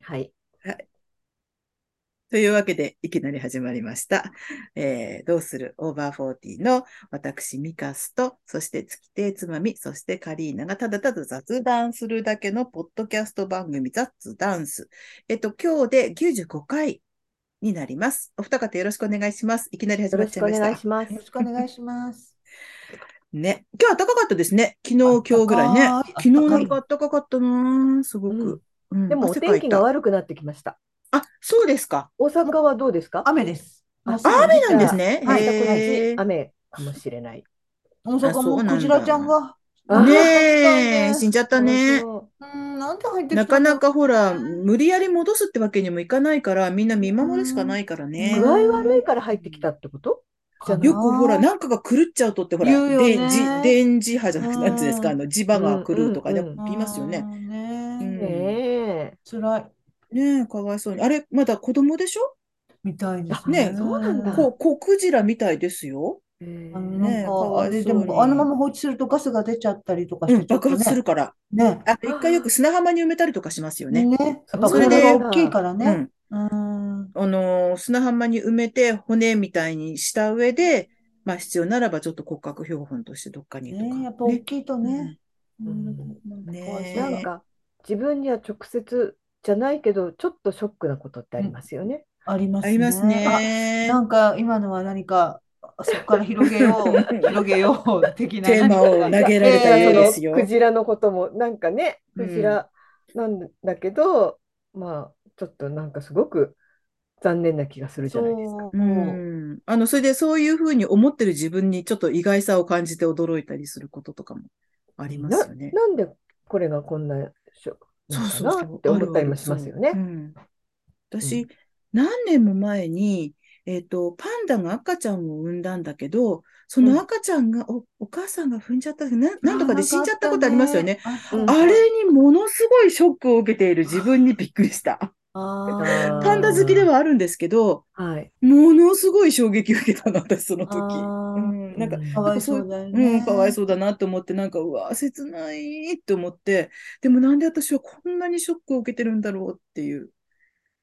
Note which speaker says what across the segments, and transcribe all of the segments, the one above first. Speaker 1: はい。
Speaker 2: というわけで、いきなり始まりました。えーどうするオーバーフォーティーの私、ミカスと、そして月亭つまみ、そしてカリーナがただただ雑談するだけのポッドキャスト番組、雑ダンス。えっと、今日で95回になります。お二方よろしくお願いします。いきなり始
Speaker 1: よ
Speaker 2: ま
Speaker 1: ろ
Speaker 2: っ
Speaker 1: し
Speaker 2: ちゃ
Speaker 1: く
Speaker 2: い
Speaker 1: お
Speaker 2: ました。
Speaker 1: 願いします
Speaker 3: よ。ろしくお願いします。
Speaker 2: ね。今日は高かったですね。昨日、今
Speaker 3: あ
Speaker 2: 日ぐらいね。
Speaker 3: 暖かい
Speaker 2: 昨日なんか暖かかったなすごく。うん
Speaker 1: でもお
Speaker 2: 汗
Speaker 1: 天気が
Speaker 2: かい
Speaker 1: 悪くなってきました。
Speaker 2: たあ、そうですか。
Speaker 1: 大阪はどうですか
Speaker 3: 雨です。
Speaker 1: あ
Speaker 3: そう
Speaker 1: 雨
Speaker 2: なんですね
Speaker 3: は
Speaker 1: はい
Speaker 3: い。
Speaker 2: へー
Speaker 1: 雨かもしれない。
Speaker 3: 大
Speaker 2: あそう
Speaker 3: 阪
Speaker 2: なん
Speaker 3: も
Speaker 2: だ
Speaker 3: クジラちゃんが。
Speaker 1: あー
Speaker 2: ねえ、
Speaker 3: ね
Speaker 2: 死んじゃったね。
Speaker 1: そう
Speaker 3: うーん、なんで入ってきた
Speaker 2: なかな。かほら、無理やり戻すってわけにもいかないから、みんな見守るしかないから
Speaker 1: そう
Speaker 2: ね
Speaker 1: 具。合悪いから入ってきたってこと
Speaker 3: かな
Speaker 2: よくほら、なんかが狂っちゃうとって、ほら、
Speaker 3: 言うよね
Speaker 2: 電磁電磁波じゃなくて、
Speaker 3: うん
Speaker 2: なんていうんですか、あの磁場が狂うとかね、
Speaker 1: うんうんうん
Speaker 2: 言いますよね。
Speaker 3: うーんね
Speaker 2: うん
Speaker 1: ねえ。
Speaker 3: 辛い。
Speaker 2: ねえ、かわいそうに。あれ、まだ子供でしょ
Speaker 3: みたいです
Speaker 2: ね
Speaker 3: ね。
Speaker 2: え
Speaker 1: そうなんだ
Speaker 2: こう、子クジラみたいですよ。
Speaker 3: あの
Speaker 2: ね
Speaker 3: なん
Speaker 2: かわ
Speaker 3: か、
Speaker 2: い
Speaker 3: あ
Speaker 2: そうに
Speaker 3: れでも、あのまま放置するとガスが出ちゃったりとか
Speaker 2: う
Speaker 3: し
Speaker 2: ん、
Speaker 3: て、ちょっ
Speaker 2: 爆
Speaker 3: と
Speaker 2: 発する
Speaker 3: ね。
Speaker 2: から。
Speaker 3: ね
Speaker 2: あ、一回よく砂浜に埋めたりとかしますよね。
Speaker 3: ね。やっぱ
Speaker 2: それ
Speaker 3: 体
Speaker 2: で
Speaker 3: が大きいから
Speaker 2: う
Speaker 3: ね。
Speaker 2: ん。
Speaker 3: うーん。
Speaker 2: あのー砂浜に埋めて骨みたいにした上で、まあ必要ならばちょっと骨格標本としてどっかにとか。
Speaker 3: ねやっぱ大きいとね。
Speaker 1: ん
Speaker 3: うん
Speaker 2: ね
Speaker 3: かわいそう
Speaker 1: なんか自分には直接じゃないけど、ちょっとショックなことってありますよね。
Speaker 3: あります
Speaker 2: ありますね。
Speaker 3: なんか今のは何かあそこから広げ よう広げよう的な
Speaker 2: テーマを投
Speaker 3: 何か
Speaker 2: げられたようですよ
Speaker 1: いやそのクジラのこともなんかね、
Speaker 2: うん
Speaker 1: クジラなんだけど、まあちょっとなんかすごく残念な気がするじゃないですか。
Speaker 3: そうう、
Speaker 2: ん。あの、それでそういうふうに思ってる自分にちょっと意外さを感じて驚いたりすることとかもありますよね。
Speaker 1: なんでこれがこんなしょな
Speaker 2: そ
Speaker 1: の
Speaker 2: う
Speaker 1: か
Speaker 2: そうそ
Speaker 1: な
Speaker 2: う。
Speaker 1: って思った
Speaker 2: あ
Speaker 1: り
Speaker 2: るあ
Speaker 1: も
Speaker 2: る
Speaker 1: しますよ
Speaker 2: そう
Speaker 1: ね。
Speaker 2: うん私、
Speaker 1: う
Speaker 2: 何年も前に、えっと、パンダが赤ちゃんを産んだんだけど、その赤ちゃんが、お、お母さんが踏んじゃった、な、なんとかで死んじゃったことありますよね。
Speaker 3: あ。
Speaker 1: うん
Speaker 2: あれにものすごいショックを受けている自分にびっくりした。
Speaker 3: あー
Speaker 2: パンダ好きではあるんですけど、
Speaker 1: はい。
Speaker 2: ものすごい衝撃を受けたの、私、その時。
Speaker 3: あ
Speaker 2: う
Speaker 3: ー
Speaker 2: ん、なんか、
Speaker 1: う
Speaker 3: かわいそうだよ
Speaker 2: う
Speaker 3: ね。
Speaker 2: ん、かわいそうだなと思って、なんか、うわ、切ないと思って、でもなんで私はこんなにショックを受けてるんだろうっていう。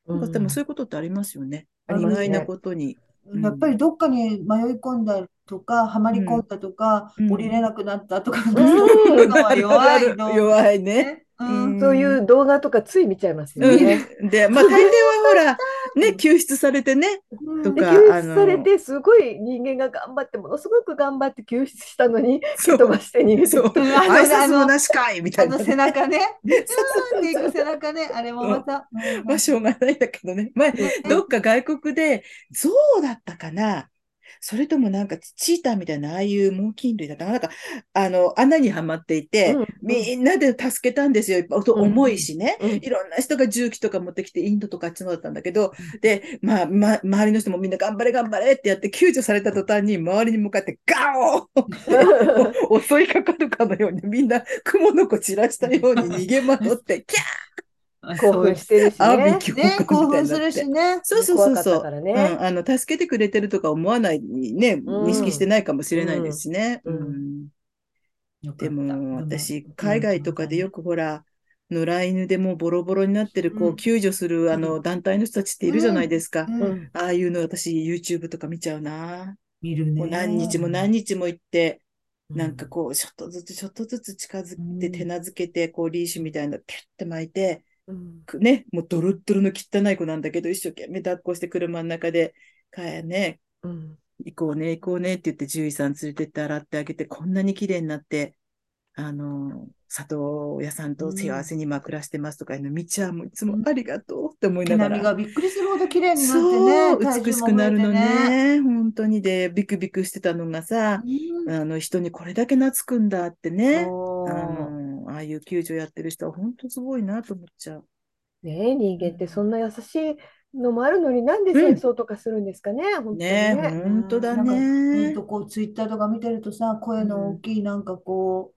Speaker 2: なんかでもそういうことってありますよね。
Speaker 1: あ
Speaker 2: 意
Speaker 1: りますね
Speaker 2: 外なことに。うん
Speaker 3: やっぱりどっかに迷い込んだとか、はまり込んだとか、
Speaker 2: うん
Speaker 3: 降りれなくなったとか、
Speaker 1: ん
Speaker 3: そういうのは
Speaker 2: あ
Speaker 3: 弱
Speaker 2: る
Speaker 3: い
Speaker 2: あ
Speaker 3: の。
Speaker 2: る弱いね。
Speaker 3: う
Speaker 2: うんん
Speaker 1: そういう動画とかつい見ちゃいますよね。
Speaker 2: うんで、まあ大抵はほら、ね、救出されてね、 と
Speaker 1: で
Speaker 2: か
Speaker 1: 救出されてすごい人間が頑張ってものすごく頑張って救出したのに
Speaker 2: そ
Speaker 1: 蹴飛
Speaker 2: う、
Speaker 1: ばして逃げて
Speaker 2: そう、
Speaker 3: うんあの
Speaker 2: 挨拶もなしかいみた
Speaker 3: あ
Speaker 2: いな
Speaker 3: の。背中ね。
Speaker 2: そう
Speaker 3: うんっていく背中ね。あれもまた。うん
Speaker 2: まあしょうがないんだけどね。前、どっか外国で、象だったかなそれともなんかチーターみたいな、ああいう猛禽類だったかななんか、あの、穴にはまっていて、
Speaker 1: うん
Speaker 2: みんなで助けたんですよ。やっぱ音
Speaker 1: うん
Speaker 2: 重いしね。
Speaker 1: うん
Speaker 2: いろんな人が重機とか持ってきて、インドとかあっちの方だったんだけど、で、まあ、ま、周りの人もみんな頑張れ頑張れってやって、救助された途端に、周りに向かってガオー襲いかかるかのように、みんな、蜘蛛の子散らしたように逃げ惑って、キ
Speaker 1: 興 奮してるし
Speaker 2: ャーア
Speaker 1: ね
Speaker 2: ビ。キョ
Speaker 3: ね、興奮するしね。
Speaker 2: そうそうそう
Speaker 1: 怖か
Speaker 2: そ
Speaker 1: った
Speaker 2: う
Speaker 1: か。ら
Speaker 2: う
Speaker 1: ね
Speaker 2: ん、あの助けてくれてるとか思わないね、
Speaker 1: うん
Speaker 2: 認識してないかもしれないですしね。う
Speaker 1: うんん
Speaker 2: でも私、海外とかでよくほら、野良犬でもうボロボロになってる子
Speaker 3: う
Speaker 2: を
Speaker 3: ん
Speaker 2: 救助するあの
Speaker 1: う
Speaker 2: 団体の人たちっているじゃないですか。
Speaker 3: うん
Speaker 1: うん
Speaker 2: ああいうの私 YouTube とか見ちゃうな。
Speaker 3: 見る
Speaker 2: も
Speaker 3: ね。
Speaker 2: う何日も何日も行って、なんか
Speaker 1: う
Speaker 2: こう、ちょっとずつちょっとずつ近づ
Speaker 3: う
Speaker 2: いて
Speaker 3: ん
Speaker 2: 手なずけて、こうリーシュみたいなピュッて巻いて、
Speaker 1: うん
Speaker 2: くね、もうドロッドロの汚い子なんだけど、一生懸命抱っこして車の中で、かやね、
Speaker 1: うん
Speaker 2: 行こうね、行こうねって言って獣医さん連れてって洗ってあげて、こんなに綺麗になって、あの、里親さんと幸せにまあ暮らしてますとかいうの見ちゃう、もういつも
Speaker 3: うん
Speaker 2: ありがとうって思い
Speaker 3: 毛
Speaker 2: なが
Speaker 3: 並み
Speaker 2: ら。
Speaker 3: がびっくりするほど綺麗にな
Speaker 2: そう、
Speaker 3: ってね、
Speaker 2: 美しくなるの
Speaker 3: 体重も増えてね。
Speaker 2: ね、本当にで、ビクビクしてたのがさ、
Speaker 3: うん
Speaker 2: あの人にこれだけ懐くんだってね、あ
Speaker 1: そう
Speaker 2: の、ああいう救助やってる人は本当すごいなと思っちゃう。
Speaker 1: ねえ人間ってそんな優しいのもあるのになんで
Speaker 2: うん
Speaker 1: 戦争とかするんですかね、本当に
Speaker 2: ねえ、
Speaker 1: ね。
Speaker 2: 本当だ
Speaker 3: なんか
Speaker 2: ね
Speaker 3: うん。とこうツイッターとか見てるとさ、声の大きいなんかこ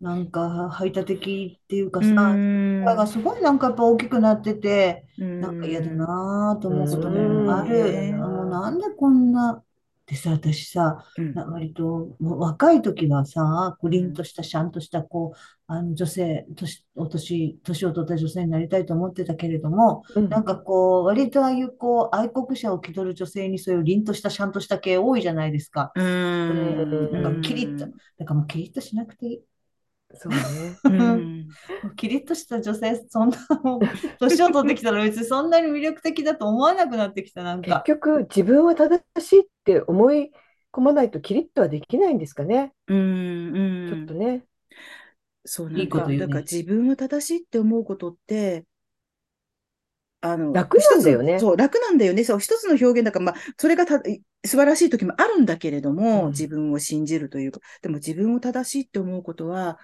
Speaker 3: う、なんか排他的っていうかさ、
Speaker 2: うん
Speaker 3: 声がすごいなんかやっぱ大きくなってて、なんか嫌だ
Speaker 2: うん
Speaker 3: なぁと思うこと
Speaker 2: うん
Speaker 3: もある。
Speaker 2: ね
Speaker 3: もうなんでこんなでさ、私さ、
Speaker 2: うん
Speaker 3: な割ともう若い時はさ、クリンとした、シャンとした、こう、あの女性、年、お年、年を取った女性になりたいと思ってたけれども、
Speaker 1: うん
Speaker 3: なんかこう、割とああいうこう、愛国者を気取る女性にそういう凛とした、シャンとした系多いじゃないですか。
Speaker 2: うーん。
Speaker 1: なん
Speaker 3: かキリッとだからもうキリッとしなくていい。
Speaker 1: そうね。
Speaker 2: うん。
Speaker 3: もうキリッとした女性、そんな、もう、年を取ってきたら別にそんなに魅力的だと思わなくなってきた、なん
Speaker 1: 結
Speaker 3: か。
Speaker 1: 局、自分は正しいって思い込まないとキリッとはできないんですかね。
Speaker 2: うん。う
Speaker 1: ちょっ
Speaker 2: ん
Speaker 1: と。ね。
Speaker 2: そうなん
Speaker 3: いいこと
Speaker 2: だ。
Speaker 3: 言うね
Speaker 2: だから自分は正しいって思うことって、あの、
Speaker 1: 楽なんだよね
Speaker 2: 一つのそう、楽なんだよね。そう、一つの表現だから、まあ、それがた素晴らしい時もあるんだけれども、
Speaker 1: うん
Speaker 2: 自分を信じるというか、でも自分を正しいって思うことは、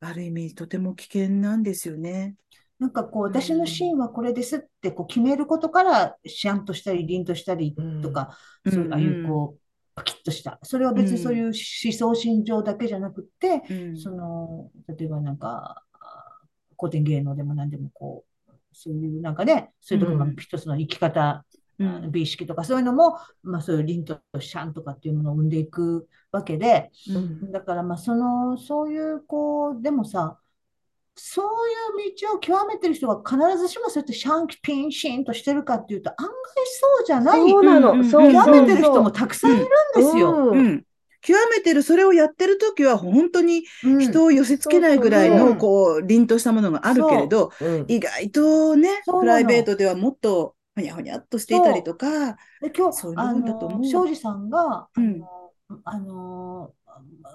Speaker 2: ある意味とても危険なんですよね。
Speaker 3: なんかこう、私のシーンはこれですってこう決めることから、シャンとしたり、凛としたりとか、
Speaker 2: うん
Speaker 3: そういう、ああい
Speaker 2: うん
Speaker 3: うこう、パキッとした。それは別にそういう思想信条だけじゃなくって、
Speaker 2: うん
Speaker 3: その、例えばなんか、あー古典芸能でも何でもこう、そういうなんかね、そういうところ
Speaker 1: う
Speaker 3: が
Speaker 1: ん
Speaker 3: 一つの生き方、
Speaker 2: う
Speaker 3: あの
Speaker 2: ん
Speaker 3: 美意識とかそういうのも、まあそういう凛とシャンとかっていうものを生んでいくわけで、
Speaker 2: うん
Speaker 3: だからまあそのそういうこうでもさそういう道を極めてる人が必ずしもそうやってシャンピンシンとしてるかっていうと案外そうじゃない
Speaker 1: そうな
Speaker 2: うんうん
Speaker 1: の。
Speaker 2: うん
Speaker 1: そう、
Speaker 3: 極
Speaker 1: そう
Speaker 3: めてる人もたくさんいるんですよ。
Speaker 1: うん
Speaker 2: うん極めてる、それをやってる時は、本当に
Speaker 3: うん
Speaker 2: 人を寄せ付けないぐらい
Speaker 3: そうそう
Speaker 2: の、
Speaker 3: そう
Speaker 2: こう、凛としたものがあるけれど、
Speaker 1: うん
Speaker 2: 意外とね、
Speaker 3: そうなの
Speaker 2: プライベートではもっとほにゃほにゃっとしていたりとか、
Speaker 3: で今日
Speaker 2: そういう
Speaker 3: あ
Speaker 2: もんだと思う
Speaker 3: の庄司さんがあ
Speaker 2: うん
Speaker 3: の、あの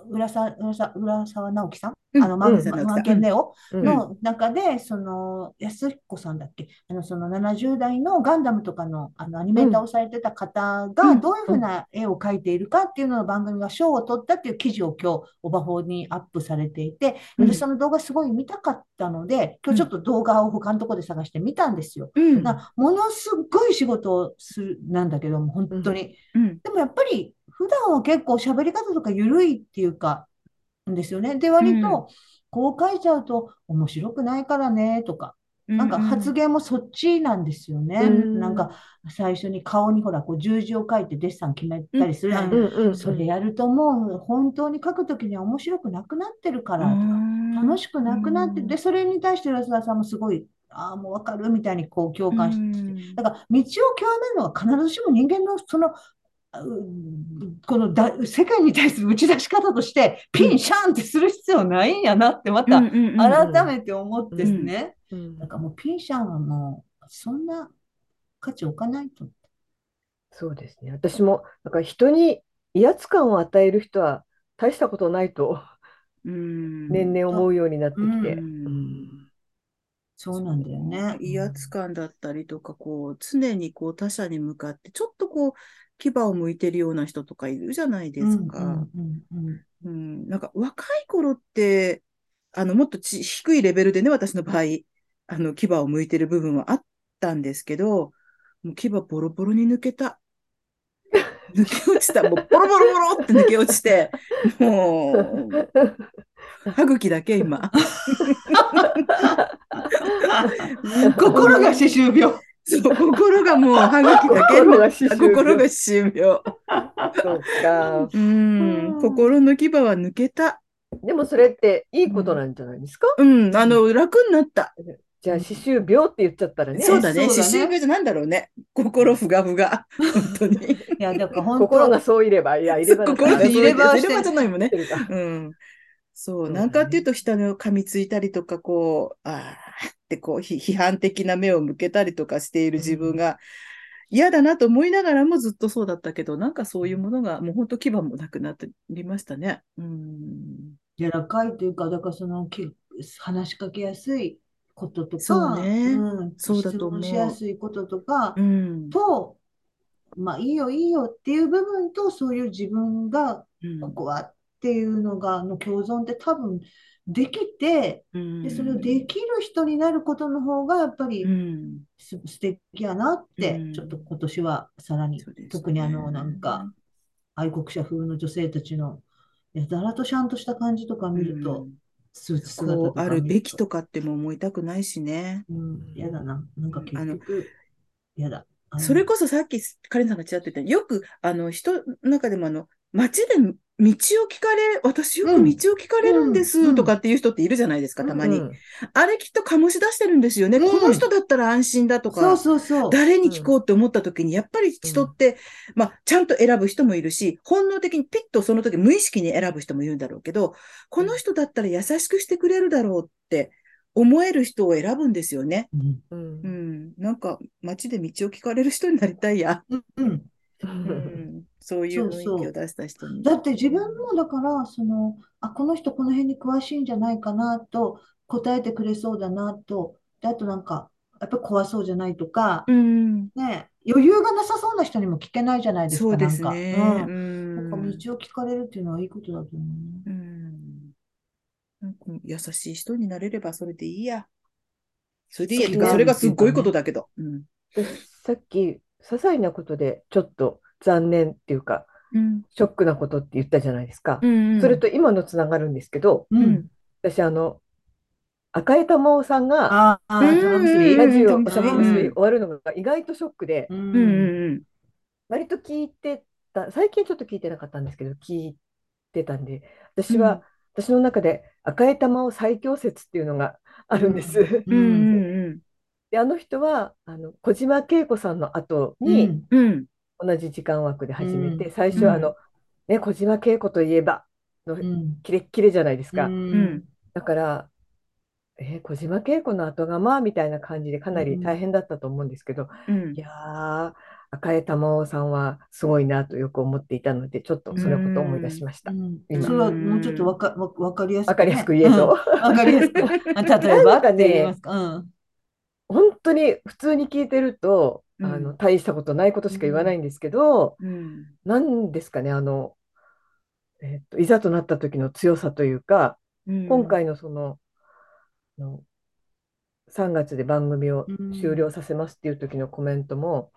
Speaker 3: 浦沢浦沢浦沢直樹さん、
Speaker 2: うん
Speaker 3: あのマ
Speaker 1: うん
Speaker 2: 浦
Speaker 3: ンマ
Speaker 2: 沢直樹さん
Speaker 3: ンケンネオ
Speaker 1: うん
Speaker 3: の中で、その安彦さんだっけ、あのその70代のガンダムとかの、あのアニメーターをされてた方
Speaker 2: う
Speaker 3: が
Speaker 2: ん
Speaker 3: どういうふうな絵を描いているかっていうのの番組が賞を取ったっていう記事を今日、オバホにアップされていて、
Speaker 2: うん
Speaker 3: 私その動画すごい見たかったので、今日ちょっと動画を他のところで探して見たんですよ。
Speaker 2: うん
Speaker 3: なものすごい仕事をするなんだけども、本当に。
Speaker 2: うん
Speaker 3: でもやっぱり普段は結構喋り方とか緩いっていうか、ですよね。で、割とこう書いちゃうと面白くないからねとか、なんか発言もそっちなんですよね。
Speaker 1: うん
Speaker 3: なんか最初に顔にほらこう十字を書いてデッサン決めたりするじゃない
Speaker 1: うんうん
Speaker 3: それやるともう本当に書くときには面白くなくなってるからとか、楽しくなくなって、で、それに対して安田さんもすごい、ああ、もうわかるみたいにこう共感して、だから道を極めるのは必ずしも人間のその、あうんこのだ世界に対する打ち出し方としてピンシャンってする必要ないんやなってまた
Speaker 2: ら
Speaker 3: 改めて思ってですね。
Speaker 1: うん
Speaker 3: なんかもうピンシャンはもうそんな価値置かないと。
Speaker 1: そうですね。私も、なんか人に威圧感を与える人は大したことないと年々思うようになってきて。
Speaker 3: そうなんだよね。
Speaker 2: 威圧感だったりとか、こう、常にこう他者に向かって、ちょっとこう、牙を向いてるような人とかいるじゃないですか。
Speaker 3: うんうんうん
Speaker 2: うん、なんか若い頃って、あの、もっとち低いレベルでね、私の場合、あの、牙を向いてる部分はあったんですけど、もう牙ボロボロに抜けた。 抜け落ちた。もうボロボロボロって抜け落ちて、もう、歯茎だけ今。
Speaker 3: 心が歯周病。
Speaker 2: そう、心がもう歯茎だけに
Speaker 1: 心
Speaker 2: な
Speaker 1: が
Speaker 2: っ
Speaker 1: 歯周
Speaker 2: た。
Speaker 1: 病
Speaker 2: 心が歯周病。
Speaker 1: そうか。
Speaker 2: うん、心の牙は抜けた。
Speaker 1: でもそれっていいことなんじゃないですか。
Speaker 2: うん、あの、楽になった。
Speaker 1: じゃあ、歯周病って言っちゃったらね。
Speaker 2: そうだね。
Speaker 3: そうだね
Speaker 2: 歯周病じゃなんだろうね。心ふがふが。本当に。
Speaker 3: いや、 だから本当
Speaker 1: 心がそういれば、いや、いればだか
Speaker 2: 心
Speaker 1: ら
Speaker 2: が
Speaker 3: が
Speaker 2: 入
Speaker 3: 入
Speaker 2: れ
Speaker 3: れ
Speaker 2: 歯
Speaker 3: 歯
Speaker 2: し
Speaker 3: してて
Speaker 2: る。入れ歯
Speaker 3: る
Speaker 2: じゃないもんね。
Speaker 1: 入れ歯
Speaker 2: うん。そう、
Speaker 1: そうだね
Speaker 2: なんかっていうと、下の噛みついたりとか、こう、あーってこう、ひ批判的な目を向けたりとかしている自分が、嫌だなと思いながらもずっとそうだったけど、なんかそういうものが、もう本当牙もなくなってりましたね。うん。
Speaker 3: 柔らかいというか、だからそのき話しかけやすいことと
Speaker 2: そう
Speaker 3: か、
Speaker 2: ね
Speaker 3: うん、
Speaker 2: そうだ
Speaker 3: 質
Speaker 2: と思う
Speaker 3: 問しやすいこととか
Speaker 2: うん。
Speaker 3: と、まあいいよいいよっていう部分と、そういう自分が
Speaker 2: うん
Speaker 3: ここはっていうのが、の共存って多分できて、で、それをできる人になることの方がやっぱり
Speaker 2: うん。
Speaker 3: す素敵やなって、
Speaker 2: うん
Speaker 3: ちょっと今年はさらに、
Speaker 2: そうですね
Speaker 3: 特にあの、なんか、愛国者風の女性たちの、やたらとちゃんとした感じとか見ると、
Speaker 2: うん
Speaker 3: スーツ姿
Speaker 2: ことう
Speaker 3: か
Speaker 2: あ
Speaker 3: 見
Speaker 2: る
Speaker 3: る
Speaker 2: べきとかっても思いたくないしね。
Speaker 3: うん、やだな。なんか結
Speaker 2: あの
Speaker 3: 局、やだ。
Speaker 2: それこそさっきカレンさんがちらっと言ったよくあの人の中でもあの街で道を聞かれ、私よく道を聞かれるんで
Speaker 3: うんう
Speaker 2: す
Speaker 3: ん
Speaker 2: とかっていう人っているじゃないですか、たま
Speaker 1: う
Speaker 2: に。
Speaker 1: ん
Speaker 2: あれきっと醸し出してるんですよね。
Speaker 3: うん
Speaker 2: この人だったら安心だと
Speaker 3: そ
Speaker 2: か
Speaker 3: う。そうそう。
Speaker 2: 誰に聞こうって思った時に、やっぱり人って、まあ、ちゃんと選ぶ人もいるし、本能的にピッとその時無意識に選ぶ人もいるんだろうけど、この人だったら優しくしてくれるだろうって思える人を選ぶんですよね。
Speaker 3: うん
Speaker 1: うん
Speaker 2: うん。なんか、街で道を聞かれる人になりたいや。
Speaker 3: うん
Speaker 2: うん。そういう雰囲気を出した人に。
Speaker 3: だって自分もだから、その、あ、この人この辺に詳しいんじゃないかなと、答えてくれそうだなと、で、あとなんか、やっぱり怖そうじゃないとか、
Speaker 2: うん。
Speaker 3: ね、余裕がなさそうな人にも聞けないじゃないです
Speaker 2: そ
Speaker 3: か、
Speaker 2: うで
Speaker 3: なん
Speaker 2: す
Speaker 3: か。
Speaker 2: ね。
Speaker 3: うん
Speaker 2: うん
Speaker 3: なんか道を聞かれるっていうのはいいことだと思うね。
Speaker 2: うんなんか優しい人になれればそれでいいや。それでいい
Speaker 1: そ
Speaker 2: や。
Speaker 1: う
Speaker 2: てか
Speaker 1: ね
Speaker 2: それがすっごいことだけど。うん。
Speaker 1: でさっき、些細なことでちょっと残念っていうか、
Speaker 2: うん。
Speaker 1: ショックなことって言ったじゃないですか。
Speaker 2: うん
Speaker 1: それ、と今のつながるんですけど、
Speaker 3: う。
Speaker 2: うんん。
Speaker 1: 私、あの、赤江珠緒さんが、
Speaker 3: ああ、
Speaker 2: うん
Speaker 3: 玉
Speaker 2: う
Speaker 3: 結
Speaker 2: ん
Speaker 3: び。
Speaker 1: ラジオ、
Speaker 2: うん
Speaker 1: おしゃべり
Speaker 2: うん
Speaker 1: 終わるのが意外とショックで、
Speaker 3: う
Speaker 2: うん
Speaker 3: ん。
Speaker 2: うん
Speaker 1: 割と聞いてた、最近ちょっと聞いてなかったんですけど、聞いてたんで、私は、私の中で赤江珠緒最強説っていうのがあるんです。
Speaker 2: うん。うんうん
Speaker 1: で、あの人は、あの、小島慶子さんの後
Speaker 3: う
Speaker 1: に、
Speaker 3: ん。
Speaker 2: うん。うん。
Speaker 1: 同じ時間枠で始めて、
Speaker 3: うん
Speaker 1: 最初
Speaker 2: うん
Speaker 1: はあの、ね、小島慶子といえばの
Speaker 3: うん。
Speaker 1: キレッキレじゃないですか。
Speaker 3: うん。
Speaker 1: だから、えー小島慶子の後釜みたいな感じでかなり大変だったと思うんですけど、
Speaker 2: うん
Speaker 1: いやー、赤江珠緒さんはすごいなとよく思っていたので、ちょっとそのことを思い出しまし
Speaker 3: う
Speaker 1: た。
Speaker 3: ん
Speaker 1: 今
Speaker 3: それはもうちょっとわか、わ、わかりやす
Speaker 1: わ
Speaker 3: く
Speaker 1: かりやすく言え
Speaker 3: と
Speaker 1: と。
Speaker 3: わかりや すく。あ例えばって言いますか。うん。
Speaker 1: 本当に普通に聞いてると、
Speaker 2: うん
Speaker 1: あの大したことないことしか言わないんですけど、
Speaker 2: うん
Speaker 1: なんですかね、あの、えっと、いざとなった時の強さというか、
Speaker 2: うん
Speaker 1: 今、回のその、あの3月で番組を終了させますっていう時のコメントも、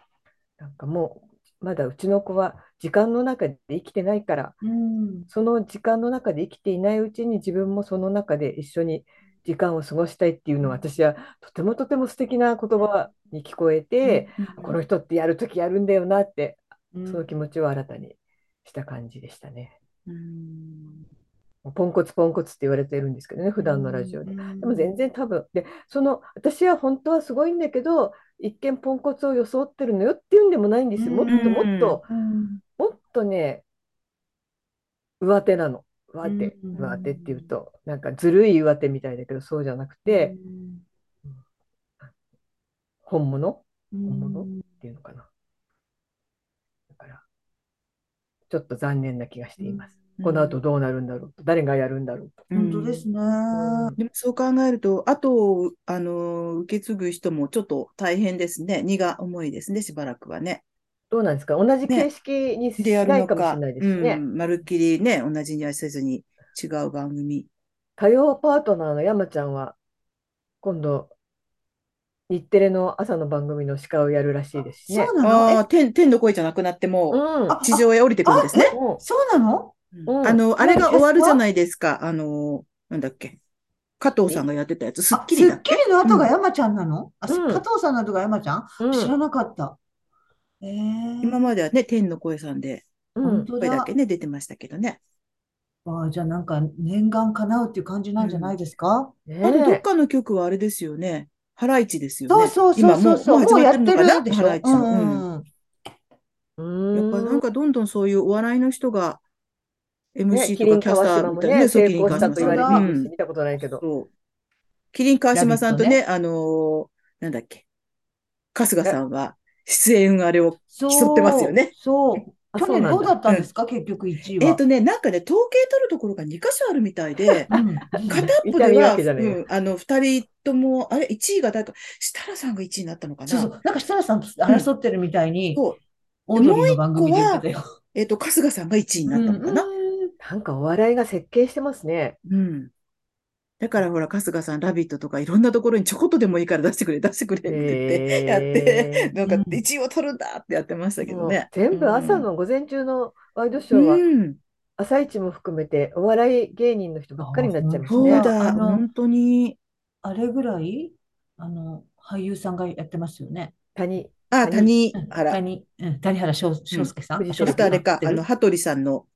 Speaker 1: なんかもう、まだうちの子は時間の中で生きてないから、
Speaker 3: うん。
Speaker 1: その時間の中で生きていないうちに自分もその中で一緒に時間を過ごしたいっていうのは私はとてもとても素敵な言葉に聞こえて、
Speaker 2: うん
Speaker 1: この人ってやるときやるんだよなって
Speaker 3: うん
Speaker 1: その気持ちを新たにした感じでしたね。
Speaker 2: うん
Speaker 1: ポンコツポンコツって言われてるんですけどね普段のラジオで。
Speaker 3: うん
Speaker 1: でも全然多分でその私は本当はすごいんだけど一見ポンコツを装ってるのよっていうんでもないんですよ。もっともっと
Speaker 3: うん
Speaker 1: もっとね、上手なの。上手、
Speaker 3: うん
Speaker 1: 上手っていうと、なんかずるい上手みたいだけど、そうじゃなくて、本物っ
Speaker 3: うん
Speaker 1: 本物ていうのかな。だから、ちょっと残念な気がしています。この後どうなるんだろうと、誰がやるんだろうと。
Speaker 3: 本当ですね。
Speaker 2: でもそう考えると、後をあの受け継ぐ人もちょっと大変ですね。荷が重いですね、しばらくはね。
Speaker 1: どうなんですか同じ形式にし
Speaker 2: でやる
Speaker 1: ない
Speaker 2: の
Speaker 1: かもし
Speaker 2: か、
Speaker 1: れないです
Speaker 2: う
Speaker 1: ね。
Speaker 2: ん、まるっきりね、同じにはせずに違う番組。
Speaker 1: 火曜パートナーの山ちゃんは、今度、日テレの朝の番組の司会をやるらしいですしね。
Speaker 3: そうなの
Speaker 2: あ
Speaker 3: え
Speaker 2: あ、天、天の声じゃなくなっても
Speaker 1: うん。
Speaker 2: う、地上へ降りてくるんですね。
Speaker 1: もう
Speaker 3: そうなの
Speaker 1: うん
Speaker 2: あの、あれが終わるじゃないですか。あの、なんだっけ。加藤さんがやってたやつ、スッキリだっ
Speaker 3: あ
Speaker 2: け。
Speaker 3: スッキリの後が山ちゃんなのあ、
Speaker 1: うん
Speaker 3: 加藤さんの後が山ちゃん
Speaker 1: うん
Speaker 3: 知らなかった。えー
Speaker 2: 今まではね、天の声さんで、
Speaker 1: うん
Speaker 3: 本当
Speaker 2: 声だ
Speaker 3: だ
Speaker 2: け。ね、出てましたけどね。
Speaker 3: わあじゃあなんか念願叶うっていう感じなんじゃないですか
Speaker 1: ね
Speaker 2: あと、どっかの曲はあれですよね。ハライチですよね。
Speaker 3: そうそうそうそうそ
Speaker 2: 今もう、もう
Speaker 3: う。もう
Speaker 2: 始ま
Speaker 3: や
Speaker 2: っ
Speaker 3: ってて
Speaker 2: るのかな
Speaker 3: るでし
Speaker 2: ハ
Speaker 3: ょ
Speaker 2: ライチさん。うん
Speaker 3: うん。
Speaker 1: う
Speaker 2: やっぱなん
Speaker 1: ん。
Speaker 2: かどんどんそういうお笑いの人が
Speaker 1: ね、キ
Speaker 2: MC と
Speaker 1: リ
Speaker 2: か
Speaker 1: ン
Speaker 2: キャス
Speaker 1: 川
Speaker 2: タ
Speaker 1: 島
Speaker 2: ーみ
Speaker 1: も
Speaker 2: たいな
Speaker 1: ね、
Speaker 2: ね、そう
Speaker 1: 成
Speaker 2: キリ
Speaker 1: 功
Speaker 2: ン川
Speaker 1: し
Speaker 2: 島
Speaker 1: たと言われて
Speaker 2: さん
Speaker 1: い
Speaker 2: の
Speaker 1: るし、見たことないけど。
Speaker 2: そう。キリン川島さんとね、
Speaker 3: ラビッ
Speaker 2: あのーなんだっけ、春日さんは出演あれを、
Speaker 3: そう
Speaker 2: 競ってますよね。
Speaker 3: そう。
Speaker 1: あ
Speaker 3: 去
Speaker 1: そう
Speaker 3: 年
Speaker 1: なん
Speaker 3: どうだ
Speaker 1: だ。
Speaker 3: ったんですか結局1位は。、
Speaker 2: えっとね、なんかね、統計取るところが2箇所あるみたいで
Speaker 3: うん
Speaker 2: 片っぽ
Speaker 1: 痛
Speaker 2: で
Speaker 1: み
Speaker 2: は、
Speaker 1: わ
Speaker 2: う
Speaker 1: けじゃないよ
Speaker 2: ん、あの、二人とも、あれ、1位が誰か、設楽さんが1位になったのかな。
Speaker 3: そうそう。なんか設楽さんと争ってるみたいに、
Speaker 2: そう
Speaker 3: オードリーの番組で言ってたよ。
Speaker 2: えっと、春日さんが1位になったのかな。
Speaker 1: なんかお笑いが設計してますね。
Speaker 2: うん。だからほら、春日さん、ラビットとかいろんなところにちょこっとでもいいから出してくれ、出してくれって言って、
Speaker 1: へー
Speaker 2: やって、なんか
Speaker 3: うん
Speaker 2: 1位を取るんだってやってましたけ
Speaker 1: も
Speaker 2: ど
Speaker 1: う
Speaker 2: ね。
Speaker 1: 全部朝の午前中のワイドショーは、
Speaker 2: うん、
Speaker 1: 朝一も含めてお笑い芸人の人ばっかりになっちゃいま
Speaker 2: そ
Speaker 1: す
Speaker 2: う
Speaker 1: ね。
Speaker 2: だ、
Speaker 3: あの
Speaker 2: 本当に。
Speaker 3: あれぐらい、あの、俳優さんがやってますよね。
Speaker 1: 谷
Speaker 2: あ、谷
Speaker 3: うん
Speaker 2: 原。
Speaker 3: 谷、うん谷原章章介さん。
Speaker 1: うん
Speaker 2: そしてあれか、あ
Speaker 3: あ
Speaker 2: の、
Speaker 3: の、
Speaker 2: 羽鳥さんの、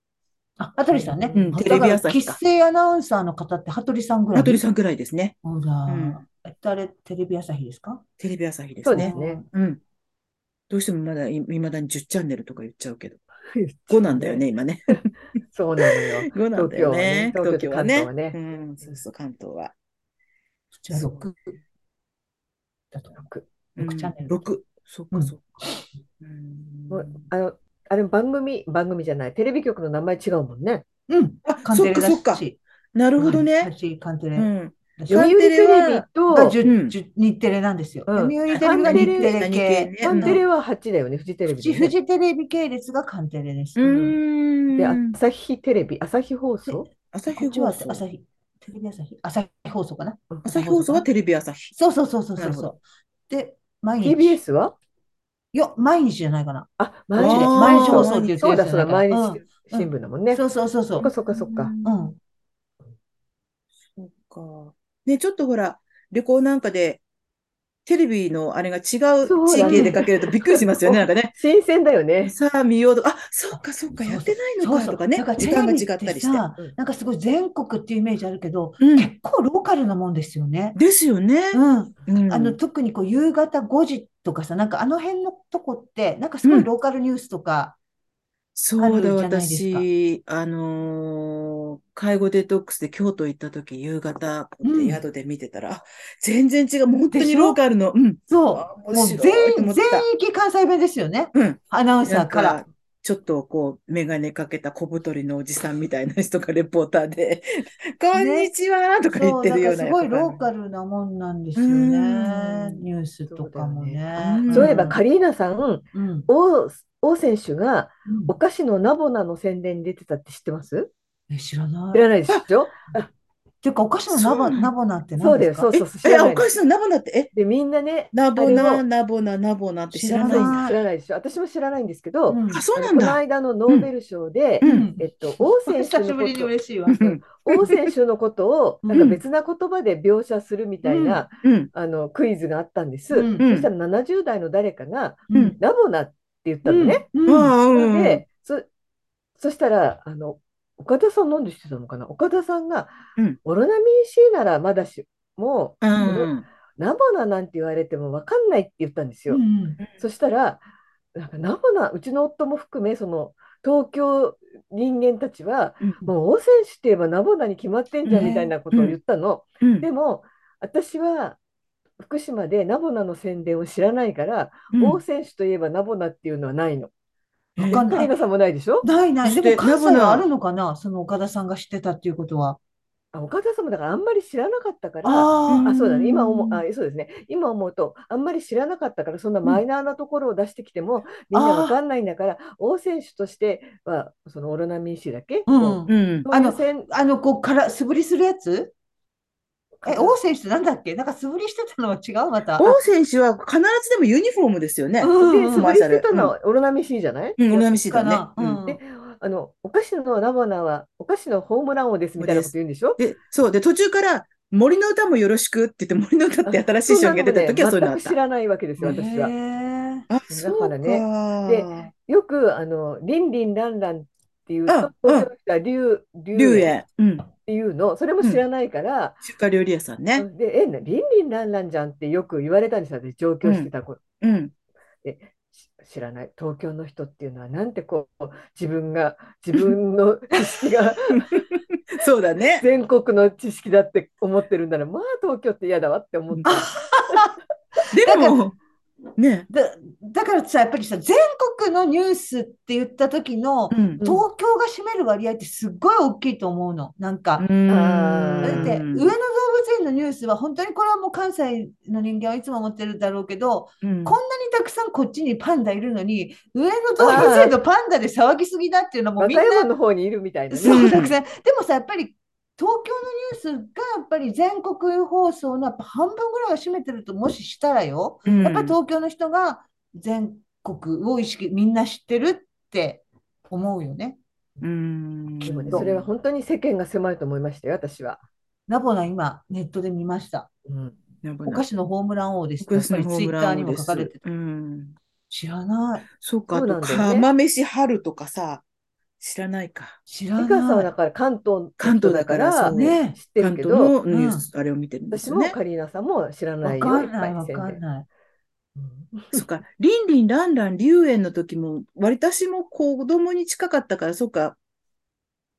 Speaker 3: あ、羽鳥さんね。
Speaker 2: うん
Speaker 3: だ
Speaker 2: テレビ
Speaker 3: から
Speaker 2: 朝日か
Speaker 3: 喫水アナウンサーの方って羽鳥さんぐらい。
Speaker 2: 羽鳥さんくらいですね。
Speaker 3: そうだ
Speaker 2: うん
Speaker 3: えっとあれ、テレビ朝日ですか
Speaker 2: テレビ朝日で
Speaker 1: そ
Speaker 2: す
Speaker 1: うです
Speaker 2: ね。
Speaker 1: ね。
Speaker 2: うん。どうしてもまだ、いまだに10チャンネルとか言っちゃうけど。
Speaker 1: 言っちゃう
Speaker 2: 5なんだよね、。今ね。
Speaker 1: そうなのよ。
Speaker 2: 5なんだよね。
Speaker 1: 東京はね東京
Speaker 2: 東
Speaker 1: と関東は
Speaker 2: ね
Speaker 1: ね。
Speaker 2: うん、そうそう、関東は。
Speaker 3: じゃあ
Speaker 1: そう
Speaker 3: 6だと思う。
Speaker 2: うん
Speaker 3: 六チャンネル
Speaker 2: 六そっ
Speaker 3: う
Speaker 2: か
Speaker 3: ん
Speaker 2: そっか。うん
Speaker 1: もうあの、あれ番組、番組じゃない、テレビ局の名前違うもんね。
Speaker 3: うん。
Speaker 2: あ、
Speaker 3: カン
Speaker 2: そ
Speaker 3: テ
Speaker 2: っか
Speaker 3: レだ
Speaker 2: そっか。
Speaker 3: し。
Speaker 2: なるほど
Speaker 3: うんだ
Speaker 2: ね。
Speaker 3: しカンテ
Speaker 2: う
Speaker 3: レ
Speaker 2: ん。
Speaker 3: だし
Speaker 1: 読
Speaker 2: カン
Speaker 1: 売
Speaker 2: テ
Speaker 1: テ
Speaker 2: レは
Speaker 1: レビと、
Speaker 3: がじゅ
Speaker 2: うん
Speaker 3: じゅ日テレなんですよ。
Speaker 1: うん
Speaker 3: 読売テレビが日テレ系。
Speaker 2: カ
Speaker 1: カ
Speaker 2: ン
Speaker 1: ン
Speaker 2: テ
Speaker 1: テ
Speaker 2: レ
Speaker 1: レは8だよね、フジテレ
Speaker 3: フ
Speaker 1: ビ
Speaker 3: ジ
Speaker 1: で
Speaker 3: フ
Speaker 1: ね。
Speaker 3: ジテレビ系列がカンテレです。
Speaker 2: う
Speaker 3: こ
Speaker 1: で、
Speaker 2: ーん。
Speaker 1: 朝日テレビ、朝日放送
Speaker 2: 朝日
Speaker 3: っち
Speaker 2: 放
Speaker 3: は
Speaker 2: 送。
Speaker 3: 朝日、テレビ朝日、朝日放送かな。
Speaker 2: 朝日放送はテレビ朝日。
Speaker 3: そうそうそうそう
Speaker 2: なる
Speaker 3: そう
Speaker 2: ほ
Speaker 3: そ
Speaker 2: ど
Speaker 3: う。で、毎日。
Speaker 1: TBS は
Speaker 3: よ、毎日じゃないかな。
Speaker 1: あ、
Speaker 3: 毎
Speaker 1: 毎
Speaker 3: 日
Speaker 1: 日
Speaker 2: あー
Speaker 3: 毎日放送って言って
Speaker 1: そう
Speaker 3: る
Speaker 1: だ、
Speaker 3: じ
Speaker 1: そ
Speaker 3: ゃ
Speaker 1: う
Speaker 3: な
Speaker 1: だ、
Speaker 3: いか
Speaker 1: 毎
Speaker 3: ら
Speaker 1: 日新聞だもんね。
Speaker 3: うん。そうそうそうそ
Speaker 1: そっ
Speaker 3: う
Speaker 1: か、。そっか、そっか。
Speaker 3: うん。
Speaker 2: そっか。ね、ちょっとほら、旅行なんかで、テレビのあれが違う
Speaker 1: そう
Speaker 2: 地
Speaker 1: だ
Speaker 2: 域
Speaker 1: ね
Speaker 2: へ出かけるとびっくりしますよね、なんかね。
Speaker 1: 新鮮だよね。
Speaker 2: さあ見ようと、あ、そっかそっか、やってないの
Speaker 3: そう
Speaker 2: か
Speaker 3: そう
Speaker 2: とかね
Speaker 3: なんか、
Speaker 2: 時
Speaker 3: テレ
Speaker 2: 間が
Speaker 3: ビ
Speaker 2: 違った
Speaker 3: っ
Speaker 2: り
Speaker 3: て
Speaker 2: して。
Speaker 3: さ、なんかすごい全国っていうイメージあるけど、
Speaker 2: うん、
Speaker 3: 結構ローカルなもんですよね。
Speaker 2: ですよね。
Speaker 3: うん。
Speaker 2: うん
Speaker 3: あの、特にこう夕方5時とかさ、なんかあの辺のとこって、なんかすごいローカルニュースとか、
Speaker 2: そうだ、
Speaker 3: あるじゃないですか
Speaker 2: 私、あのー介護デトックスで京都行った時、夕方、こうやって
Speaker 3: うん
Speaker 2: 宿で見てたら、あ全然違う、もう本当
Speaker 3: で
Speaker 2: に
Speaker 3: しょ
Speaker 2: ローカルの、うん、
Speaker 3: そ
Speaker 2: あ
Speaker 3: う、も
Speaker 2: 面
Speaker 3: う
Speaker 2: 白い
Speaker 3: 全
Speaker 2: と思っ
Speaker 3: 全
Speaker 2: た
Speaker 3: 域関西弁ですよね。
Speaker 2: うん、
Speaker 3: アナウンサ
Speaker 2: な
Speaker 3: ー
Speaker 2: ん
Speaker 3: から
Speaker 2: か。、ちょっとこう、メガネかけた小太りのおじさんみたいな人がレポーターで、 こんにちはとか言
Speaker 3: そ
Speaker 2: っ
Speaker 3: う、
Speaker 2: て
Speaker 3: だ
Speaker 2: る
Speaker 3: か
Speaker 2: ような
Speaker 3: らす
Speaker 2: やつ
Speaker 3: ごい
Speaker 2: があ
Speaker 3: ロ
Speaker 2: る
Speaker 3: ーカルなもんなんです
Speaker 2: う
Speaker 3: よ
Speaker 2: ー
Speaker 3: ね。
Speaker 2: ん
Speaker 3: ニュースとかもね。
Speaker 2: うん
Speaker 1: そういえば、カリーナさん、
Speaker 3: うんうん
Speaker 1: 王、王選手が
Speaker 3: うん
Speaker 1: お菓子のナボナの宣伝に出てたって知ってます
Speaker 3: え、知らない。
Speaker 1: 知らないでしょ
Speaker 3: ていうか、お菓子のナボ、
Speaker 2: そう
Speaker 3: ナボナって
Speaker 1: そ
Speaker 3: 何
Speaker 1: うだ
Speaker 3: で
Speaker 1: よ、
Speaker 3: す
Speaker 1: そ
Speaker 3: か
Speaker 1: うそうそう、知
Speaker 2: え、え、
Speaker 1: らな
Speaker 2: お
Speaker 1: いの
Speaker 2: 菓子のナボナって、え、
Speaker 1: で、みんなね、
Speaker 2: ナボ
Speaker 1: あれ
Speaker 2: ナ、
Speaker 1: を
Speaker 2: ナボナ、ナボナって知
Speaker 3: 知
Speaker 2: ら
Speaker 3: ら
Speaker 2: ないんだ。
Speaker 3: な
Speaker 1: 知
Speaker 3: い。
Speaker 1: らないでしょ私も知らないんですけど、
Speaker 3: うん
Speaker 2: あ、そうな
Speaker 1: あ
Speaker 2: ん
Speaker 1: のこの
Speaker 2: だ。
Speaker 1: 間のノーベル賞で、
Speaker 2: うん
Speaker 3: うん
Speaker 1: えっと、王選手
Speaker 3: 久し
Speaker 1: の
Speaker 3: ぶりに
Speaker 1: こ
Speaker 3: 嬉しいわ。
Speaker 2: うん、
Speaker 1: と、王選手のことを
Speaker 3: うん
Speaker 1: なんか別な言葉で描写するみたいな、
Speaker 2: うん、
Speaker 1: あのクイズがあったんです。
Speaker 3: うん
Speaker 1: そしたら70代の誰かが
Speaker 2: うん
Speaker 1: ラボナって言ったのね。
Speaker 3: うんうん
Speaker 2: ああ、うん、
Speaker 1: で、そそしたらあの岡田さんなんでしてたのかな。岡田さんが、
Speaker 2: うん
Speaker 1: オロナミン C ならまだしもこ
Speaker 2: うん。
Speaker 1: ナボナなんて言われてもわかんないって言ったんですよ。
Speaker 3: うん
Speaker 1: そしたら、なんかナボナ、うちの夫も含め、その東京人間たちは、
Speaker 2: うん
Speaker 1: もう王選手って言えばナボナに決まってんじゃん
Speaker 3: ね
Speaker 1: みたいなことを言ったの。
Speaker 2: うん
Speaker 1: でも、私は福島でナボナの宣伝を知らないから、
Speaker 2: うん
Speaker 1: 王選手といえばナボナっていうのはないの。
Speaker 3: わかん
Speaker 1: カ
Speaker 3: な
Speaker 1: リ
Speaker 3: い
Speaker 1: ナ。さんもないでしょ
Speaker 3: ないない。
Speaker 2: そし
Speaker 3: で
Speaker 2: て
Speaker 3: も関西
Speaker 2: ナボナ
Speaker 3: はあるのかなその岡田さんが知ってたっていうことは。
Speaker 1: あ岡田さんもだからあんまり知らなかったから。
Speaker 3: あ
Speaker 1: あそうだね、今思う
Speaker 2: うん
Speaker 1: あそうですね今思うとあんまり知らなかったからそんなマイナーなところを出してきても、みんなわかんないんだから王選手としてはそのオロナミン C だっけ、
Speaker 3: あ、うん。
Speaker 2: うん。
Speaker 1: あ
Speaker 3: あ
Speaker 1: の
Speaker 3: のあの、こう、から、素振りするやつえ、王選手ってなんだっけなんか素振りしてたのは違うまた。
Speaker 2: 王選手は必ずでもユニフォームですよね。
Speaker 3: うん
Speaker 1: で、素振
Speaker 2: マー
Speaker 1: り
Speaker 2: シャ
Speaker 1: し
Speaker 2: ル
Speaker 1: てたのはオロナミン C じゃない、
Speaker 2: うん、オロナミシーだね
Speaker 3: か。な
Speaker 2: うん
Speaker 3: うん
Speaker 1: であのお菓子のナボナはお菓子のホームラン王ですみたいなこと言うんでしょ
Speaker 2: で、そう。で、途中から、森の歌もよろしくって言って、森の歌って新しい
Speaker 1: そ
Speaker 2: 商
Speaker 1: ん
Speaker 2: 品
Speaker 1: な
Speaker 2: が
Speaker 1: の
Speaker 2: 出た時はそういうのあっ
Speaker 1: ね、全く
Speaker 2: た
Speaker 1: 知。らないわけですよ、
Speaker 2: うん
Speaker 1: 私は。
Speaker 3: へえ
Speaker 2: あ、
Speaker 1: 知ら
Speaker 2: そう
Speaker 1: だから
Speaker 2: か。
Speaker 1: よくあのリンリンランランっていう
Speaker 2: あ
Speaker 1: と、
Speaker 2: うん
Speaker 1: 東京来た龍
Speaker 2: 龍
Speaker 1: 龍園っ
Speaker 2: 園。うん。
Speaker 1: ていうの、それも知らないから、
Speaker 2: 中華料理屋さんね。
Speaker 1: でえ、なリンリンランランじゃんってよく言われたんですよ、私、上京してた頃。
Speaker 2: うん。
Speaker 1: し知らない東京の人っていうのはなんてこう自分が 自分の知識 が
Speaker 2: そうだね。
Speaker 1: 全国の知識だって思ってるんならまあ東京って嫌だわって思って
Speaker 2: でも、ね。
Speaker 3: だ、だからさ、やっぱりさ、全国のニュースって言った時の、
Speaker 2: うん。
Speaker 1: ん
Speaker 3: 東京が占める割合ってすっごい大きいと思うの。なんか。
Speaker 1: あ
Speaker 3: だ
Speaker 1: ー
Speaker 3: って、上野動物園のニュースは、本当にこれはもう関西の人間はいつも思ってるだろうけど、
Speaker 2: うん
Speaker 3: こんなにたくさんこっちにパンダいるのに、上野動物園のパンダで騒ぎすぎだっていうのはも
Speaker 1: 和
Speaker 3: うみん
Speaker 1: 歌
Speaker 3: な、
Speaker 1: 山の方にいるみたいなね。
Speaker 3: そううんたくさん。でもさ、やっぱり東京のニュースがやっぱり全国放送のやっぱ半分ぐらいは占めてるともししたらよ、
Speaker 2: うん
Speaker 3: やっぱり東京の人が全国を意識、みんな知ってるって思うよね。
Speaker 2: うん。
Speaker 1: でもね、それは本当に世間が狭いと思いましたよ、私は。
Speaker 3: ナボナ今ネットで見ました。
Speaker 1: うん、
Speaker 2: やばい
Speaker 3: お
Speaker 2: な
Speaker 3: 菓子のホームラン王ですって。
Speaker 2: 僕
Speaker 3: や
Speaker 2: は
Speaker 3: っぱりツイッターにも書かれてた。
Speaker 2: うん。
Speaker 3: 知らない。
Speaker 2: そうか、あ
Speaker 1: そうな
Speaker 2: と、
Speaker 1: んだよね
Speaker 2: 釜飯春とかさ、知らないか。
Speaker 3: 知ら
Speaker 1: 美香さんは
Speaker 3: な
Speaker 1: だ
Speaker 3: い。
Speaker 1: から関東
Speaker 2: 関東だから
Speaker 1: の人
Speaker 2: そう
Speaker 1: だか
Speaker 3: ね
Speaker 1: ら知ってる
Speaker 2: 関
Speaker 1: け
Speaker 2: 東
Speaker 1: ど、
Speaker 2: のニュー
Speaker 3: うん
Speaker 2: ス、あれを見てるんです
Speaker 1: 私
Speaker 2: よ
Speaker 1: も
Speaker 2: ね。
Speaker 1: カリーナさんも知らな
Speaker 3: わ
Speaker 1: いよ、
Speaker 3: か
Speaker 1: いっ
Speaker 3: ん
Speaker 1: ぱ
Speaker 3: ない、
Speaker 1: い
Speaker 3: わ
Speaker 1: 宣
Speaker 3: かん
Speaker 1: 伝。
Speaker 3: ない。
Speaker 1: うん
Speaker 2: そっか、リンリン、ランラン、龍炎の時も、割私も子供に近かったから、そっか、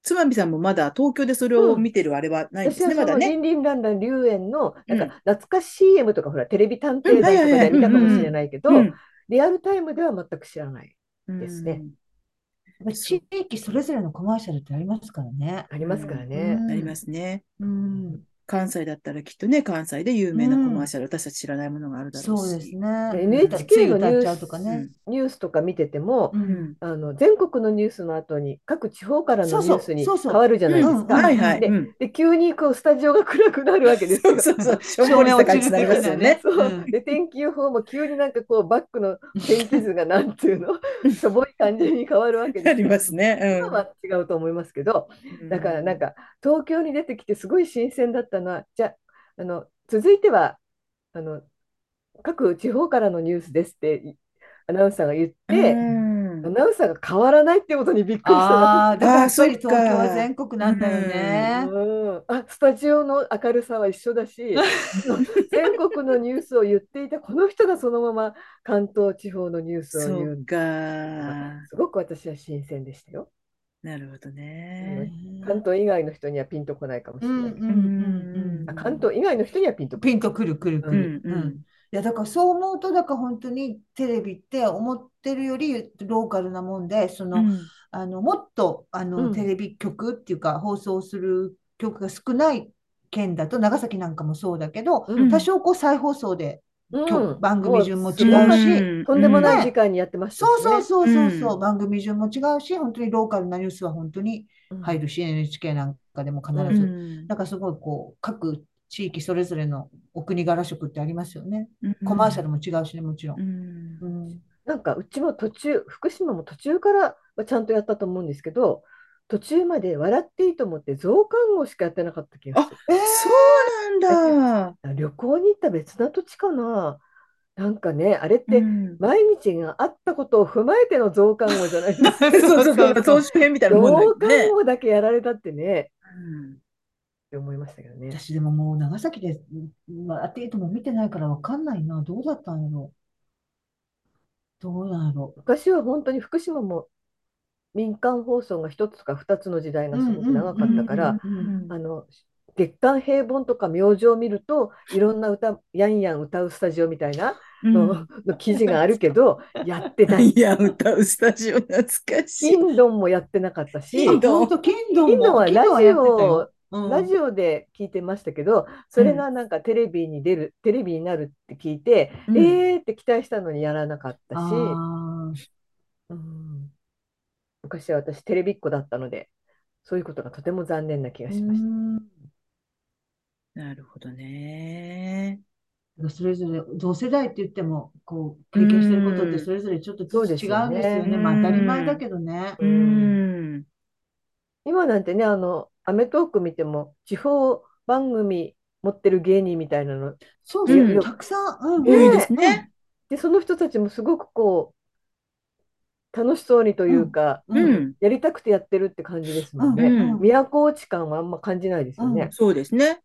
Speaker 2: つまみさんもまだ東京でそれを見てるあれはないんで
Speaker 1: 私
Speaker 2: す
Speaker 1: は
Speaker 2: ね、ま
Speaker 1: そ
Speaker 2: だ
Speaker 1: の
Speaker 2: ね。
Speaker 1: リンリンランラン龍炎の
Speaker 2: う
Speaker 1: なんんか懐かしい CM とかほらテレビ探偵団とかで見たかもしれないけど、
Speaker 2: うん
Speaker 1: リアルタイムでは全く知らない。ですね
Speaker 2: うん
Speaker 3: やっぱり地域それぞれのコマーシャルってありますからね。
Speaker 1: ありますから
Speaker 3: う
Speaker 1: ね。
Speaker 3: ん
Speaker 2: ありますね。
Speaker 3: うん、
Speaker 2: 関西だったらきっとね、関西で有名なコマーシャル、私たち知らないものがあるだろうし。
Speaker 3: そうです
Speaker 1: で
Speaker 3: ね。
Speaker 1: NHK のニ
Speaker 3: 歌
Speaker 1: ュー
Speaker 3: っちゃ
Speaker 1: ス
Speaker 3: うとかね。
Speaker 1: ニュースとか見てても
Speaker 3: う、
Speaker 2: うん
Speaker 3: ん。
Speaker 1: あの全国のニュースの後に各地方からのニュースに
Speaker 3: そうそうそうそう
Speaker 1: 変わるじゃないです
Speaker 2: うん
Speaker 1: か。
Speaker 2: はいはい。
Speaker 1: で
Speaker 2: う ん
Speaker 1: で急にこうスタジオが暗くなるわけです
Speaker 2: そ
Speaker 1: よ
Speaker 2: う。 そうそう。しょん
Speaker 3: 照
Speaker 2: ぼり
Speaker 3: 明
Speaker 2: した
Speaker 3: 落
Speaker 2: 感じに
Speaker 3: ちる
Speaker 2: なりますよね。
Speaker 3: みたいな
Speaker 1: で天気予報も急になんかこうバックの天気図がなんていうの しょぼい感じに変わるわけですよ。
Speaker 2: ありますね。
Speaker 1: 今は違うと思いますけど、
Speaker 2: うん。
Speaker 1: だからなんか東京に出てきてすごい新鮮だったのは、じゃあ、あの続いてはあの各地方からのニュースですっていアナウンサーが言って、
Speaker 2: うん
Speaker 1: アナウンサーが変わらないってことにびっくりした
Speaker 3: あ
Speaker 1: な
Speaker 3: あ、だからやっぱり
Speaker 2: あーそっか
Speaker 3: 東京は全国なんだよね。
Speaker 1: うんあスタジオの明るさは一緒だし全国のニュースを言っていたこの人がそのまま関東地方のニュースを
Speaker 2: そ
Speaker 1: 言う
Speaker 2: うか。な
Speaker 1: すごく私は新鮮でしたよ。
Speaker 2: るほど
Speaker 1: う
Speaker 2: ね。
Speaker 1: 関東以外の人にはピンとこないかもし
Speaker 3: う
Speaker 1: れ
Speaker 3: ん
Speaker 1: ない。
Speaker 3: うんうんう
Speaker 1: あ
Speaker 3: ん。
Speaker 1: 関東以外の人にはピンとこ
Speaker 3: ピンとくるくるく
Speaker 2: うん
Speaker 3: る。
Speaker 2: うん。
Speaker 3: いやだからそう思うとだから本当にテレビって思ってるよりローカルなもんでその、
Speaker 2: うん
Speaker 3: あのもっとあの、
Speaker 1: うん
Speaker 3: テレビ局っていうか放送する局が少ない県だと長崎なんかもそうだけど、
Speaker 1: うん
Speaker 3: 多少こう再放送で
Speaker 1: ない。
Speaker 3: 曲
Speaker 1: うん
Speaker 3: 番組順も違うし
Speaker 1: もうすごい
Speaker 2: うん
Speaker 1: とんでも
Speaker 3: う
Speaker 1: なんい時間にやってましたし
Speaker 3: そうそう
Speaker 1: ね。
Speaker 3: そうそうそう、
Speaker 2: うん
Speaker 3: 番組順も違うし本当にローカルなニュースは本当に入るし、NHK なんかでも必
Speaker 2: う
Speaker 3: ず、
Speaker 2: ん
Speaker 3: なんかすごいこう各地域それぞれのお国柄色ってありますよねコマーシャルも違うしねもちろん。
Speaker 2: うん
Speaker 3: うん
Speaker 1: なんかうちも途中、福島も途中からはちゃんとやったと思うんですけど、途中まで笑っていいと思って増刊号しかやってなかった気がする。
Speaker 3: えー
Speaker 2: そうなんだ。
Speaker 1: 旅行に行った別な土地かな。なんかね、あれって
Speaker 2: うん
Speaker 1: 毎日があったことを踏まえての増刊号じゃないですか。
Speaker 2: そうそうそう。総集編みたいなもんだ
Speaker 1: 増
Speaker 2: よね
Speaker 1: 刊。号だけやられたってね、
Speaker 2: うん
Speaker 1: って思いましたけどね。
Speaker 3: 私でももう長崎でうん笑っていいとも見てないからわかんないな。どうだったんやろどうなんやろ
Speaker 1: 昔は本当に福島も民間放送が一つか二つの時代がすごく長かったから、
Speaker 3: うんうんうん
Speaker 1: あの月刊平凡とか明星を見るといろんな歌やんやん歌うスタジオみたいなの,、の記事があるけどやってない
Speaker 2: いや、歌うスタジオ懐かしい。
Speaker 1: インドンもやってなかったし
Speaker 2: インド
Speaker 3: あほんとケンドンも
Speaker 1: インドは
Speaker 3: ケンドンはやってたようん
Speaker 1: ラジオで聞いてましたけどそれがなんかテレビに出る、テレビになるって聞いて、
Speaker 2: うん
Speaker 1: えーって期待したのにやらなかったし、
Speaker 3: あ
Speaker 1: う
Speaker 3: ー
Speaker 1: ん昔は私テレビっ子だったのでそういうことがとても残念な気がしました。
Speaker 2: なるほどね。
Speaker 3: うんそれぞれ同世代って言ってもこう経験してることってそれぞれちょっとずつ
Speaker 1: そうです
Speaker 3: 違
Speaker 1: よ
Speaker 3: うん
Speaker 1: ね
Speaker 3: ですよね。まあ
Speaker 2: うん
Speaker 3: 当たり前だけどね。
Speaker 1: う
Speaker 2: うん。
Speaker 1: 今なんてね、あの、アメトーーク見ても、地方番組持ってる芸人みたいなの、
Speaker 3: そうそう
Speaker 2: うん
Speaker 3: たくさん。うん
Speaker 2: 多い
Speaker 1: ね
Speaker 2: ですね。
Speaker 1: で、その人たちもすごくこう、楽しそうにというか、
Speaker 3: うんうん
Speaker 1: やりたくてやってるって感じですもん
Speaker 3: うん
Speaker 1: ね。
Speaker 3: うん
Speaker 1: 都落ち感はあんま感じないですよね。
Speaker 2: そうですね。
Speaker 1: うん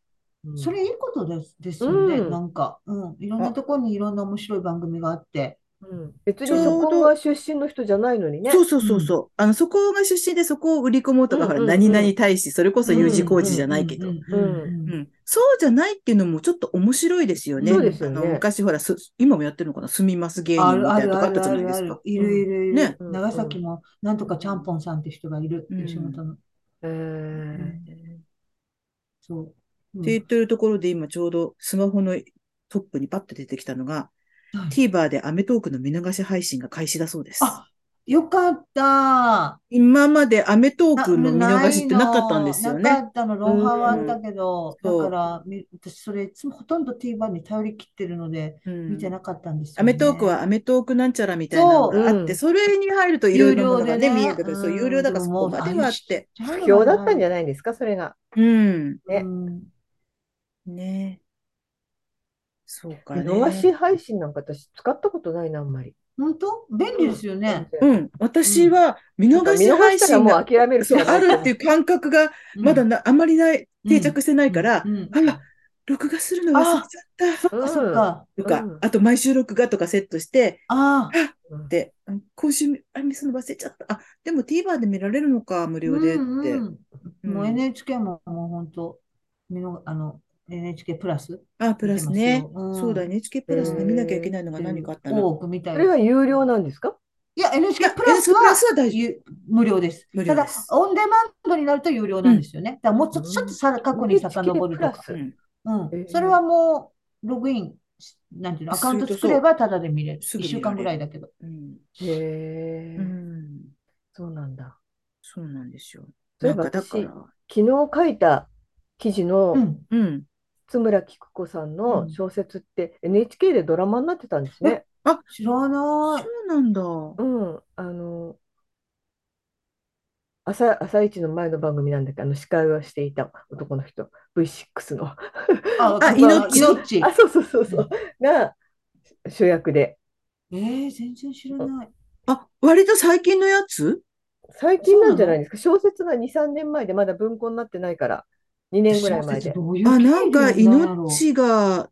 Speaker 3: それいいことです、ですよね、
Speaker 1: うん
Speaker 3: なんか、うん、いろんなところにいろんな面白い番組があって、
Speaker 1: うん別に
Speaker 2: ちょう
Speaker 1: そ
Speaker 2: ど
Speaker 1: こは出身の人じゃないのにね。
Speaker 2: そうそうそうそう。あの、そこが出身でそこを売り込もうと
Speaker 1: う
Speaker 2: か、
Speaker 1: ん
Speaker 2: ほ
Speaker 1: うん
Speaker 2: ら、
Speaker 1: うん
Speaker 2: 何々大使、それこそ U 字工事じゃないけ
Speaker 3: う
Speaker 2: ど
Speaker 3: ん。うんう
Speaker 2: うんん、そうじゃないっていうのもちょっと面白いですよね。
Speaker 1: そうですよね
Speaker 2: あの昔ほらす、今もやってるのかな、住みます芸人
Speaker 3: あ
Speaker 2: み
Speaker 3: る
Speaker 2: た
Speaker 3: あ
Speaker 2: いな
Speaker 3: る
Speaker 2: とこあ
Speaker 3: あ
Speaker 2: った
Speaker 3: る
Speaker 2: じゃ
Speaker 3: あ
Speaker 2: ないで
Speaker 3: るあ
Speaker 2: すか
Speaker 3: る。、いるいるい
Speaker 2: ね
Speaker 3: る、長崎もなんとかちゃんぽんさんって人がいる、
Speaker 2: うん
Speaker 3: 吉本の、
Speaker 1: えー
Speaker 3: そう、うん
Speaker 2: って言ってるところで今ちょうどスマホのトップにパッと出てきたのが、
Speaker 3: はい
Speaker 2: TVer でアメトークの見逃し配信が開始だそうです。
Speaker 3: あよかった、
Speaker 2: 今までアメトークの見
Speaker 3: な
Speaker 2: 逃しってなかったんですよ
Speaker 3: ないのな
Speaker 2: ね。
Speaker 3: かったの、ロンハーはあったけど、
Speaker 2: うんそう
Speaker 3: だから、み私、それいつもほとんど TVer に頼り切ってるので、
Speaker 2: うん
Speaker 3: 見てなかったんです
Speaker 2: ア
Speaker 3: よね。
Speaker 2: メトークはアメトークなんちゃらみたいなのがあって、それに入るといろいろなものがね、
Speaker 3: 有料でね
Speaker 2: 見えるけど、そう、有料だから
Speaker 3: うん
Speaker 2: そ
Speaker 3: でも
Speaker 2: こまではあって。
Speaker 3: ちっちゃ
Speaker 1: 不
Speaker 3: いの
Speaker 1: 評だ
Speaker 3: が
Speaker 1: ったんじ
Speaker 3: な
Speaker 1: ゃないんですか、それが。
Speaker 2: うん。
Speaker 1: ない
Speaker 3: いうん
Speaker 2: ねえ。そうか
Speaker 1: 見
Speaker 2: ね。
Speaker 1: 逃し配信なんか私使ったことないな、あんまり。
Speaker 3: 本当便利ですよね。
Speaker 2: うん、私は見
Speaker 1: なん
Speaker 2: 逃
Speaker 1: か見
Speaker 2: し
Speaker 1: 逃
Speaker 2: 配
Speaker 1: したら
Speaker 2: 信
Speaker 1: も
Speaker 2: が
Speaker 1: う諦めるし
Speaker 2: そう
Speaker 1: かな
Speaker 2: あ
Speaker 1: いと
Speaker 2: る
Speaker 1: 思
Speaker 2: っていう感覚がまだ
Speaker 3: な
Speaker 2: なあまりない
Speaker 3: うん
Speaker 2: 定着してないから
Speaker 3: う、ん
Speaker 2: あら、録画するの忘れちゃった
Speaker 3: そっかそっか。
Speaker 2: とか
Speaker 1: うん、
Speaker 2: あと毎週録画とかセットして、
Speaker 3: ああ、
Speaker 1: うん
Speaker 2: で、うん今週あれ見するの忘れちゃった。あ、でも TVer で見られるのか、無料でって。
Speaker 3: うんうん
Speaker 2: うん
Speaker 3: もう NHK ももう本当、見の、あの、NHK プラス
Speaker 2: あ、プラスね。
Speaker 3: 見てますよ
Speaker 2: そうだ、
Speaker 3: ん
Speaker 2: NHK プラスで見なきゃいけないのが何かあったの。
Speaker 3: 多くみたい
Speaker 1: そ
Speaker 3: な。
Speaker 1: れ
Speaker 3: い
Speaker 1: は有料なんですか
Speaker 3: や、NHK プ
Speaker 2: いや
Speaker 3: ラスは
Speaker 2: プラスは大丈
Speaker 3: ゆ無料です。
Speaker 2: 無料
Speaker 3: ただ
Speaker 2: です、
Speaker 3: オンデマンドになると有料なんですよね。だからもうちょっと、
Speaker 1: うん
Speaker 3: ちょっとさ、過去に遡ると
Speaker 1: NHK
Speaker 3: か。
Speaker 1: プ
Speaker 2: 夫。
Speaker 1: ラス
Speaker 2: うん
Speaker 3: うん
Speaker 1: えー
Speaker 3: それはもう、ログインし、なんていうの、アカウント
Speaker 2: すると
Speaker 3: 作ればタダで見れる。
Speaker 2: すぐ
Speaker 3: 1週
Speaker 2: 見られる
Speaker 3: 間ぐらいだけど。
Speaker 2: うん。
Speaker 1: へえ、
Speaker 2: うん。
Speaker 1: そうなんだ。
Speaker 2: そうなんですよ。
Speaker 1: そうい
Speaker 2: な
Speaker 1: えば
Speaker 2: んかだから
Speaker 1: 私、昨日書いた記事の
Speaker 3: うん。
Speaker 2: うん。
Speaker 1: 津村菊子さん
Speaker 3: う
Speaker 1: の
Speaker 3: ん
Speaker 1: 小説って NHK でドラマになってたんですね。
Speaker 3: 知ら
Speaker 2: そ
Speaker 3: な
Speaker 2: うなんだ。う
Speaker 1: うん、あの朝、朝一の前の番組なんだけど、あの司会をしていた男の人、V6 の。
Speaker 3: い。あ、
Speaker 2: あ
Speaker 3: ここは
Speaker 2: 命
Speaker 3: 命
Speaker 1: あ、そうそうそうそう、が主役で。
Speaker 3: えー、全然知らない。
Speaker 2: あ、割と最近のやつ
Speaker 1: 最近なんじゃないですか、小説が2、3年前で、まだ文庫になってないから、2年ぐらい前で。
Speaker 3: どういう
Speaker 2: あ、
Speaker 3: 経緯
Speaker 2: なんか
Speaker 3: なんだろう
Speaker 2: 命がっ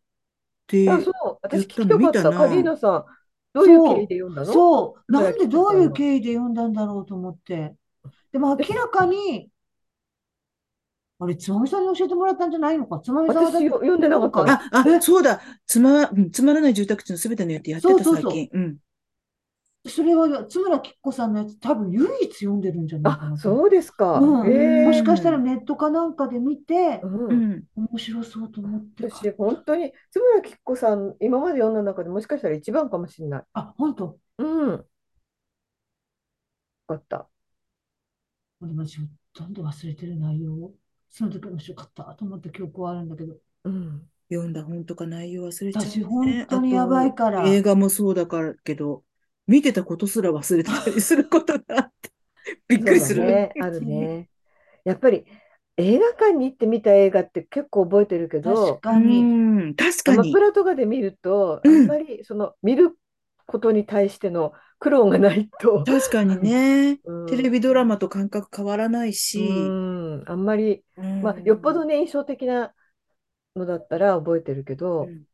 Speaker 2: て、
Speaker 1: あ、そう、私聞き
Speaker 2: やった
Speaker 1: たか
Speaker 2: の見
Speaker 1: ったた。
Speaker 2: な
Speaker 1: カリーナさん、どういう経緯で読んだの
Speaker 3: そう、
Speaker 1: だ
Speaker 3: な
Speaker 1: から
Speaker 3: んでどういう経緯で読んだんだろうと思って。でも明らかに、あれ、つまみさんに教えてもらったんじゃないのか。つまみさんはだっ
Speaker 1: 私
Speaker 3: て
Speaker 1: よ読んでなかったの
Speaker 3: なん
Speaker 2: あ、あ、
Speaker 3: え
Speaker 2: そうだ。つま、うんつまらない住宅地のすべての予定やって
Speaker 3: そう
Speaker 2: た、
Speaker 3: そうそう
Speaker 2: 最近。うん。
Speaker 3: それは津村きっこさんのやつ、多分唯一読んでるんじゃないか
Speaker 1: あ
Speaker 3: な、と思
Speaker 1: そうですか。
Speaker 3: うん
Speaker 1: へえ
Speaker 3: もしかしたらネットかなんかで見て
Speaker 1: う、ん
Speaker 2: うん。
Speaker 3: 面白そうと思って買
Speaker 1: 私、
Speaker 3: っ
Speaker 1: 本当に、津村きっ子さん、今まで読んだ中でもしかしたら一番かもしれない。
Speaker 3: あ、本当。
Speaker 1: うん。よかった。
Speaker 3: 俺もちょっとほとんど忘れてる内容を、その時面白かったと思った記憶はあるんだけど、
Speaker 1: うん。
Speaker 2: 読んだ本とか内容忘れちゃうね。
Speaker 3: 私本当にやばいから
Speaker 2: あと映画もそうだからけど、見てたことすら忘れてたりすることが あって、びっくりす
Speaker 1: そうだ
Speaker 2: る。
Speaker 1: ね。あるね。 やっぱり映画館に行って見た映画って結構覚えてるけ
Speaker 3: 確
Speaker 1: ど、
Speaker 3: かに、
Speaker 2: うん、確
Speaker 1: ア
Speaker 2: か
Speaker 1: マ
Speaker 2: に
Speaker 1: プ。ラとかで見ると、あ
Speaker 2: うん
Speaker 1: んまりその見ることに対しての苦労がない と、
Speaker 2: 確かにね。
Speaker 1: うん
Speaker 2: テレビドラマと感覚変わらないうし。
Speaker 1: ん、あんまり、まあ
Speaker 2: う、ん
Speaker 1: よっぽどね、印象的なのだったら覚えてるけど
Speaker 2: う、ん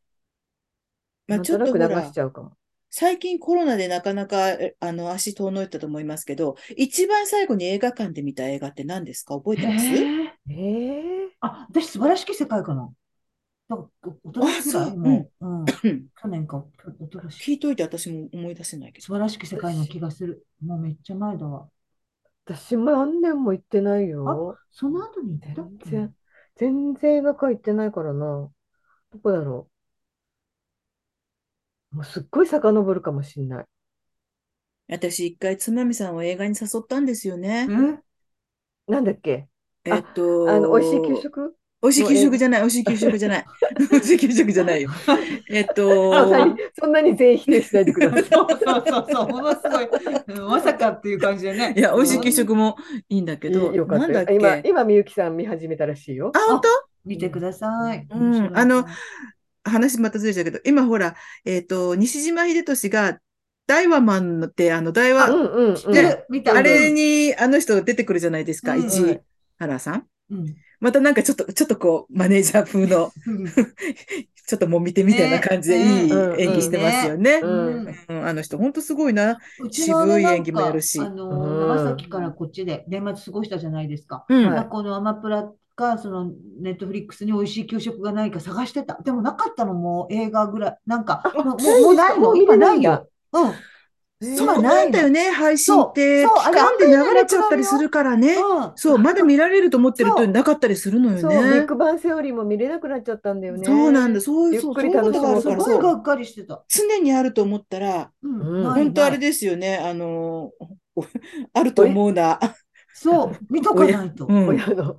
Speaker 1: な
Speaker 2: まあ、
Speaker 1: ん
Speaker 2: ちょ
Speaker 1: とな
Speaker 2: っと
Speaker 1: く
Speaker 2: ほ
Speaker 1: 流
Speaker 2: ら
Speaker 1: しち、ゃうかも。
Speaker 2: 最近コロナでなかなかえあの足遠のいったと思いますけど、一番最後に映画館で見た映画って何ですか覚えてます
Speaker 3: へえ
Speaker 1: ええ
Speaker 3: あ、私、素晴らしき世界かな。だから、おととしぐら
Speaker 2: あそ
Speaker 3: いうもう、うん、去
Speaker 2: うん
Speaker 3: 年か、おととし。
Speaker 2: 聞いといて私も思い出せないけど。
Speaker 3: 素晴らしき世界の気がする。もうめっちゃ前だわ。
Speaker 1: 私も何年も行ってないよ。
Speaker 3: その後に行ったっ
Speaker 1: 全
Speaker 3: け
Speaker 1: 然、全然映画館行ってないからな。どこだろう。もうすっごい遡るかもしんない。
Speaker 2: 私、一回、つまみさんを映画に誘ったんですよね。
Speaker 3: え
Speaker 1: なんだっけ
Speaker 2: えっと、
Speaker 1: あの、美味しい給食
Speaker 2: 美味しい給食じゃない、美味しい給食じゃない。美味しい給食じゃない よ。えっ
Speaker 1: あさ
Speaker 2: と、
Speaker 1: そんなに全否定しないでくだ さい。
Speaker 3: そうそうそうそう、ものすごい、うんまさかっていう感じでね。
Speaker 2: いや、美味しい給
Speaker 3: うん
Speaker 2: 食もいいんだけど、
Speaker 1: いいよかっ
Speaker 2: な
Speaker 1: た
Speaker 2: んだっ
Speaker 1: よ。今、
Speaker 2: け
Speaker 1: 今、みゆきさん見始めたらしいよ
Speaker 2: あ、。本当
Speaker 3: 見てください。
Speaker 2: うん
Speaker 3: 面白い
Speaker 2: あの話またずれちゃうけど、今ほら、えっと、西島秀俊が、大和マンって、あの、大
Speaker 1: う
Speaker 2: 和、
Speaker 1: んうん
Speaker 3: 知って
Speaker 1: う
Speaker 3: る、見た
Speaker 2: あれ
Speaker 3: うん
Speaker 2: に、あの人出てくるじゃないですか、
Speaker 3: うん
Speaker 2: 市原さん。
Speaker 3: うん
Speaker 2: またなんかちょっと、ちょっとこう、マネージャー風の、
Speaker 3: うん
Speaker 2: ちょっともみ手みたいな感じでいい
Speaker 3: ね
Speaker 2: 演技してますよね。
Speaker 1: ん。
Speaker 3: うん
Speaker 2: うん、あの人、ほんとすごいな。
Speaker 3: うちの姉
Speaker 2: 渋い
Speaker 3: なん
Speaker 2: 演技もやるし
Speaker 3: か、あ
Speaker 1: う
Speaker 3: の、
Speaker 1: ん
Speaker 3: 長崎からこっちで年末過ごしたじゃないですか。
Speaker 2: うん
Speaker 1: はい
Speaker 3: 学校のアマプラか、そのネットフリックスに美味しい給食がないか探してた。でもなかったのもう映画ぐらい。なんか、もう、もうもうない
Speaker 1: も
Speaker 3: の、
Speaker 1: う見
Speaker 3: 今
Speaker 1: れ
Speaker 3: な
Speaker 1: ないいんだ
Speaker 3: よ。うん。
Speaker 1: ん
Speaker 2: そうなんだよね、配信って。
Speaker 3: そう
Speaker 2: 期
Speaker 3: そうあれ
Speaker 2: 間で流れちゃったりするからね。
Speaker 3: うん。
Speaker 2: そう、まだ見られると思ってる
Speaker 3: そ
Speaker 2: と
Speaker 3: う
Speaker 2: なかったりするのよ
Speaker 1: そう、ビッ
Speaker 2: ね。
Speaker 1: グバンセオリーも見れなくなっちゃったんだよね。
Speaker 2: そうなんだ、そうい
Speaker 1: ゆっ
Speaker 2: う、そう、
Speaker 1: く
Speaker 2: そうい
Speaker 1: り
Speaker 2: うことがあ
Speaker 1: 楽しも
Speaker 2: るから、
Speaker 1: う
Speaker 3: すごいが
Speaker 2: そう。
Speaker 3: っかりしてた。
Speaker 2: 常にあると思ったら、
Speaker 3: うん。
Speaker 1: うん
Speaker 3: ない
Speaker 2: 本当あれ
Speaker 3: ない
Speaker 2: ですよね、あの、 あると思うな、
Speaker 3: そう、見とかないと。
Speaker 2: うん、
Speaker 1: 親の。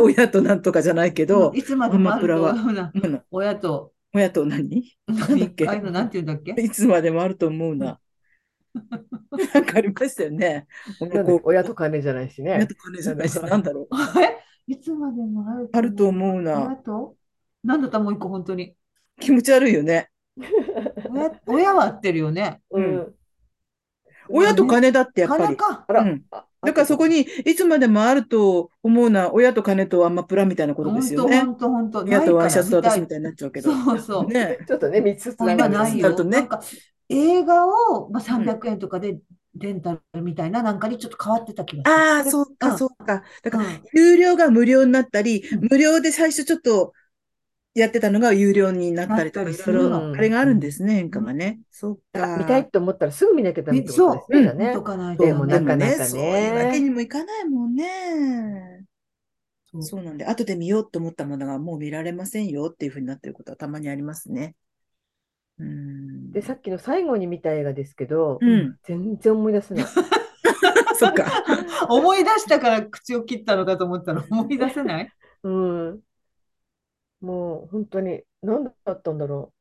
Speaker 2: 親となんとかじゃないけど
Speaker 3: うん、いつまでも
Speaker 2: アマプラは
Speaker 3: あ ると思うな
Speaker 2: うん
Speaker 3: 親と、
Speaker 2: 親と何
Speaker 3: なんだっ
Speaker 2: いっけ
Speaker 3: ああいうのなんて言うんだっけ
Speaker 2: いつまでもあると思うな。 なんかありましたよね。
Speaker 1: なんだっけ親と金じゃないし
Speaker 2: 親
Speaker 1: ね。
Speaker 2: と金じゃないし、なんだろう。
Speaker 3: えいつまでもある
Speaker 2: あると
Speaker 3: う。
Speaker 2: 思うな
Speaker 3: 親。となんだったもう一個本当に。
Speaker 2: 気持ち悪いよね。
Speaker 3: 親、親は合ってるよね。
Speaker 1: う
Speaker 2: うん
Speaker 1: ん。
Speaker 2: 親と金だってやっぱ
Speaker 3: 金
Speaker 2: り。
Speaker 3: か。
Speaker 1: あら、
Speaker 2: うん
Speaker 1: あ
Speaker 2: だからそこに、いつまでもあると思うのは、親と金とアンマプラみたいなこと
Speaker 3: 本
Speaker 2: です
Speaker 3: 当
Speaker 2: よね。
Speaker 3: 本当本当
Speaker 2: 親とワイシャツと私み
Speaker 3: た
Speaker 2: たいになっちゃうけ
Speaker 3: い
Speaker 2: ど。
Speaker 3: そうそう。
Speaker 2: ね。
Speaker 1: ちょっとね、3つつなが
Speaker 3: 今
Speaker 1: りま
Speaker 3: な
Speaker 1: す
Speaker 3: い
Speaker 1: ね
Speaker 2: なる
Speaker 3: よ。
Speaker 2: とね
Speaker 3: なんか映画を、まあ、300円とかでレンタルみたいななんかにちょっと変わってた気がする。
Speaker 2: ああ、そう
Speaker 3: う
Speaker 2: か、
Speaker 3: ん
Speaker 2: そうか。だから、
Speaker 3: うん
Speaker 2: 有料が無料になったり
Speaker 3: う、ん
Speaker 2: 無料で最初ちょっとやってたのが有料になったりとか、
Speaker 3: なっ
Speaker 2: い
Speaker 3: たり
Speaker 2: ろい
Speaker 1: する
Speaker 2: ろ、
Speaker 1: の
Speaker 2: あれがあるんですね、変化がね。そうか。
Speaker 1: 見たいと思ったらすぐ見なきゃダメってことです
Speaker 2: そう
Speaker 1: ね。
Speaker 2: うん
Speaker 1: じゃあね
Speaker 3: とかないと
Speaker 2: そう
Speaker 1: でもなかなかね
Speaker 2: そういうわけにもいかないもんね。
Speaker 3: そう
Speaker 2: そうなんで、後で見ようと思ったものがもう見られませんよっていうふうになってることはたまにありますね。うん。
Speaker 1: で、さっきの最後に見た映画ですけど、
Speaker 2: うん。
Speaker 1: 全然思い出せない。
Speaker 2: そっか。
Speaker 3: 思い出したから口を切ったのかと思ったら思い出 せない
Speaker 1: うん。もう本当に何だったんだろう。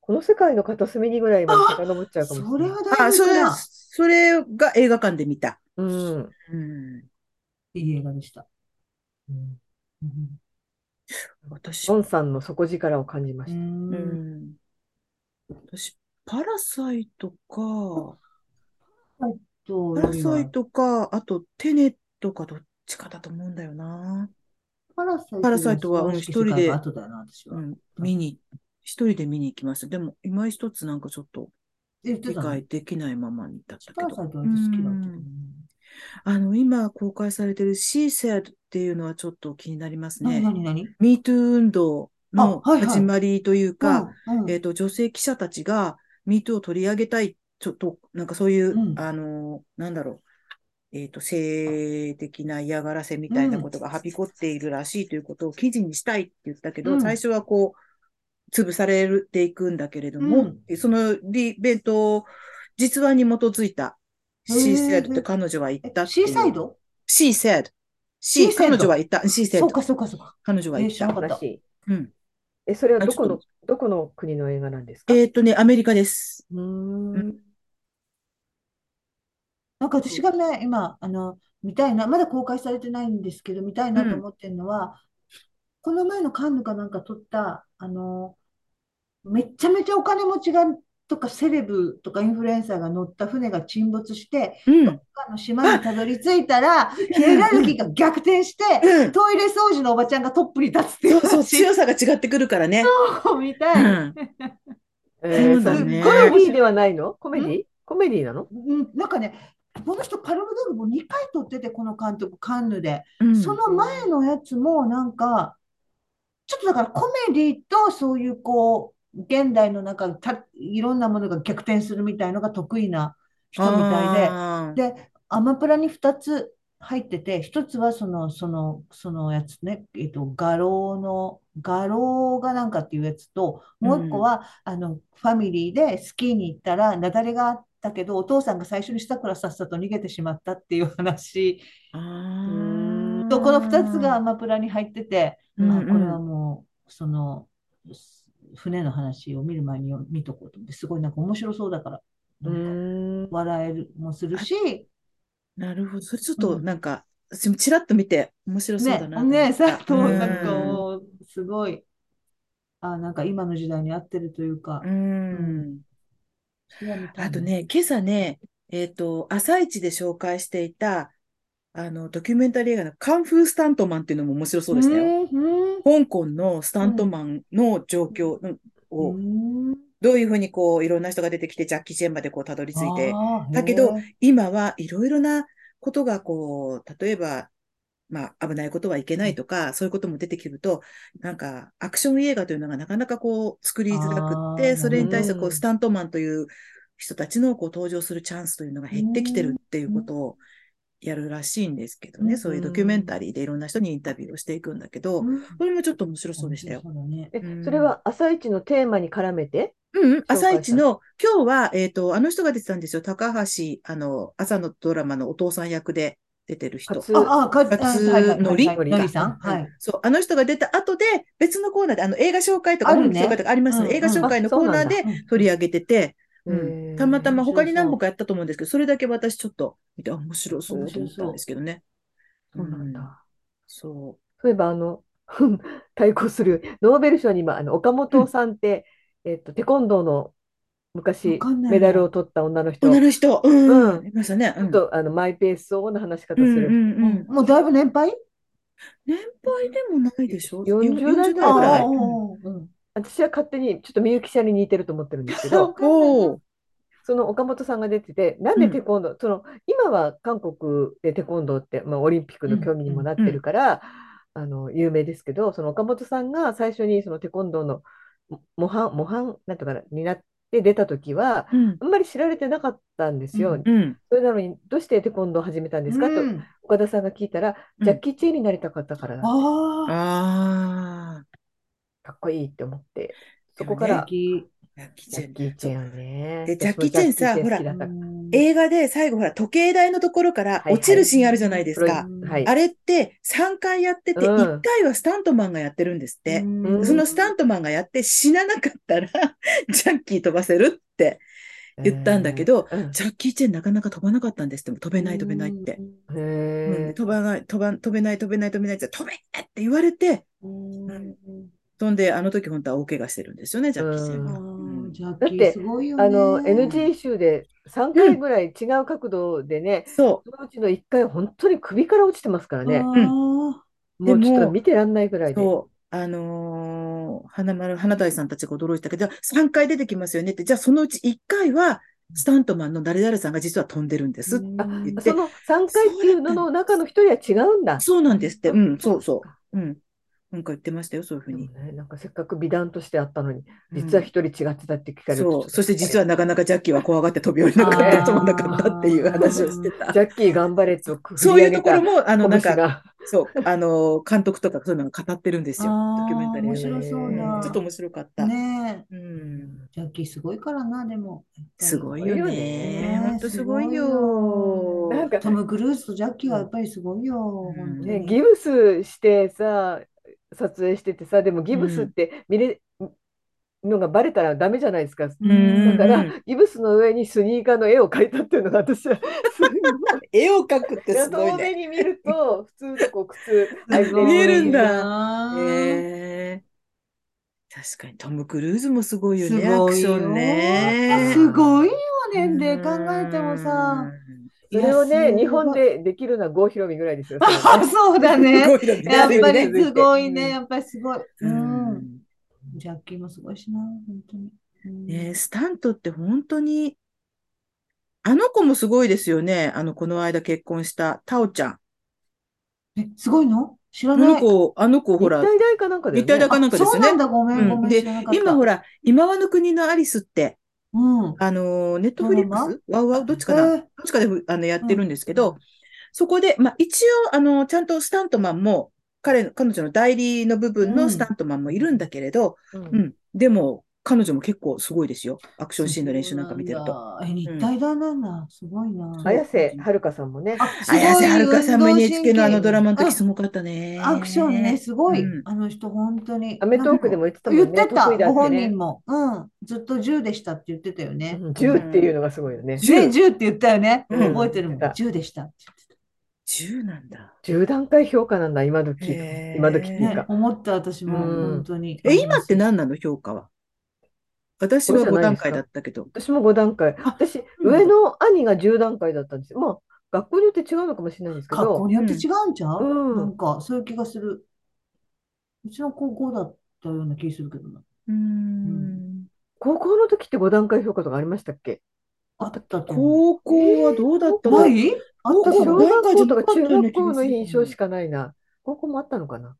Speaker 1: この世界の片隅にぐらいまで遡っちゃうかもし
Speaker 3: そ
Speaker 1: れ
Speaker 3: れ
Speaker 1: ない。
Speaker 3: は
Speaker 2: あ、
Speaker 3: 大
Speaker 2: そ
Speaker 3: 事
Speaker 2: れ
Speaker 3: な、
Speaker 2: それが映画館で見た。
Speaker 1: うん。
Speaker 2: うん。
Speaker 3: いい映画でした。
Speaker 1: うん
Speaker 3: うん
Speaker 2: 私
Speaker 1: ボ、ンさんの底力を感じま
Speaker 3: う
Speaker 1: した。
Speaker 2: うんん。私、パラサイトか、
Speaker 3: と
Speaker 2: パラサイトか、あとテネットかどっちかだと思うんだよな。
Speaker 3: パラサイト
Speaker 2: パラサイトはうん一人で
Speaker 3: 後だよな、私
Speaker 2: う
Speaker 3: は。
Speaker 2: ん。見に、一人で見に行きました。でも、今一つなんかちょっと
Speaker 3: 言って
Speaker 2: 理
Speaker 3: たの
Speaker 2: 解できないままにだったけ
Speaker 3: パラ
Speaker 2: ど。
Speaker 3: サイトは私好きだったけどね。
Speaker 2: あの、今公開されてるシーセアっていうのはちょっと気になります
Speaker 3: 何
Speaker 2: ね。
Speaker 3: 何何
Speaker 2: MeToo 運動の
Speaker 3: あはいはい
Speaker 2: 始まりというか、
Speaker 3: うんうん
Speaker 2: えっと、女性記者たちが MeToo を取り上げたい、ちょっと、なんかそういう
Speaker 3: う、ん
Speaker 2: あの、なんだろう、えっと、性的な嫌がらせみたいなことがはびこっているらしいということを記事にしたいって言ったけ
Speaker 3: う
Speaker 2: ど、
Speaker 3: ん
Speaker 2: 最初はこう、潰されていくんだけれど
Speaker 3: う
Speaker 2: も
Speaker 3: ん、
Speaker 2: そのイベント、実話に基づいたシーサイドって彼女は言
Speaker 3: え
Speaker 2: ったって
Speaker 3: シ
Speaker 2: いう。
Speaker 3: ーサイド
Speaker 2: She said. She,
Speaker 3: She said.
Speaker 2: 彼女は言った。She
Speaker 3: そう
Speaker 2: said.
Speaker 3: かそうかそうか。
Speaker 2: 彼女は言っ
Speaker 3: えー知ら
Speaker 2: た
Speaker 3: な。かった
Speaker 1: らしい。
Speaker 2: うん。
Speaker 1: え、それは
Speaker 2: あ
Speaker 1: どこ
Speaker 2: ちょ
Speaker 1: の、どこの国の映画なんですか
Speaker 2: えっとね、アメリカです。
Speaker 1: うーん
Speaker 2: うん
Speaker 3: なんか私がね、今、あの、見たいな、まだ公開されてないんですけど、見たいなと思ってるのは、この前のカンヌかなんか撮った、あの、めっちゃめちゃお金持ちが、とかセレブとかインフルエンサーが乗った船が沈没して、
Speaker 2: うん。
Speaker 3: 他の島にたどり着い たら、ヒエラルキーが逆転して、
Speaker 2: うん。
Speaker 3: トイレ掃除のおばちゃんがトップに立つってい
Speaker 2: そううそう、
Speaker 3: 話
Speaker 2: 強さが違ってくるからね。
Speaker 3: を見
Speaker 2: う
Speaker 3: たい。
Speaker 2: ん。
Speaker 1: えー
Speaker 2: そうだ
Speaker 1: そ
Speaker 2: ね
Speaker 1: コメディではないのコメディコメディなの
Speaker 3: うん、なんかね、この人、パルムドールも2回撮ってて、この監督、カンヌで。
Speaker 2: うん
Speaker 3: その前のやつもなんか、ちょっとだからコメディとそういうこう、現代の中でた、いろんなものが逆転するみたいのが得意な人みた
Speaker 2: あー
Speaker 3: いで、で、アマプラに2つ入ってて、1つはその、その、そのやつね、えっと、画廊の、画廊がなんかっていうやつと、もう1個は、あの、ファミリーでスキーに行ったら、雪崩があったけど、お父さんが最初にしたからさっさと逃げてしまったっていう話。
Speaker 2: あ
Speaker 1: う
Speaker 2: ー
Speaker 3: とこの2つがアマプラに入ってて、
Speaker 2: うん
Speaker 3: まあ、これはもうそのす船の話を見る前によ見とこうと思ってすごいなんか面白そうだから
Speaker 1: う
Speaker 3: なんか
Speaker 1: ーん。
Speaker 3: 笑えるもするし、
Speaker 2: なるほど。それちょっとなんか、私もちらっと見て面白そうだなと
Speaker 3: ね
Speaker 2: 思
Speaker 3: ね
Speaker 2: った。
Speaker 3: 佐藤
Speaker 2: うん
Speaker 3: さんがもうすごいあなんか今の時代に合ってるというか、
Speaker 2: うん。
Speaker 3: それは見たい
Speaker 2: あとね、今朝ね、えっと、朝一で紹介していた、あの、ドキュメンタリー映画のカンフースタントマンっていうのも面白そうでしたよ。
Speaker 3: うん
Speaker 2: 香港のスタントマンの状況の
Speaker 3: う
Speaker 2: を、
Speaker 3: んうん
Speaker 2: どういうふうにこう、いろんな人が出てきて、ジャッキー・チェンまでこう、たどり着いて、
Speaker 3: あー
Speaker 2: だけど
Speaker 3: へー
Speaker 2: 今はいろいろなことがこう、例えば、まあ、危ないことはいけないとか、そういうことも出てくると、なんか、アクション映画というのがなかなかこう、作りづらくっ
Speaker 3: あ
Speaker 2: て、
Speaker 3: ー
Speaker 2: それに対してこ
Speaker 1: う
Speaker 2: う、
Speaker 1: ん
Speaker 2: スタントマンという人たちのこう、登場するチャンスというのが減ってきてるっていうことをやるらしいんですけど
Speaker 3: う
Speaker 2: ね、
Speaker 3: ん
Speaker 2: そういうドキュメンタリーでいろんな人にインタビューをしていくんだけど、
Speaker 3: うん
Speaker 2: これもちょっと面白そうでしたよ。
Speaker 3: 面白そうだね
Speaker 1: え
Speaker 2: うん
Speaker 1: それは朝一のテーマに絡めて
Speaker 2: うんうん、
Speaker 1: 介
Speaker 2: 朝一の、今日は、えっと、あの人が出てたんですよ。高橋、あの、朝のドラマのお父さん役で出てる人。
Speaker 1: 勝
Speaker 3: ああか
Speaker 2: 勝
Speaker 3: あはいはい
Speaker 2: 則
Speaker 3: はいはいのりさん
Speaker 2: うん
Speaker 3: はい
Speaker 2: そう、あの人が出た後で、別のコーナーで、あの、映画紹介とか、
Speaker 3: あるね
Speaker 2: 音楽紹介とかありますね。
Speaker 3: うんうん
Speaker 2: 映画紹介のコーナーで
Speaker 3: うん
Speaker 2: 取り上げてて、
Speaker 1: う
Speaker 2: うんん、たまたま
Speaker 3: 面白
Speaker 2: 他に何
Speaker 3: そう
Speaker 2: 本かやったと思うんですけど、それだけ私ちょっと見て、あ面白そうと思ったんですけどね。
Speaker 1: そうなんだ。
Speaker 2: そう。
Speaker 1: そういえば、あの、 対抗する、ノーベル賞に今、あの岡本さんって、えっと、テコンドーの昔
Speaker 3: わかんないな
Speaker 1: メダルを取った女の人、
Speaker 2: 女
Speaker 1: ち
Speaker 2: の人、うん、
Speaker 1: うん
Speaker 2: いましたね。う
Speaker 1: ょ
Speaker 2: ん
Speaker 1: っとあのマイペースそうな話し方す
Speaker 2: うんう
Speaker 1: る。
Speaker 2: んうん、
Speaker 3: もうだいぶ年配
Speaker 2: 年配でもないでしょ
Speaker 1: 40代ぐ
Speaker 2: 40
Speaker 1: らい
Speaker 3: ああ、
Speaker 2: うん
Speaker 3: うんうん
Speaker 1: 私は勝手にちょっとみゆきちゃんに似てると思ってるんですけど、
Speaker 2: おー
Speaker 1: その岡本さんが出てて、なんでテコンドー、その今は韓国でテコンドーって、まあ、オリンピックの競技にもなってるから、あの有名ですけど、その岡本さんが最初にそのテコンドーの模範、模範なんとかなになって出た時は、
Speaker 2: うん
Speaker 1: あんまり知られてなかったんですよ。
Speaker 3: うん
Speaker 2: うん
Speaker 1: それなのに、どうしてテコンドーを始めたんですかと
Speaker 3: うん
Speaker 1: 岡田さんが聞いたら、
Speaker 2: うん
Speaker 1: ジャッキー・チェンになりたかったからだ
Speaker 3: ああ、
Speaker 2: あ
Speaker 1: かっこいいって思って、そこ
Speaker 2: でもね
Speaker 1: から
Speaker 3: 素敵
Speaker 2: あ、ジャッキー
Speaker 1: ジ
Speaker 2: チ
Speaker 1: ャッキー・チ
Speaker 2: ェン
Speaker 1: ェンよね。
Speaker 2: で
Speaker 1: 私も
Speaker 2: ジャッキーチェンさ
Speaker 1: ジャッキーチェン好きだ
Speaker 3: う
Speaker 1: ったから
Speaker 3: ん
Speaker 2: 映画で最後ほら時計台のところから
Speaker 1: はい
Speaker 2: 落ちるシーンあるじゃないです
Speaker 1: は
Speaker 2: か。
Speaker 1: いはい
Speaker 2: あれって3回やってて
Speaker 1: うん
Speaker 2: 1回はスタントマンがやってるんですって。
Speaker 1: うん
Speaker 2: そのスタントマンがやって死ななかったら ジャッキー飛ばせるって。言ったんだけど
Speaker 1: うん
Speaker 2: ジャッキー・チェンなかなか飛ばなかったんですっても飛べない飛べないって。う
Speaker 1: へ
Speaker 2: ん飛ばない飛ば飛べない飛べない飛べないって飛べないって言われて
Speaker 3: うん
Speaker 2: うん飛んであの時本当は大怪我してるんですよねジャッキー・チェン
Speaker 3: あ
Speaker 2: が。
Speaker 3: ージャッ
Speaker 1: だっ
Speaker 3: キー
Speaker 1: て
Speaker 3: すごい
Speaker 1: え
Speaker 3: よ
Speaker 1: あの
Speaker 3: ね
Speaker 1: NG 集で3回ぐらい違う角度でね、そ
Speaker 2: そ
Speaker 1: のうちの1回、本当に首から落ちてますからね、
Speaker 3: あ
Speaker 1: もう
Speaker 2: で
Speaker 1: ち
Speaker 2: も
Speaker 1: ょっと見てらんないぐら
Speaker 2: う
Speaker 1: いで。
Speaker 2: そうあのー花丸花大さんたちが驚いたけどじゃあ3回出てきますよねってじゃあそのうち1回はスタントマンの誰々さんが実は飛んでるんで
Speaker 3: ー
Speaker 2: す。
Speaker 3: うん
Speaker 2: 言って
Speaker 1: その3回っていうのの中の1人は違うんだ。
Speaker 2: そうなんですって。うんそうそう。うんなんか言ってましたよそういうふう
Speaker 1: でも
Speaker 2: に。
Speaker 1: ね、なんかせっかく美談としてあったのに、実は一人違ってたって聞かれると、
Speaker 2: そう。そして実はなかなかジャッキーは怖がって飛び降りなかった、
Speaker 1: あー
Speaker 2: 飛ばなかったっていう話をしてた
Speaker 1: ジ。ャッキー頑張れと首
Speaker 2: そういうところ
Speaker 1: も
Speaker 2: も、あの、なんか、
Speaker 1: が
Speaker 2: そう、あの、監督とかそういうのが語ってるんですよ。
Speaker 3: あー
Speaker 2: ドキュメンタリー
Speaker 3: 面
Speaker 2: で。
Speaker 3: 白そう
Speaker 1: う
Speaker 3: なん
Speaker 2: ちょっと面白かった。
Speaker 3: ねえ
Speaker 2: うん。
Speaker 3: ジャッキーすごいからなでも
Speaker 2: すごい
Speaker 1: すご
Speaker 2: よ
Speaker 1: いよ
Speaker 2: ね
Speaker 1: ね。
Speaker 2: 本当すごい
Speaker 3: す
Speaker 2: よ。
Speaker 3: ご
Speaker 1: なんか
Speaker 3: トム・クルーズとジャッキーはやっぱりすごいよ、
Speaker 2: うん
Speaker 3: 本当
Speaker 1: ね、
Speaker 3: に
Speaker 1: ギブスしてさ、撮影しててさ、でもギブスって見れ、のがバレたらダメじゃないですか。
Speaker 2: うん
Speaker 1: だから、
Speaker 2: うん
Speaker 1: ギブスの上にスニーカーの絵を描いたっていうのが 私は、すご
Speaker 2: 絵を描くって
Speaker 1: い。
Speaker 2: すごい
Speaker 1: 遠目
Speaker 2: ね。
Speaker 1: に見ると、普通のこう靴履いて
Speaker 3: すご い
Speaker 2: 見えるんだ
Speaker 3: なあ
Speaker 2: えー確かにトム・クルーズもすごいよ
Speaker 3: す
Speaker 2: ね、ア
Speaker 3: ご
Speaker 2: ク
Speaker 3: い
Speaker 2: シ
Speaker 3: よ
Speaker 2: ョンね。
Speaker 3: すごいよ年齢考えてもさ。
Speaker 1: それを
Speaker 3: いやす
Speaker 1: ね、
Speaker 3: ごい
Speaker 1: 日本でできるのは郷ひろみぐらいですよ。
Speaker 3: あそうだ
Speaker 2: うん。す
Speaker 3: ね
Speaker 2: ごいよね
Speaker 3: やっぱ
Speaker 1: ね
Speaker 3: りすごいね
Speaker 2: うん
Speaker 3: やっぱりすごい、う
Speaker 2: うんん
Speaker 3: ジャッキーもすごいしな本当に、うん
Speaker 2: ねえ、スタントって本当に、あの子もすごいですよね。あの、この間結婚したタオちゃん。
Speaker 3: えすごいの知ら
Speaker 2: あ
Speaker 3: ない
Speaker 2: の子、あの子、ほ
Speaker 1: 日
Speaker 2: ら、
Speaker 1: 体大かなんかで、ね。
Speaker 2: 日体大かなんかですよね
Speaker 3: あそうなんだごめんご
Speaker 2: う
Speaker 3: め
Speaker 2: ん
Speaker 3: ん
Speaker 2: で
Speaker 3: 知らなかった
Speaker 2: 今ほら、今和の国のアリスって、
Speaker 3: うん
Speaker 2: あのー、ネットフリック
Speaker 3: ドラ
Speaker 2: スワウワウどっちかなど
Speaker 3: えー
Speaker 2: っちかであのやってるんですけど、そこで、まあ、一応、あの、ちゃんとスタントマンも、彼の、彼女の代理の部分
Speaker 3: う
Speaker 2: の
Speaker 3: ん
Speaker 2: スタントマンもいるんだけれど、
Speaker 1: うん
Speaker 2: うん、でも、彼女も結構すごいですよ。アクションシーンの練習なんか見てると。
Speaker 3: と。え、日体大なんだ。すごいな。
Speaker 1: 綾瀬はるかさんもね、
Speaker 3: あ
Speaker 2: 綾瀬はるかさんも
Speaker 3: すごい
Speaker 2: NHK のあのドラマの
Speaker 3: う
Speaker 2: 時
Speaker 3: ん
Speaker 2: すごかったね。
Speaker 3: アクションね、すごい。
Speaker 2: うん
Speaker 3: あの人、本当に。
Speaker 1: アメトークでも言ってたもん
Speaker 3: 言
Speaker 1: ね。
Speaker 3: ってた、
Speaker 1: 得意だ
Speaker 3: ご
Speaker 1: って
Speaker 3: 本
Speaker 1: ね
Speaker 3: 人。も。うん。ずっと10でしたって言ってたよね。
Speaker 1: うん10っていうのがすごいよね。
Speaker 2: 10
Speaker 3: ね、10って言ったよね。
Speaker 2: うん
Speaker 3: 覚えてるもん。
Speaker 1: 言って
Speaker 3: 10でしたって
Speaker 2: 10なんだ。
Speaker 1: 10段階評価なんだ、今時。
Speaker 2: へー
Speaker 1: 今時って
Speaker 3: 言
Speaker 1: い
Speaker 3: って
Speaker 1: う
Speaker 3: た。ね
Speaker 1: か、。
Speaker 3: 思った私も、
Speaker 1: うん
Speaker 3: 本当に。
Speaker 2: え、今って何なの評価は。私は
Speaker 1: これじ
Speaker 2: 5
Speaker 1: ゃないん
Speaker 2: 段
Speaker 1: ですか
Speaker 2: 階だったけど。
Speaker 1: 私も5段階。
Speaker 2: あ
Speaker 1: 私、
Speaker 2: うん
Speaker 1: 上の兄が10段階だったんですよ。まあ、学校によって違うのかもしれないんですけ
Speaker 3: 学校
Speaker 1: ど、
Speaker 3: によって違うんちゃう
Speaker 1: うん
Speaker 3: なんか、そういう気がする。うちの高校だったような気するけどな。
Speaker 2: うーん
Speaker 3: ん。
Speaker 1: 高校の時って5段階評価とかありましたっけ
Speaker 3: あったと思
Speaker 2: 高
Speaker 3: う。
Speaker 2: 校はどうだったの
Speaker 3: ないあっ
Speaker 2: 高
Speaker 3: たか
Speaker 1: 小
Speaker 2: 校
Speaker 1: 学校と
Speaker 3: な
Speaker 1: か中
Speaker 2: 5段階じゃなかったような
Speaker 1: 学
Speaker 2: 気が
Speaker 1: 校
Speaker 2: す
Speaker 1: の
Speaker 2: る
Speaker 1: 印象しかないな。高校もあったのかな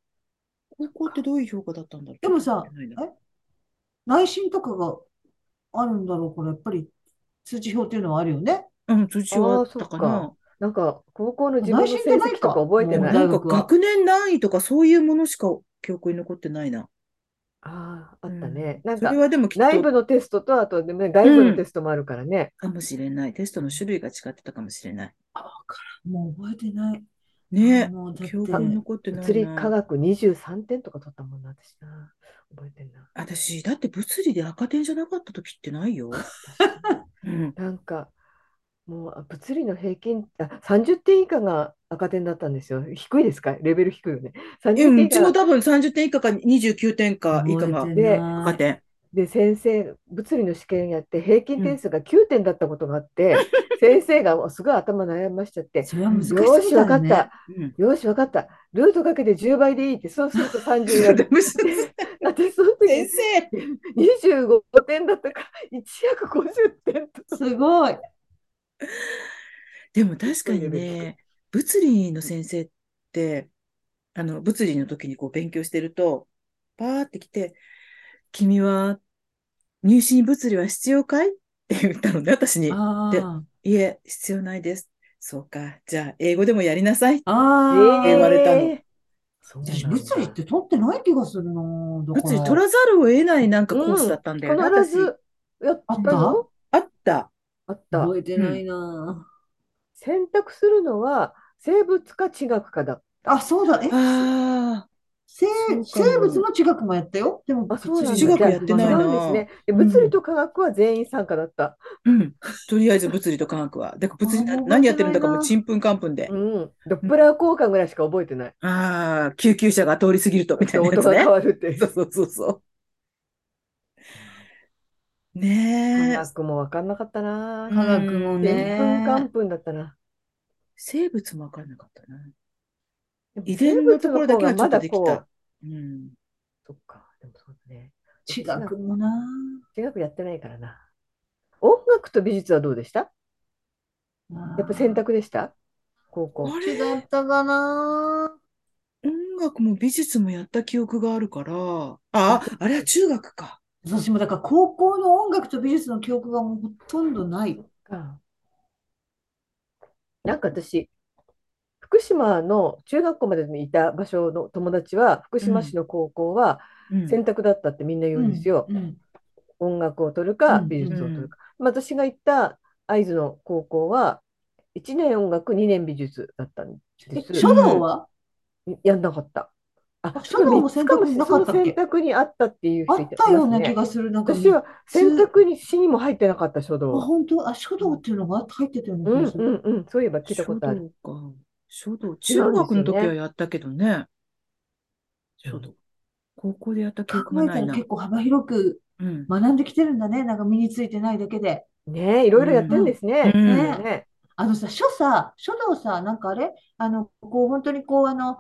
Speaker 2: 高校ってどういう評価だったんだろう
Speaker 3: でも
Speaker 2: ちょ
Speaker 3: さ
Speaker 2: っと覚えてないな
Speaker 3: え内心とかがあるんだろうから、やっぱり通知表っていうのはあるよね。
Speaker 2: うん、通知はあったか
Speaker 1: あーそ
Speaker 2: な。
Speaker 1: なんか、高校の自分の
Speaker 3: 内
Speaker 1: 成
Speaker 3: 申じゃないか
Speaker 1: 績とか覚えて
Speaker 3: も
Speaker 1: な
Speaker 3: う
Speaker 1: い。
Speaker 2: な
Speaker 1: あ
Speaker 3: 大
Speaker 2: んか
Speaker 3: 学は
Speaker 2: 学年何位とかそういうものしか記憶に残ってないな。
Speaker 1: あー、あった
Speaker 2: う
Speaker 1: ね
Speaker 2: ん。
Speaker 1: なん
Speaker 2: そ
Speaker 1: か
Speaker 2: れ、はでもきっ
Speaker 1: 内部
Speaker 2: と
Speaker 1: のテストと、あとね外部のテストもあるからね。
Speaker 2: かもしれない。テストの種類が違ってたかもしれない。
Speaker 3: もう覚えてない。
Speaker 2: ね
Speaker 3: もう
Speaker 2: え、
Speaker 3: だって
Speaker 2: 記憶に残ってない
Speaker 1: 物理科
Speaker 2: な。
Speaker 1: 学23点とか取ったもんな、私な。覚えてんな。
Speaker 2: 私、だって物理で赤点じゃなかった時ってないよ。 うん、
Speaker 1: なんか、もうあ物理の平均、あ、30点以下が赤点だったんですよ。低いですかレベル低いよね。30
Speaker 2: う
Speaker 1: 点
Speaker 2: んう
Speaker 1: 以
Speaker 2: ち
Speaker 1: 下
Speaker 2: も多分30点以下か29点か以下
Speaker 3: 覚
Speaker 2: が
Speaker 3: えて
Speaker 1: で
Speaker 3: ない
Speaker 2: 赤点。
Speaker 1: で先生物理の試験やって平均点数が9点だったことがあって、先生がすごい頭悩ましちゃって
Speaker 3: それは難しすぎだ
Speaker 1: よーし分かっ
Speaker 3: ね。
Speaker 1: た
Speaker 2: うん。
Speaker 1: よーし分かったルートかけて10倍でいいってそうすると30にな る私その時
Speaker 2: 先生、
Speaker 1: 25点だったから150点と
Speaker 3: すごい。
Speaker 2: でも確かに
Speaker 1: そういうレ
Speaker 2: ね、物理の先生って、あの、物理の時にこう勉強してると、パーって来て、君は入試に物理は必要かいって言ったのね、私に。
Speaker 3: ああ。
Speaker 2: いえ、必要ないです。そうか、じゃあ英語でもやりなさい。
Speaker 3: あ
Speaker 2: 言
Speaker 3: あ。
Speaker 2: われたの
Speaker 1: えーそうなん
Speaker 3: 私、
Speaker 1: だ
Speaker 3: 物理って取ってない気がするな。物
Speaker 2: 物理取らざるを得ないなんかコースだったんだよね、
Speaker 1: 必
Speaker 2: 私。
Speaker 1: ずやったの
Speaker 2: あった。
Speaker 1: あった
Speaker 3: 覚えてないな。
Speaker 1: 選択するのは生物か地学かだ
Speaker 3: あ、そうだ。え、
Speaker 2: ああ、
Speaker 3: 生、
Speaker 1: そうかな
Speaker 3: 生物の地学もやったよ。でも、
Speaker 1: あそうなんだ
Speaker 2: 地学やってない
Speaker 1: 違
Speaker 2: な
Speaker 1: うんですねで
Speaker 2: うん
Speaker 1: 物理と科学は全員参加だった
Speaker 2: うん。とりあえず物理と科学は。だから物理な
Speaker 3: あー
Speaker 2: 何やってるんだかもう
Speaker 3: 覚え
Speaker 2: ちんぷんかんぷんで
Speaker 1: う。んドップラー交換ぐらいしか覚えて ない
Speaker 2: ああ、救急車が通り過ぎると、みたいなや
Speaker 1: 音
Speaker 2: つ
Speaker 1: が
Speaker 2: ね
Speaker 1: 変。わるっていう
Speaker 2: そうそうそうそう。ねえ
Speaker 1: 科、学も分かんなかったな
Speaker 2: うん
Speaker 3: 科学も
Speaker 1: でんぷ
Speaker 3: ね。
Speaker 1: んかんぷんだったな
Speaker 2: 生物も分かんなかったな。
Speaker 1: でも
Speaker 2: 遺伝のところだけはちょっとでき
Speaker 1: 生物の方がまだこ。
Speaker 2: たうん。
Speaker 1: うそっかでもそうだね
Speaker 3: 地学もな。
Speaker 1: 地学やってないからな音楽と美術はどうでしたやっぱ選択でした高校
Speaker 2: あ
Speaker 3: 地
Speaker 2: れ
Speaker 3: だったかな。
Speaker 2: 音楽も美術もやった記憶があるから、あ、あれは中学か。
Speaker 3: 私もだから高校の音楽と美術の記憶がもうほとんどない。
Speaker 1: かなんか私、福島の中学校までにいた場所の友達は、福島市の高校は
Speaker 2: うん
Speaker 1: 選択だったってみんな言うんですよ。
Speaker 3: うんうん
Speaker 1: 音楽を取るか、
Speaker 3: うん
Speaker 1: 美術を取るか。まあ私が行った会津の高校は、1年音楽、2年美術だったん
Speaker 3: え、
Speaker 1: です。
Speaker 3: 書道は
Speaker 1: やんなかった。あ
Speaker 3: あ書道も選択肢なかったっ
Speaker 1: しか
Speaker 3: け
Speaker 1: も選択にあったっていう
Speaker 3: あ
Speaker 1: 人い
Speaker 3: ったよう
Speaker 1: ま
Speaker 3: な
Speaker 1: すね
Speaker 3: 気がする。なんか、
Speaker 1: 私は選択にしにも入ってなかった書
Speaker 3: あ、
Speaker 1: 道。
Speaker 3: 本当、あ、書道っていうのが入ってたような
Speaker 1: う
Speaker 3: 気
Speaker 1: ん
Speaker 3: がす
Speaker 1: う
Speaker 3: る。
Speaker 1: んうん、そういえば聞いたことある。
Speaker 2: 書道か。書道、中学の時はやったけどね。書道。高校でやった記憶
Speaker 3: 考
Speaker 2: が
Speaker 3: え
Speaker 2: な
Speaker 3: た
Speaker 2: い
Speaker 3: ら
Speaker 2: な。
Speaker 3: 結構幅広く
Speaker 2: うん。
Speaker 3: 学んできてるんだね。なんか身についてないだけで。
Speaker 1: ねえ、いろいろやってんですね。
Speaker 2: うん
Speaker 1: ねえ
Speaker 3: あのさ、書さ、書道さ、なんかあれ、あの、こう、本当にこう、あの、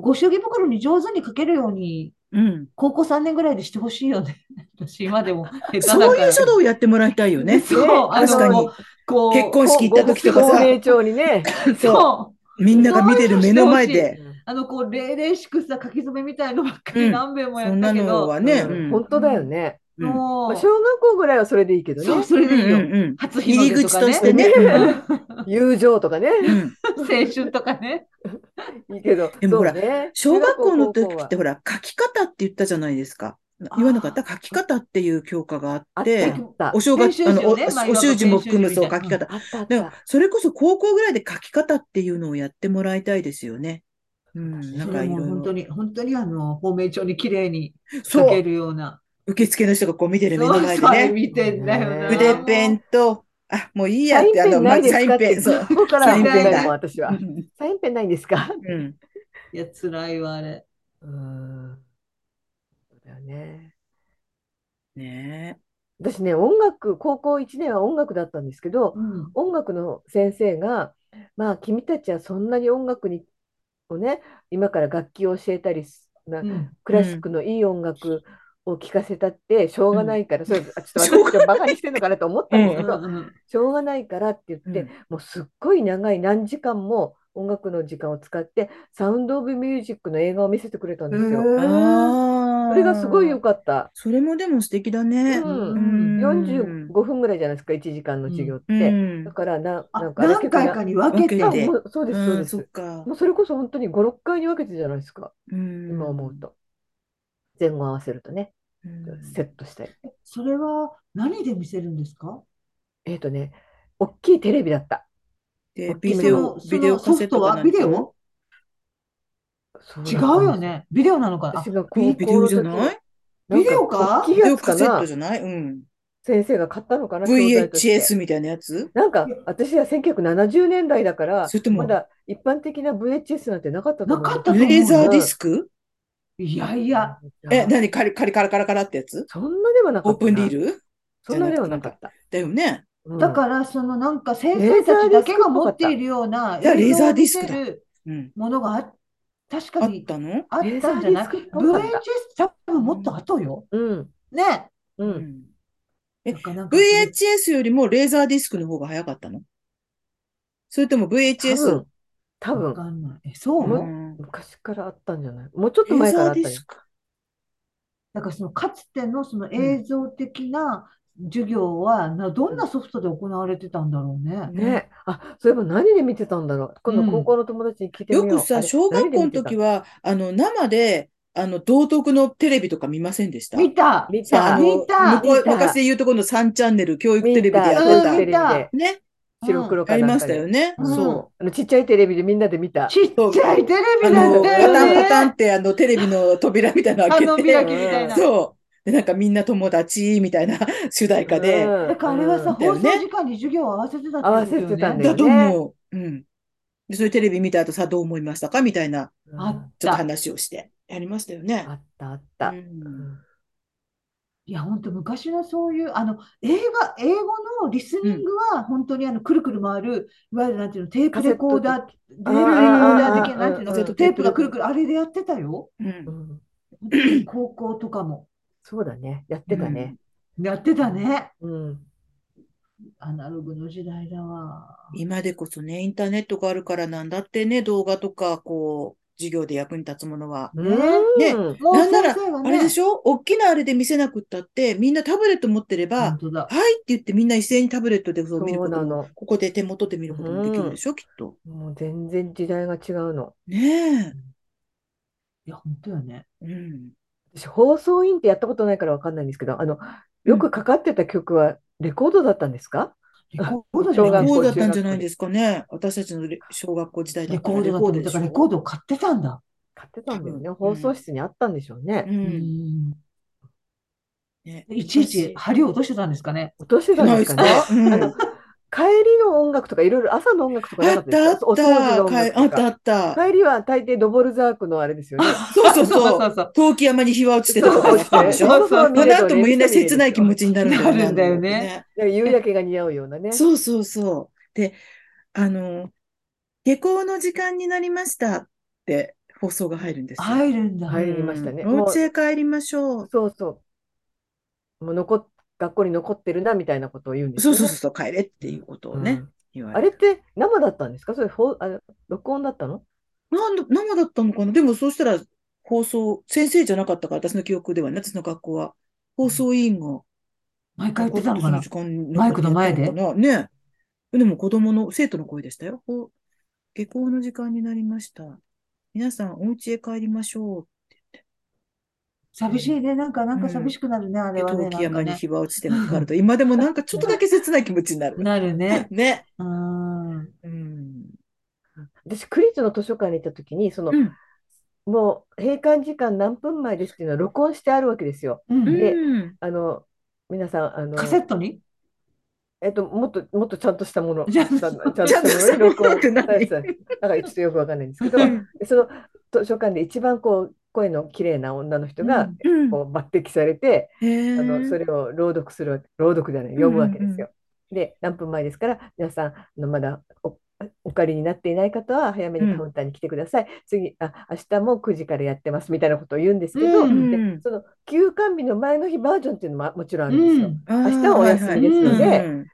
Speaker 3: ご祝儀袋に上手に書けるように、
Speaker 2: うん。
Speaker 3: 高校3年ぐらいでしてほしいよね。 私、今でも下手だ
Speaker 2: そう
Speaker 3: か
Speaker 2: いう
Speaker 3: ら。
Speaker 2: 書道をやってもらいたいよね。
Speaker 3: そうあの
Speaker 2: 確かに。
Speaker 3: こう、
Speaker 2: 結婚式行った時とか
Speaker 1: ごご
Speaker 2: さ、
Speaker 1: 名帳にね。
Speaker 2: そ
Speaker 3: そう。
Speaker 2: う、みんなが見てる目の前で、
Speaker 3: あの、こう、礼々しくさ、書き初めみたいのばっかり
Speaker 2: うん
Speaker 3: 何遍もや
Speaker 2: そ
Speaker 3: っ
Speaker 2: ん
Speaker 3: た
Speaker 2: な
Speaker 3: け
Speaker 2: の
Speaker 3: ど、
Speaker 2: はね、
Speaker 1: うん
Speaker 2: うん
Speaker 1: 本当だよね。
Speaker 2: うん
Speaker 3: も
Speaker 1: ま
Speaker 3: う、
Speaker 1: あ、小学校ぐらいはそれでいいけど
Speaker 3: そう、
Speaker 1: ね。
Speaker 3: それ
Speaker 2: うん
Speaker 3: でいいよ。
Speaker 2: うん
Speaker 3: 初日の
Speaker 2: 入り
Speaker 3: 出と
Speaker 2: 口
Speaker 3: か
Speaker 2: と
Speaker 3: ね
Speaker 2: してね。
Speaker 1: 友情とかね。
Speaker 2: うんうん
Speaker 3: 青春とかね。
Speaker 1: いいけど。
Speaker 2: でもほら
Speaker 1: そうね、
Speaker 2: 小学校の
Speaker 1: 中
Speaker 2: 時
Speaker 1: 学
Speaker 2: って
Speaker 1: 校
Speaker 2: ほら、書き方って言ったじゃないですか。
Speaker 3: あー
Speaker 2: 言わなかった書き方っていう教科があっ
Speaker 1: 高校
Speaker 2: て、
Speaker 1: はあったあ
Speaker 2: お
Speaker 1: っ
Speaker 2: 正月、あ
Speaker 3: 編集時
Speaker 2: の、お
Speaker 3: ねまあ
Speaker 2: お習字も含む、
Speaker 3: いわ
Speaker 2: そう、
Speaker 3: ば
Speaker 2: 書き
Speaker 3: 編集時みたいな
Speaker 2: 方。
Speaker 1: た。あったあっ
Speaker 2: で
Speaker 1: た
Speaker 2: も、それこそ高校ぐらいで書き方っていうのをやってもらいたいですよね。うん、なん
Speaker 3: そ
Speaker 2: か
Speaker 3: れ
Speaker 2: い
Speaker 3: も
Speaker 2: ろい
Speaker 3: 本
Speaker 2: ろ
Speaker 3: 当。に、本当にあの、芳名帳に綺麗に
Speaker 2: そ
Speaker 3: 書
Speaker 2: う
Speaker 3: けるような。
Speaker 2: 受付の人がこう見てる目の前で
Speaker 3: そう、それ
Speaker 2: ね、
Speaker 3: 見てんだよな。
Speaker 1: そう
Speaker 2: 筆ペンと、あ、もういいや
Speaker 1: サ
Speaker 2: っ
Speaker 1: イン
Speaker 2: て、あ
Speaker 1: ペ
Speaker 2: の、
Speaker 1: ンな
Speaker 2: ま
Speaker 1: いです
Speaker 2: サイ
Speaker 1: か
Speaker 2: ン
Speaker 1: って
Speaker 2: ペン、そう。
Speaker 1: ここから
Speaker 2: サイ
Speaker 1: 入
Speaker 2: ン
Speaker 1: っ
Speaker 2: ペン
Speaker 1: て
Speaker 2: だ
Speaker 1: ないもん、私は。 サインペンないんですか
Speaker 2: うん、
Speaker 3: いや、辛いわ、あれ。
Speaker 1: うん。そうだよね。
Speaker 2: ね
Speaker 1: 私ね、音楽、高校1年は音楽だったんですけど、
Speaker 3: うん。
Speaker 1: 音楽の先生が、まあ、君たちはそんなに音楽にをね、今から楽器を教えたりす、な
Speaker 3: うん。
Speaker 1: クラシックのいい音楽を聴かせたってしょうがないから、それあちょっ
Speaker 2: しょう
Speaker 1: と私が
Speaker 2: が
Speaker 1: バカにしてるのかなと思ったんです
Speaker 3: う
Speaker 1: け
Speaker 3: ん
Speaker 1: ど、
Speaker 3: うん
Speaker 1: しょうがないからって言って、
Speaker 2: うん
Speaker 1: もうすっごい長い何時間も音楽の時間を使って、サウンド・オブ・ミュージックの映画を見せてくれたんですよ。
Speaker 2: え。
Speaker 3: へー
Speaker 2: ああ。
Speaker 1: それがすごい良かった。
Speaker 2: それもでも素敵だね。
Speaker 1: うん
Speaker 3: うん
Speaker 1: 45分ぐらいじゃないですか、1時間の授業っ
Speaker 2: う
Speaker 1: て。
Speaker 2: ん
Speaker 1: だからな、
Speaker 3: あ
Speaker 1: なんかあれ
Speaker 3: 何
Speaker 1: 結構
Speaker 3: 回
Speaker 1: な
Speaker 3: かに分け
Speaker 2: 分
Speaker 1: あ
Speaker 2: けて
Speaker 3: て。
Speaker 1: もうそうです、そう
Speaker 2: う
Speaker 1: で
Speaker 2: ん、そっ
Speaker 1: す。
Speaker 2: か
Speaker 1: も。うそれこそ本当に5、6回に分けてじゃないですか、
Speaker 2: 今
Speaker 1: 今思う。と。前後合わせるとね、
Speaker 2: うん
Speaker 1: セットしたり。
Speaker 3: それは何で見せるんですか
Speaker 1: えっとね、大きいテレビだった。
Speaker 2: で
Speaker 1: 大、き
Speaker 2: ビ
Speaker 1: い
Speaker 2: デオ、
Speaker 3: その
Speaker 2: ビデオ
Speaker 3: その
Speaker 2: カ
Speaker 3: ソ
Speaker 2: セ
Speaker 3: フ
Speaker 2: ット
Speaker 3: ト
Speaker 2: か
Speaker 3: は
Speaker 2: 何
Speaker 3: ビ
Speaker 2: か
Speaker 3: デオ
Speaker 1: そうだ
Speaker 3: 違う
Speaker 1: ったんです
Speaker 3: よ。ね。ビデオなのかな。あ
Speaker 1: 私が
Speaker 2: え
Speaker 1: 高
Speaker 2: ビデオ
Speaker 1: 校の時、
Speaker 2: じゃない
Speaker 1: なん
Speaker 3: ビデオか
Speaker 1: 大き
Speaker 2: ビ
Speaker 1: い
Speaker 2: デ
Speaker 1: や
Speaker 2: オ
Speaker 1: つか
Speaker 2: カセッ
Speaker 1: な
Speaker 2: トじゃないうん。
Speaker 1: 先生が買ったのかな教材として
Speaker 2: VHS みたいなやつ
Speaker 1: なんか私は1970年代だから
Speaker 2: それとも
Speaker 1: まだ一般的な VHS なんてなかったと思う
Speaker 3: なかったと思う
Speaker 2: レーザーディスク
Speaker 3: いやいや、
Speaker 2: え、何カリカリカラカラカラってやつ
Speaker 1: そんなではなか
Speaker 2: オ
Speaker 1: っ
Speaker 2: ー
Speaker 1: た
Speaker 2: プンリ
Speaker 1: な
Speaker 2: ール
Speaker 1: そんなではなかった。
Speaker 2: だよね。
Speaker 1: うん
Speaker 3: だから、そのなんか先生たちだけが持っているような、
Speaker 2: じゃあレーザーディスクだ
Speaker 3: 映像を見せる
Speaker 2: うん。
Speaker 3: ものがあ確
Speaker 2: あ
Speaker 3: か
Speaker 2: っ
Speaker 3: に
Speaker 2: たの
Speaker 3: あったんじゃない
Speaker 1: レーザーディスクっぽかった
Speaker 3: ?VHS 多分もっと後よ。
Speaker 1: うん、
Speaker 3: ね。
Speaker 1: う。
Speaker 2: うんんえ
Speaker 3: なんかなんか
Speaker 2: VHS よりもレーザーディスクの方が早かったのそれとも
Speaker 1: 多
Speaker 2: VHS?
Speaker 1: 分、多
Speaker 3: わ
Speaker 1: 分
Speaker 3: かんない。え、そう
Speaker 2: うん
Speaker 1: 昔からあったんじゃないもうちょっ
Speaker 2: レ
Speaker 1: と
Speaker 2: ー
Speaker 1: 前か
Speaker 2: ザ
Speaker 1: ら
Speaker 2: ー
Speaker 1: あっ
Speaker 2: ディ
Speaker 1: たよ
Speaker 2: ス。ク。
Speaker 3: だからそのかつてのその映像的な授業はなどんなソフトで行われてたんだろうね。
Speaker 1: ね、あ、そういえば何で見てたんだろう。今度
Speaker 2: うん
Speaker 1: 高校の友達に聞いて
Speaker 2: よ
Speaker 1: みよう。
Speaker 2: く
Speaker 1: あ
Speaker 2: さ、
Speaker 1: れ
Speaker 2: 小学校の時
Speaker 1: は
Speaker 2: は、あの、生で、あの、道徳のテレビとか見ませんでした
Speaker 3: 見た
Speaker 1: 見
Speaker 2: さあ、
Speaker 1: た、
Speaker 2: あの
Speaker 3: 見
Speaker 2: 向
Speaker 3: た
Speaker 2: こう
Speaker 1: 見た
Speaker 2: 昔で言うとこの3チャンネル教育
Speaker 1: 見
Speaker 2: テレビで
Speaker 1: た
Speaker 2: やっ
Speaker 3: う
Speaker 2: て
Speaker 3: ん
Speaker 2: た。
Speaker 1: テレビ
Speaker 3: うん見
Speaker 1: で
Speaker 3: た
Speaker 2: ね、
Speaker 1: 白黒
Speaker 2: や
Speaker 1: か
Speaker 2: り
Speaker 1: な
Speaker 2: ま
Speaker 1: ん
Speaker 2: し
Speaker 1: か
Speaker 2: た
Speaker 1: で
Speaker 2: よね。
Speaker 3: うん
Speaker 1: そう、あのちっちゃいテレビでみんなで見た。
Speaker 3: ちっちゃいテレ
Speaker 2: あ
Speaker 3: ビだ
Speaker 2: の、
Speaker 3: っ
Speaker 2: パ
Speaker 3: た
Speaker 2: タンパタン
Speaker 3: よ
Speaker 2: っ
Speaker 3: ね。
Speaker 2: て、あの、テレビの扉みたいなの開
Speaker 3: あの
Speaker 2: け
Speaker 3: 開
Speaker 2: て、
Speaker 3: きみたいな。
Speaker 2: そう。で、なんかみんな友達みたいな 主題歌で、
Speaker 1: うん
Speaker 3: だからあれはさ、
Speaker 1: うん
Speaker 2: だよ
Speaker 3: 放
Speaker 2: ね
Speaker 3: 送時間に授業を合わせてたって
Speaker 1: 合
Speaker 3: こ
Speaker 1: わ
Speaker 3: と
Speaker 1: せ
Speaker 3: よ
Speaker 1: てたん
Speaker 3: ね。
Speaker 1: だよ
Speaker 2: だ
Speaker 1: ね
Speaker 2: と思う。うん。で、それテレビ見た後さ、どう思いましたかみたいな、
Speaker 3: あっ
Speaker 2: ちょっと
Speaker 3: た。
Speaker 2: 話をして、やりましたよね
Speaker 1: あ。ったあっ
Speaker 2: う
Speaker 1: た。
Speaker 2: ん。
Speaker 3: いや、本当昔のそういう、あの、映画、英語のリスニングは、本当にあの、くるくる回る、いわゆるなんていうの、テープレコーダー、テープレコーダー的な、なんていうの、
Speaker 2: カセット
Speaker 3: テープがくるくる、あれでやってたよ。
Speaker 2: うん
Speaker 1: う。ん
Speaker 3: 高校とかも。
Speaker 1: そうだね、やってたね。
Speaker 3: やってたね。
Speaker 1: うん、
Speaker 3: アナログの時代だわ。
Speaker 2: 今でこそね、インターネットがあるからなんだってね、動画とか、こう、授業で役に立つものは。
Speaker 1: う
Speaker 3: ね
Speaker 1: ん
Speaker 2: ね
Speaker 3: もう
Speaker 2: なんなら
Speaker 3: 先生が
Speaker 2: あれで
Speaker 3: ね、
Speaker 2: しょ大きなあれで見せなくったって、みんなタブレット持ってれば、
Speaker 3: 本当だ。
Speaker 2: はいって言ってみんな一斉にタブレットでそう見る
Speaker 1: そ
Speaker 2: こ
Speaker 1: う
Speaker 2: と
Speaker 1: な
Speaker 2: も、
Speaker 1: の。
Speaker 2: ここで手元で見ることもできるでしょ、きっと。
Speaker 1: もう全然時代が違うの。
Speaker 2: ね
Speaker 3: いや、本当よね。
Speaker 2: え。うん。
Speaker 1: 私、放送委員ってやったことないからわかんないんですけど、あの、よくかかってた曲はレコードだったんですか
Speaker 3: レコードじゃ
Speaker 1: 小
Speaker 3: な
Speaker 1: 学
Speaker 3: い
Speaker 1: 校
Speaker 2: こうだ
Speaker 1: 中
Speaker 2: ったんじゃないですかね。私たちのレ小学校時代だ
Speaker 3: レ
Speaker 2: った
Speaker 3: コ
Speaker 2: ら
Speaker 3: ードだった
Speaker 2: で
Speaker 3: だ
Speaker 2: し
Speaker 3: か
Speaker 2: ょ
Speaker 3: らレコードを買ってたんだ。
Speaker 1: 買ってたんだよね。
Speaker 2: 多分
Speaker 1: 放送室にあったんでしょうね。
Speaker 2: うん。ね
Speaker 3: いちいち針を落としてたんですかね。
Speaker 1: 落としてたん
Speaker 2: ない
Speaker 1: で
Speaker 2: ですす
Speaker 1: かね。
Speaker 2: か、うん
Speaker 1: あの、帰りの音楽とかいろいろ朝の音楽とかな
Speaker 2: あ
Speaker 1: かっ
Speaker 2: った
Speaker 1: ですか
Speaker 2: たあっ
Speaker 1: お掃除
Speaker 2: た
Speaker 1: の音
Speaker 2: かい
Speaker 1: 楽と
Speaker 2: あったあ
Speaker 1: か。
Speaker 2: った。
Speaker 1: 帰りは大抵ドボルザークのあれですよね。
Speaker 2: そう そうそう。
Speaker 3: うそう。
Speaker 2: 陶器山に日は落ちてたとか
Speaker 1: そう
Speaker 2: だったでしょ。
Speaker 1: そうそう
Speaker 2: この後もみんな切ない気持
Speaker 1: ち。
Speaker 2: ちになるんだよね。
Speaker 3: なるんだよね
Speaker 1: 夕焼けが似合うようなね。
Speaker 2: そうそうそう。で、あの、下校の時間になりましたって放送が入るんですよ。
Speaker 3: 入るんだ。
Speaker 1: 入りましたね
Speaker 2: うんお家へ帰りましょう。
Speaker 1: そうそう。もう残っ学校に残ってるなみたいなことを言うんです
Speaker 2: そ
Speaker 1: よ
Speaker 2: う
Speaker 1: ね
Speaker 2: そうそう、帰れっていうことを
Speaker 1: う
Speaker 2: ね、
Speaker 1: ん
Speaker 2: 言わ
Speaker 1: あれ
Speaker 2: れる。
Speaker 1: って生だったんですかそれほうあの録音だったの
Speaker 2: なんだ、生だったのかなでもそうしたら放送、先生じゃなかったから、私の記憶ではね、私の学校は。放送委員が、
Speaker 3: 毎回やってたのかな。
Speaker 2: その時間
Speaker 3: マイクの前で
Speaker 2: やったのかなねえ。でも子供の、生徒の声でしたよ。ほう下校の時間になりました。皆さん、お家へ帰りましょう。
Speaker 3: 寂しいね。なんか、なんか寂しくなるね、あれは
Speaker 2: 陶
Speaker 3: ね。
Speaker 2: 器山に
Speaker 3: なんかね
Speaker 2: 日は落ちてもかかる と、今でもなんかちょっとだけ切ない気持ちになる。
Speaker 3: なる ね。
Speaker 2: ね。
Speaker 3: うん。
Speaker 2: うん。
Speaker 1: 私、区立の図書館に行った時に、その、
Speaker 2: うん
Speaker 1: もう閉館時間何分前ですっていうのは録音してあるわけですよ。
Speaker 3: うん
Speaker 1: で
Speaker 2: うん
Speaker 1: あの、皆さん、あの、
Speaker 3: カセットに
Speaker 1: えっと、もっと、もっとちゃんとしたもの、
Speaker 3: ちゃんと
Speaker 1: ちゃんとしたものに録音
Speaker 2: ちゃんとしたものって何
Speaker 1: そうそうなんかちょっとよくわかんないんですけど
Speaker 2: う、ん
Speaker 1: その図書館で一番こう、声の綺麗な女の人が、
Speaker 2: うん
Speaker 1: こう抜擢されて、
Speaker 2: へ
Speaker 1: あ
Speaker 2: ー
Speaker 1: のそれを朗読するわけ朗読じゃない読むわけですよ。で何分前ですから皆さんあのまだおお借りになっていない方は早めにカウンターに来てください、次あ明日も9時からやってますみたいなことを言うんですけど、
Speaker 3: うん
Speaker 1: でその休館日の前の日バージョンっていうのももちろんあるんですよ。
Speaker 3: うん
Speaker 2: あー
Speaker 1: 明日はお休みです
Speaker 3: ので
Speaker 2: はいはいうん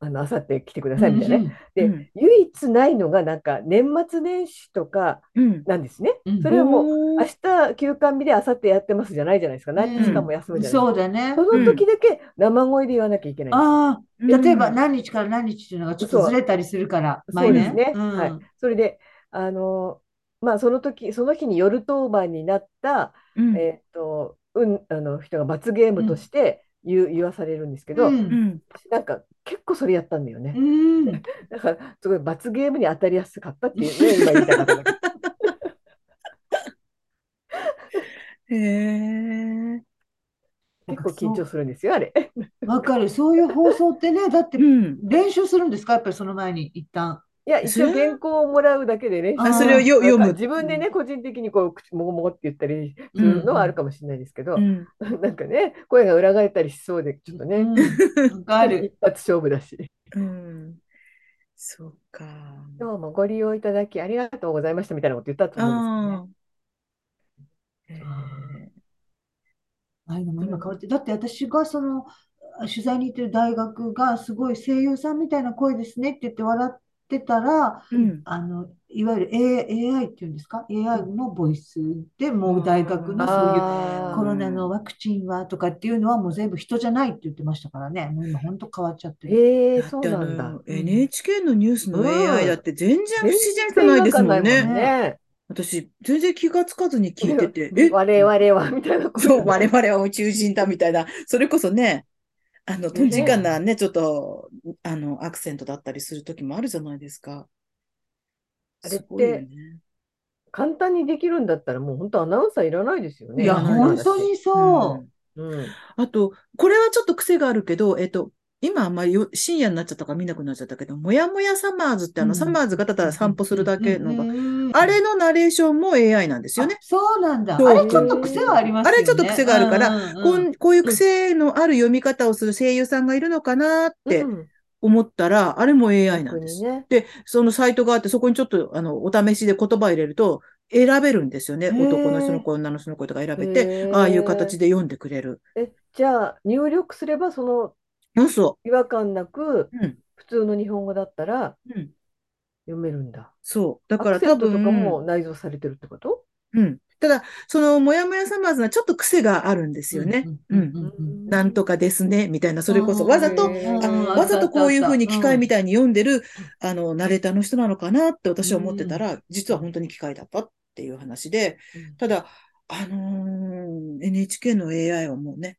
Speaker 1: あの明後日来てくだ
Speaker 3: う
Speaker 1: さいみたいなね。
Speaker 3: ん
Speaker 1: で、
Speaker 2: うん
Speaker 1: 唯一ないのがなんか年末年始とか
Speaker 2: うん
Speaker 1: なんですね。
Speaker 3: うん
Speaker 1: それはもう
Speaker 2: お
Speaker 1: 明
Speaker 2: ー
Speaker 1: 日休館日で明後日やってますじゃないじゃないですか。何日間も休むじゃないですか。
Speaker 3: そうだね。
Speaker 1: その時だけ生声で言わなきゃいけないんです。
Speaker 3: ああ、
Speaker 2: うん
Speaker 3: 例えば何日から何日っていうのがちょっとずれたりするから、
Speaker 1: そうですね。
Speaker 3: うん
Speaker 1: はい。それで、あの、まあ、その時、その日に夜当番になった、
Speaker 2: うん
Speaker 1: えっと、うん、あの人が罰ゲームとして言う、言わされるんですけど、
Speaker 3: うん
Speaker 2: うん
Speaker 1: なんか結構それやったんだよね。
Speaker 3: うん
Speaker 1: だから、すごい罰ゲームに当たりやすかったっていうね、今言いたかった だけ。
Speaker 2: へえ。
Speaker 1: 結構緊張するんですよ、あれ。
Speaker 3: わかる。そういう放送ってね、だって
Speaker 2: うん。
Speaker 3: 練習するんですかやっぱりその前に一旦。
Speaker 1: いや、一応原稿をもらうだけで練習
Speaker 3: あ
Speaker 2: それをよ読む。
Speaker 1: 自分でね、個人的にこう、口もごもごって言ったりするのはあるかもしれないですけど
Speaker 2: う、ん。
Speaker 1: なんかね、声が裏返ったりしそうで、ちょっとね、
Speaker 3: わか る。
Speaker 1: 一発勝負だし。
Speaker 2: うん。そうか。
Speaker 1: どうもご利用いただきありがとうございましたみたいなこと言ったと思うん
Speaker 2: ああ。
Speaker 3: ああいうのも今変わって、だって私がその取材に行ってる大学がすごい声優さんみたいな声ですねって言って笑ってたら、
Speaker 2: うん。
Speaker 3: あのいわゆる A- AI っていうんですか ?AI のボイスでもう大学のそういう
Speaker 1: あー
Speaker 3: コロナのワクチンはとかっていうのはもう全部人じゃないって言ってましたからね。もう今本当変わっちゃって
Speaker 1: ですね。
Speaker 3: る。
Speaker 1: へえ、
Speaker 2: だ
Speaker 1: そ
Speaker 2: っ
Speaker 1: う
Speaker 2: てあ
Speaker 1: なんだ。
Speaker 2: の NHK のニュースの
Speaker 1: うん
Speaker 2: AI だって全然不
Speaker 1: 全
Speaker 2: 自然さないですも
Speaker 1: 然違和感
Speaker 2: ん
Speaker 1: ないもん
Speaker 2: ね。
Speaker 1: ね。
Speaker 2: 私、全然気がつかずに聞いてて、え
Speaker 1: 我々はみたいなこと。
Speaker 2: そう、我々は宇宙人だみたいな、それこそね、あの、とんちんかんなね、ちょっと、あの、アクセントだったりする時もあるじゃないですか。
Speaker 1: あれって
Speaker 2: すごいよね。
Speaker 1: 簡単にできるんだったらもう本当アナウンサーいらないですよね。
Speaker 3: いや、
Speaker 1: 今の
Speaker 3: 本
Speaker 1: 話
Speaker 3: 当にそうう。
Speaker 2: ん
Speaker 1: うん。
Speaker 2: あと、これはちょっと癖があるけど、えっと、今あんまりよ深夜になっちゃったから見なくなっちゃったけど、もやもやサマーズってあの、
Speaker 3: うん
Speaker 2: サマーズがただ散歩するだけのが、
Speaker 3: うん
Speaker 2: あれのナレーションも AI なんですよね。
Speaker 3: あそうなんだ。
Speaker 2: そう
Speaker 3: あれちょっと癖はありますよね。
Speaker 2: あれちょっと癖があるから
Speaker 3: うんうん
Speaker 2: こ
Speaker 3: うん
Speaker 2: んこういう癖のある読み方をする声優さんがいるのかなって
Speaker 1: うん
Speaker 2: 思ったら、あれも AI な
Speaker 1: 逆
Speaker 2: んで
Speaker 1: に
Speaker 2: す。
Speaker 1: ね。
Speaker 2: で、そのサイトがあって、そこにちょっとあのお試しで言葉入れると、選べるんですよね。
Speaker 3: ー
Speaker 2: 男の人の声、女の人の声とか選べ
Speaker 1: へ
Speaker 2: て、
Speaker 1: ー
Speaker 2: ああいう形で読んでくれる。
Speaker 1: え、じゃあ入力すればその
Speaker 2: そうそ
Speaker 1: 違和感なく
Speaker 2: う。うん。
Speaker 1: 普通の日本語だったら
Speaker 2: うん。
Speaker 1: 読めるんだ。
Speaker 2: そう。だ
Speaker 1: ア
Speaker 2: か
Speaker 1: ク
Speaker 2: ら
Speaker 1: セ
Speaker 2: 多
Speaker 1: ントとかも
Speaker 2: 分、
Speaker 1: 内蔵されてるってこと
Speaker 2: うん。ただ、そのもやもやサマーズはちょっと癖があるんですよね。
Speaker 3: うん
Speaker 2: うん。なんとかですね、みたいな、それこそわざと、
Speaker 1: へー
Speaker 2: あ
Speaker 1: うん
Speaker 2: わざとこういうふうに機械み
Speaker 3: た
Speaker 2: たいに読んでる、あの、ナレーターの人なのかなって私は思ってたら、実は本当に機械だったっていう話で、ただ、あのー NHK の AI はもうね、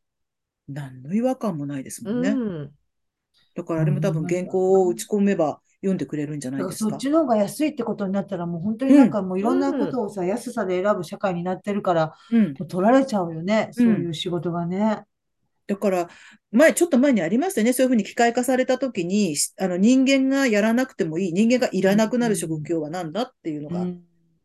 Speaker 2: 何の違和感もないですもんね。
Speaker 1: うん。
Speaker 2: だからあれも多分原稿を打ち込めば読んでくれるんじゃないです
Speaker 3: そ
Speaker 2: か
Speaker 3: っ。ちの方が安いってことになったらもう本当になんかもういろんなことをさ、安さで選ぶ社会になってるから
Speaker 2: うん。
Speaker 3: もう取られちゃうよね、そういう仕事がね。
Speaker 2: だから、前、ちょっと前にありましたよね。そういうふうに機械化された時に、しあの、人間がやらなくてもいい、人間がいらなくなる職業は何だっていうのが、
Speaker 3: うん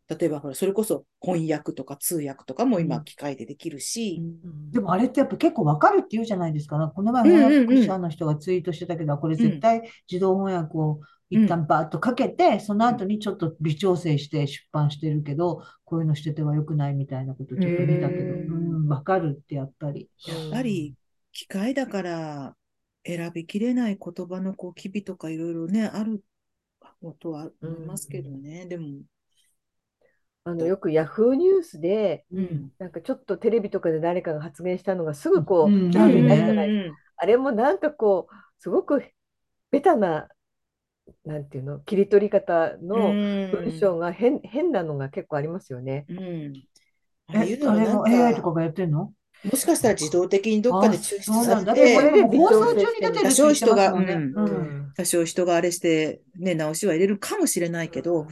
Speaker 2: 例えば、ほら、それこそ翻訳とか通訳とかも今、
Speaker 3: うん
Speaker 2: 機械でできるし、
Speaker 3: でもあれってやっぱ結構わかるって言うじゃないですか。なんかこの前
Speaker 2: うんうんうん
Speaker 3: 翻訳者の人がツイートしてたけど、これ絶対自動翻訳を一旦バーッとかけて、その後にちょっと微調整して出版してるけど、こういうのしてては良くないみたいなことちょっと見たけど、
Speaker 1: へー
Speaker 3: うん、わかるってやっぱり。
Speaker 2: やっぱり、機械だから、選びきれない言葉のこう、機微とかいろいろね、あることは思いますけどね。でも、
Speaker 1: あのよくヤフーニュースで
Speaker 2: うん。
Speaker 1: なんかちょっとテレビとかで誰かが発言したのがすぐこう
Speaker 3: うん
Speaker 1: なる
Speaker 3: う
Speaker 1: み
Speaker 3: ん
Speaker 1: た
Speaker 3: ね
Speaker 1: いじゃないあれもなんかこうすごくベタななんていうの切り取り方の文章が変変なのが結構ありますよね。
Speaker 2: うん。ああい
Speaker 3: え、
Speaker 2: うの
Speaker 3: あ
Speaker 2: は
Speaker 3: れ
Speaker 2: なん
Speaker 3: も
Speaker 2: か
Speaker 3: AI とかがやってるの
Speaker 2: もしかしたら自動的にどっかで
Speaker 3: あ
Speaker 2: 抽出
Speaker 3: そうな
Speaker 2: され
Speaker 3: んだ。だってこ
Speaker 2: て、
Speaker 3: れでも放送中に出てるって言ってますもんね。
Speaker 2: 多少人
Speaker 1: う
Speaker 3: うん
Speaker 1: ん
Speaker 2: 多少人があれして、ね、直しは入れるかもしれないけど、も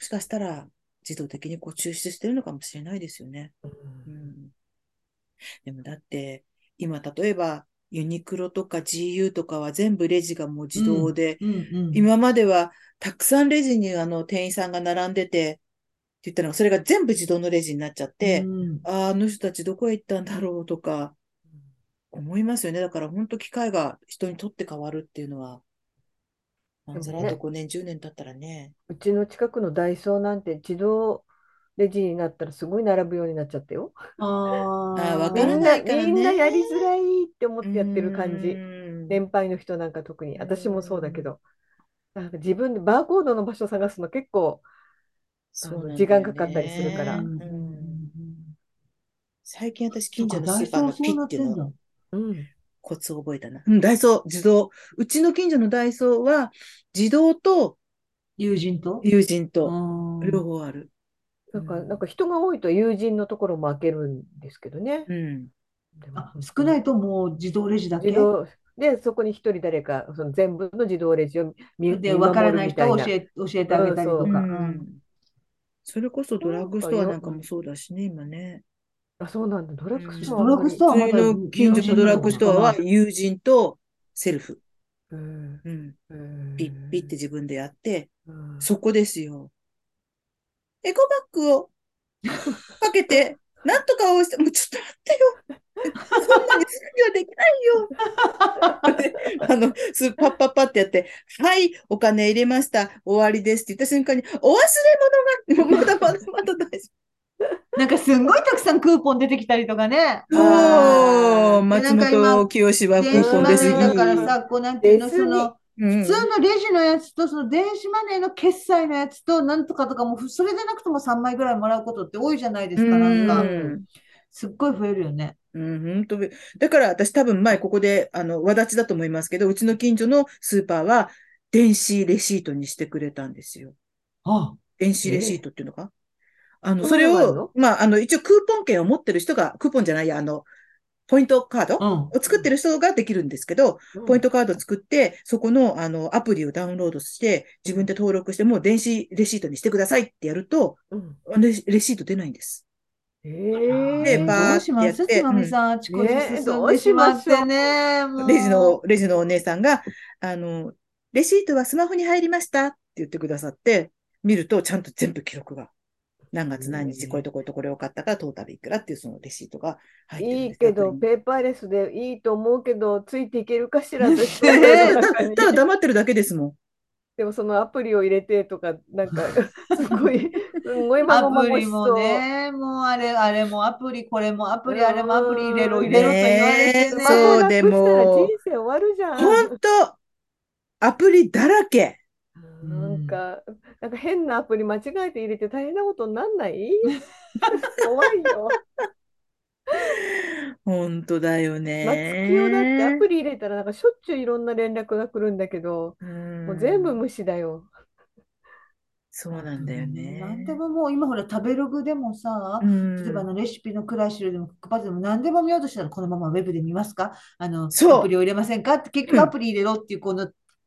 Speaker 2: しかしたら自動的にこう抽出してるのかもしれないですよね。
Speaker 1: うん
Speaker 2: うん、でもだって、今例えばユニクロとか GU とかは全部レジがもう自動で、
Speaker 3: うんうん
Speaker 2: 今まではたくさんレジにあの店員さんが並んでて、って言ったのが、それが全部自動のレジになっちゃって、
Speaker 3: うん
Speaker 2: あーあの人たちどこへ行ったんだろうとか、思いますよね。だから本当機械が人にとって変わるっていうのは、
Speaker 1: で
Speaker 2: まあ、
Speaker 1: も
Speaker 2: ざ
Speaker 1: ね
Speaker 2: らっと5年、10年経ったらね。
Speaker 1: うちの近くのダイソーなんて自動レジになったらすごい並ぶようになっちゃったよ。
Speaker 3: あー
Speaker 2: あーわ
Speaker 1: み
Speaker 2: から
Speaker 1: ん
Speaker 2: な
Speaker 1: ない
Speaker 2: からね
Speaker 1: みんなやりづらいって思ってやってる感
Speaker 2: う
Speaker 1: じ。
Speaker 2: ん
Speaker 1: 年配の人なんか特に
Speaker 2: うん
Speaker 1: 私もそうだけどなんか自分でバーコードの場所探すの結構
Speaker 2: そうなんだよね
Speaker 1: 時間かかったりするから
Speaker 2: うん最近私、近所のスーパーのピッていうの
Speaker 1: うん
Speaker 2: コツを覚えたな。うん、ダイソー、自動。うちの近所のダイソーは、自動と
Speaker 3: 友人と
Speaker 2: 友人と、
Speaker 3: うん
Speaker 2: 両方ある。
Speaker 1: なんか、
Speaker 2: うん
Speaker 1: なんか人が多いと友人のところも開けるんですけどね。。
Speaker 2: うん。
Speaker 3: あ、少ないいともう自動レジだけ。
Speaker 1: 自動で、そこに一人誰か、その全部の自動レジを見
Speaker 3: で、
Speaker 1: 見
Speaker 3: わから
Speaker 1: 守
Speaker 3: な
Speaker 1: る
Speaker 3: い
Speaker 1: み
Speaker 3: 人
Speaker 1: たい
Speaker 3: を
Speaker 1: な
Speaker 3: 教。え、教えてあげたりと
Speaker 1: う
Speaker 3: か。
Speaker 2: う
Speaker 3: うん
Speaker 2: んそれこそドラッグストアなんかもそうだしね、今ね。
Speaker 1: あ、そうなんだ。ドラッグストア
Speaker 3: ドラッグストアはま
Speaker 2: 普
Speaker 3: だ
Speaker 2: 通の近所のドラッグストアは
Speaker 3: 友人
Speaker 2: 友人とセルフ。
Speaker 1: ア。うん
Speaker 2: うん。
Speaker 1: うん
Speaker 2: ピッピッって自分でやって、
Speaker 1: うん
Speaker 2: そこですよ。エコバッグ をかけて、なんとかをして、もうちょっと待ってよ。そんなにすぐにはできないよ。 であの、すパッパッパってやって、はい、お金入れました、終わりですって言った瞬間に、お忘れ物が、まだまだまだ大 丈
Speaker 3: なんかすんごいたくさんクーポン出てきたりとかね。
Speaker 2: 夫。おー
Speaker 3: で
Speaker 2: 松
Speaker 3: なんか今
Speaker 2: 本清は高
Speaker 3: 電子
Speaker 2: 校
Speaker 3: マ
Speaker 2: で
Speaker 3: ネ
Speaker 2: す。
Speaker 3: ーだから
Speaker 1: 電子
Speaker 3: さ、こうなんていうの、
Speaker 1: です
Speaker 3: その、
Speaker 2: うん
Speaker 3: 普通のレジのやつと、その電子マネーの決済のやつと、なんとかとかも、それでなくても3枚ぐらいもらうことって多いじゃないですか、なん
Speaker 1: が
Speaker 3: か。
Speaker 2: うん
Speaker 3: すっごい増えるよね。
Speaker 2: うん、本当。だから私多分前ここで、あの、わだちだと思いますけど、うちの近所のスーパーは電子レシートにしてくれたんですよ。
Speaker 3: あ
Speaker 2: 電子レシートっていうのか、あの、
Speaker 1: そ
Speaker 2: そ
Speaker 1: んな
Speaker 2: れ
Speaker 1: のある
Speaker 2: を
Speaker 1: の、
Speaker 2: まあ、あの、一応クーポン券を持ってる人が、クーポンじゃないや、あの、ポイントカード
Speaker 3: う
Speaker 2: を
Speaker 3: ん。
Speaker 2: 作ってる人ができるんですけど、ポイントカード作って、そこの、あの、アプリをダウンロードして、自分で登録して、もう電子レシートにしてくださいってやると、
Speaker 1: うん
Speaker 2: レレシート出ないんです。
Speaker 1: え
Speaker 2: で
Speaker 1: ー
Speaker 2: バー
Speaker 3: どうしま
Speaker 2: や
Speaker 3: す
Speaker 2: って
Speaker 3: つまみさん、あちこち
Speaker 1: ね
Speaker 3: 進
Speaker 1: ど
Speaker 3: ん
Speaker 1: う
Speaker 3: で
Speaker 1: し
Speaker 3: し
Speaker 1: ま
Speaker 3: ま
Speaker 1: し
Speaker 3: っ
Speaker 1: ょう
Speaker 3: てね、もう。
Speaker 2: レジの、レジのお姉さんが、あの、レシートはスマホに入りましたって言ってくださって、見るとちゃんと全部記録が。何月何日、
Speaker 1: うん
Speaker 2: これとこれとこれを買ったから、トータルいくらっていうそのレシートが入ってるん
Speaker 1: い
Speaker 2: で
Speaker 1: い
Speaker 2: すよ
Speaker 1: けど、
Speaker 2: アプリに
Speaker 1: ペーパーレスでいいと思うけど、ついていけるか しら、
Speaker 2: ね
Speaker 1: 私
Speaker 2: だ
Speaker 1: の
Speaker 2: だ
Speaker 1: 中
Speaker 2: だ
Speaker 1: に
Speaker 2: ただ黙ってるだけですもん。
Speaker 1: でもそのアプリを入れてとか、なん か、すごい、すんごいま
Speaker 3: ア
Speaker 1: ごま
Speaker 3: プ
Speaker 1: ごし
Speaker 3: リも
Speaker 1: そう。
Speaker 3: ね、もうあれ、あれもアプリ、これもアプリ、あれもアプリ入れろ、
Speaker 1: うん
Speaker 3: 入れろと言われ
Speaker 2: ね
Speaker 3: てね。
Speaker 2: そう
Speaker 1: なくしたら人生終わるじゃん。
Speaker 2: 本当アプリだらけ。
Speaker 1: なんか、なんか変なアプリ間違えて入れて大変なことになんない 怖いよ。
Speaker 2: 本当だよ
Speaker 1: 松
Speaker 2: ね。
Speaker 1: 清だってアプリ入れたらなんかしょっちゅういろんな連絡が来るんだけど、
Speaker 2: うん
Speaker 1: もう全部無視だよ。
Speaker 2: そうなんだよね。
Speaker 3: なんでももう今ほら食べログでもさ、
Speaker 2: うん
Speaker 3: 例えばあのレシピのクラシルでもクックパッドでも何でも見ようとしたらこのままウェブで見ますかあの
Speaker 2: そう
Speaker 3: アプリを入れませんかって結
Speaker 2: うん
Speaker 3: 局アプリ入れろっていうこの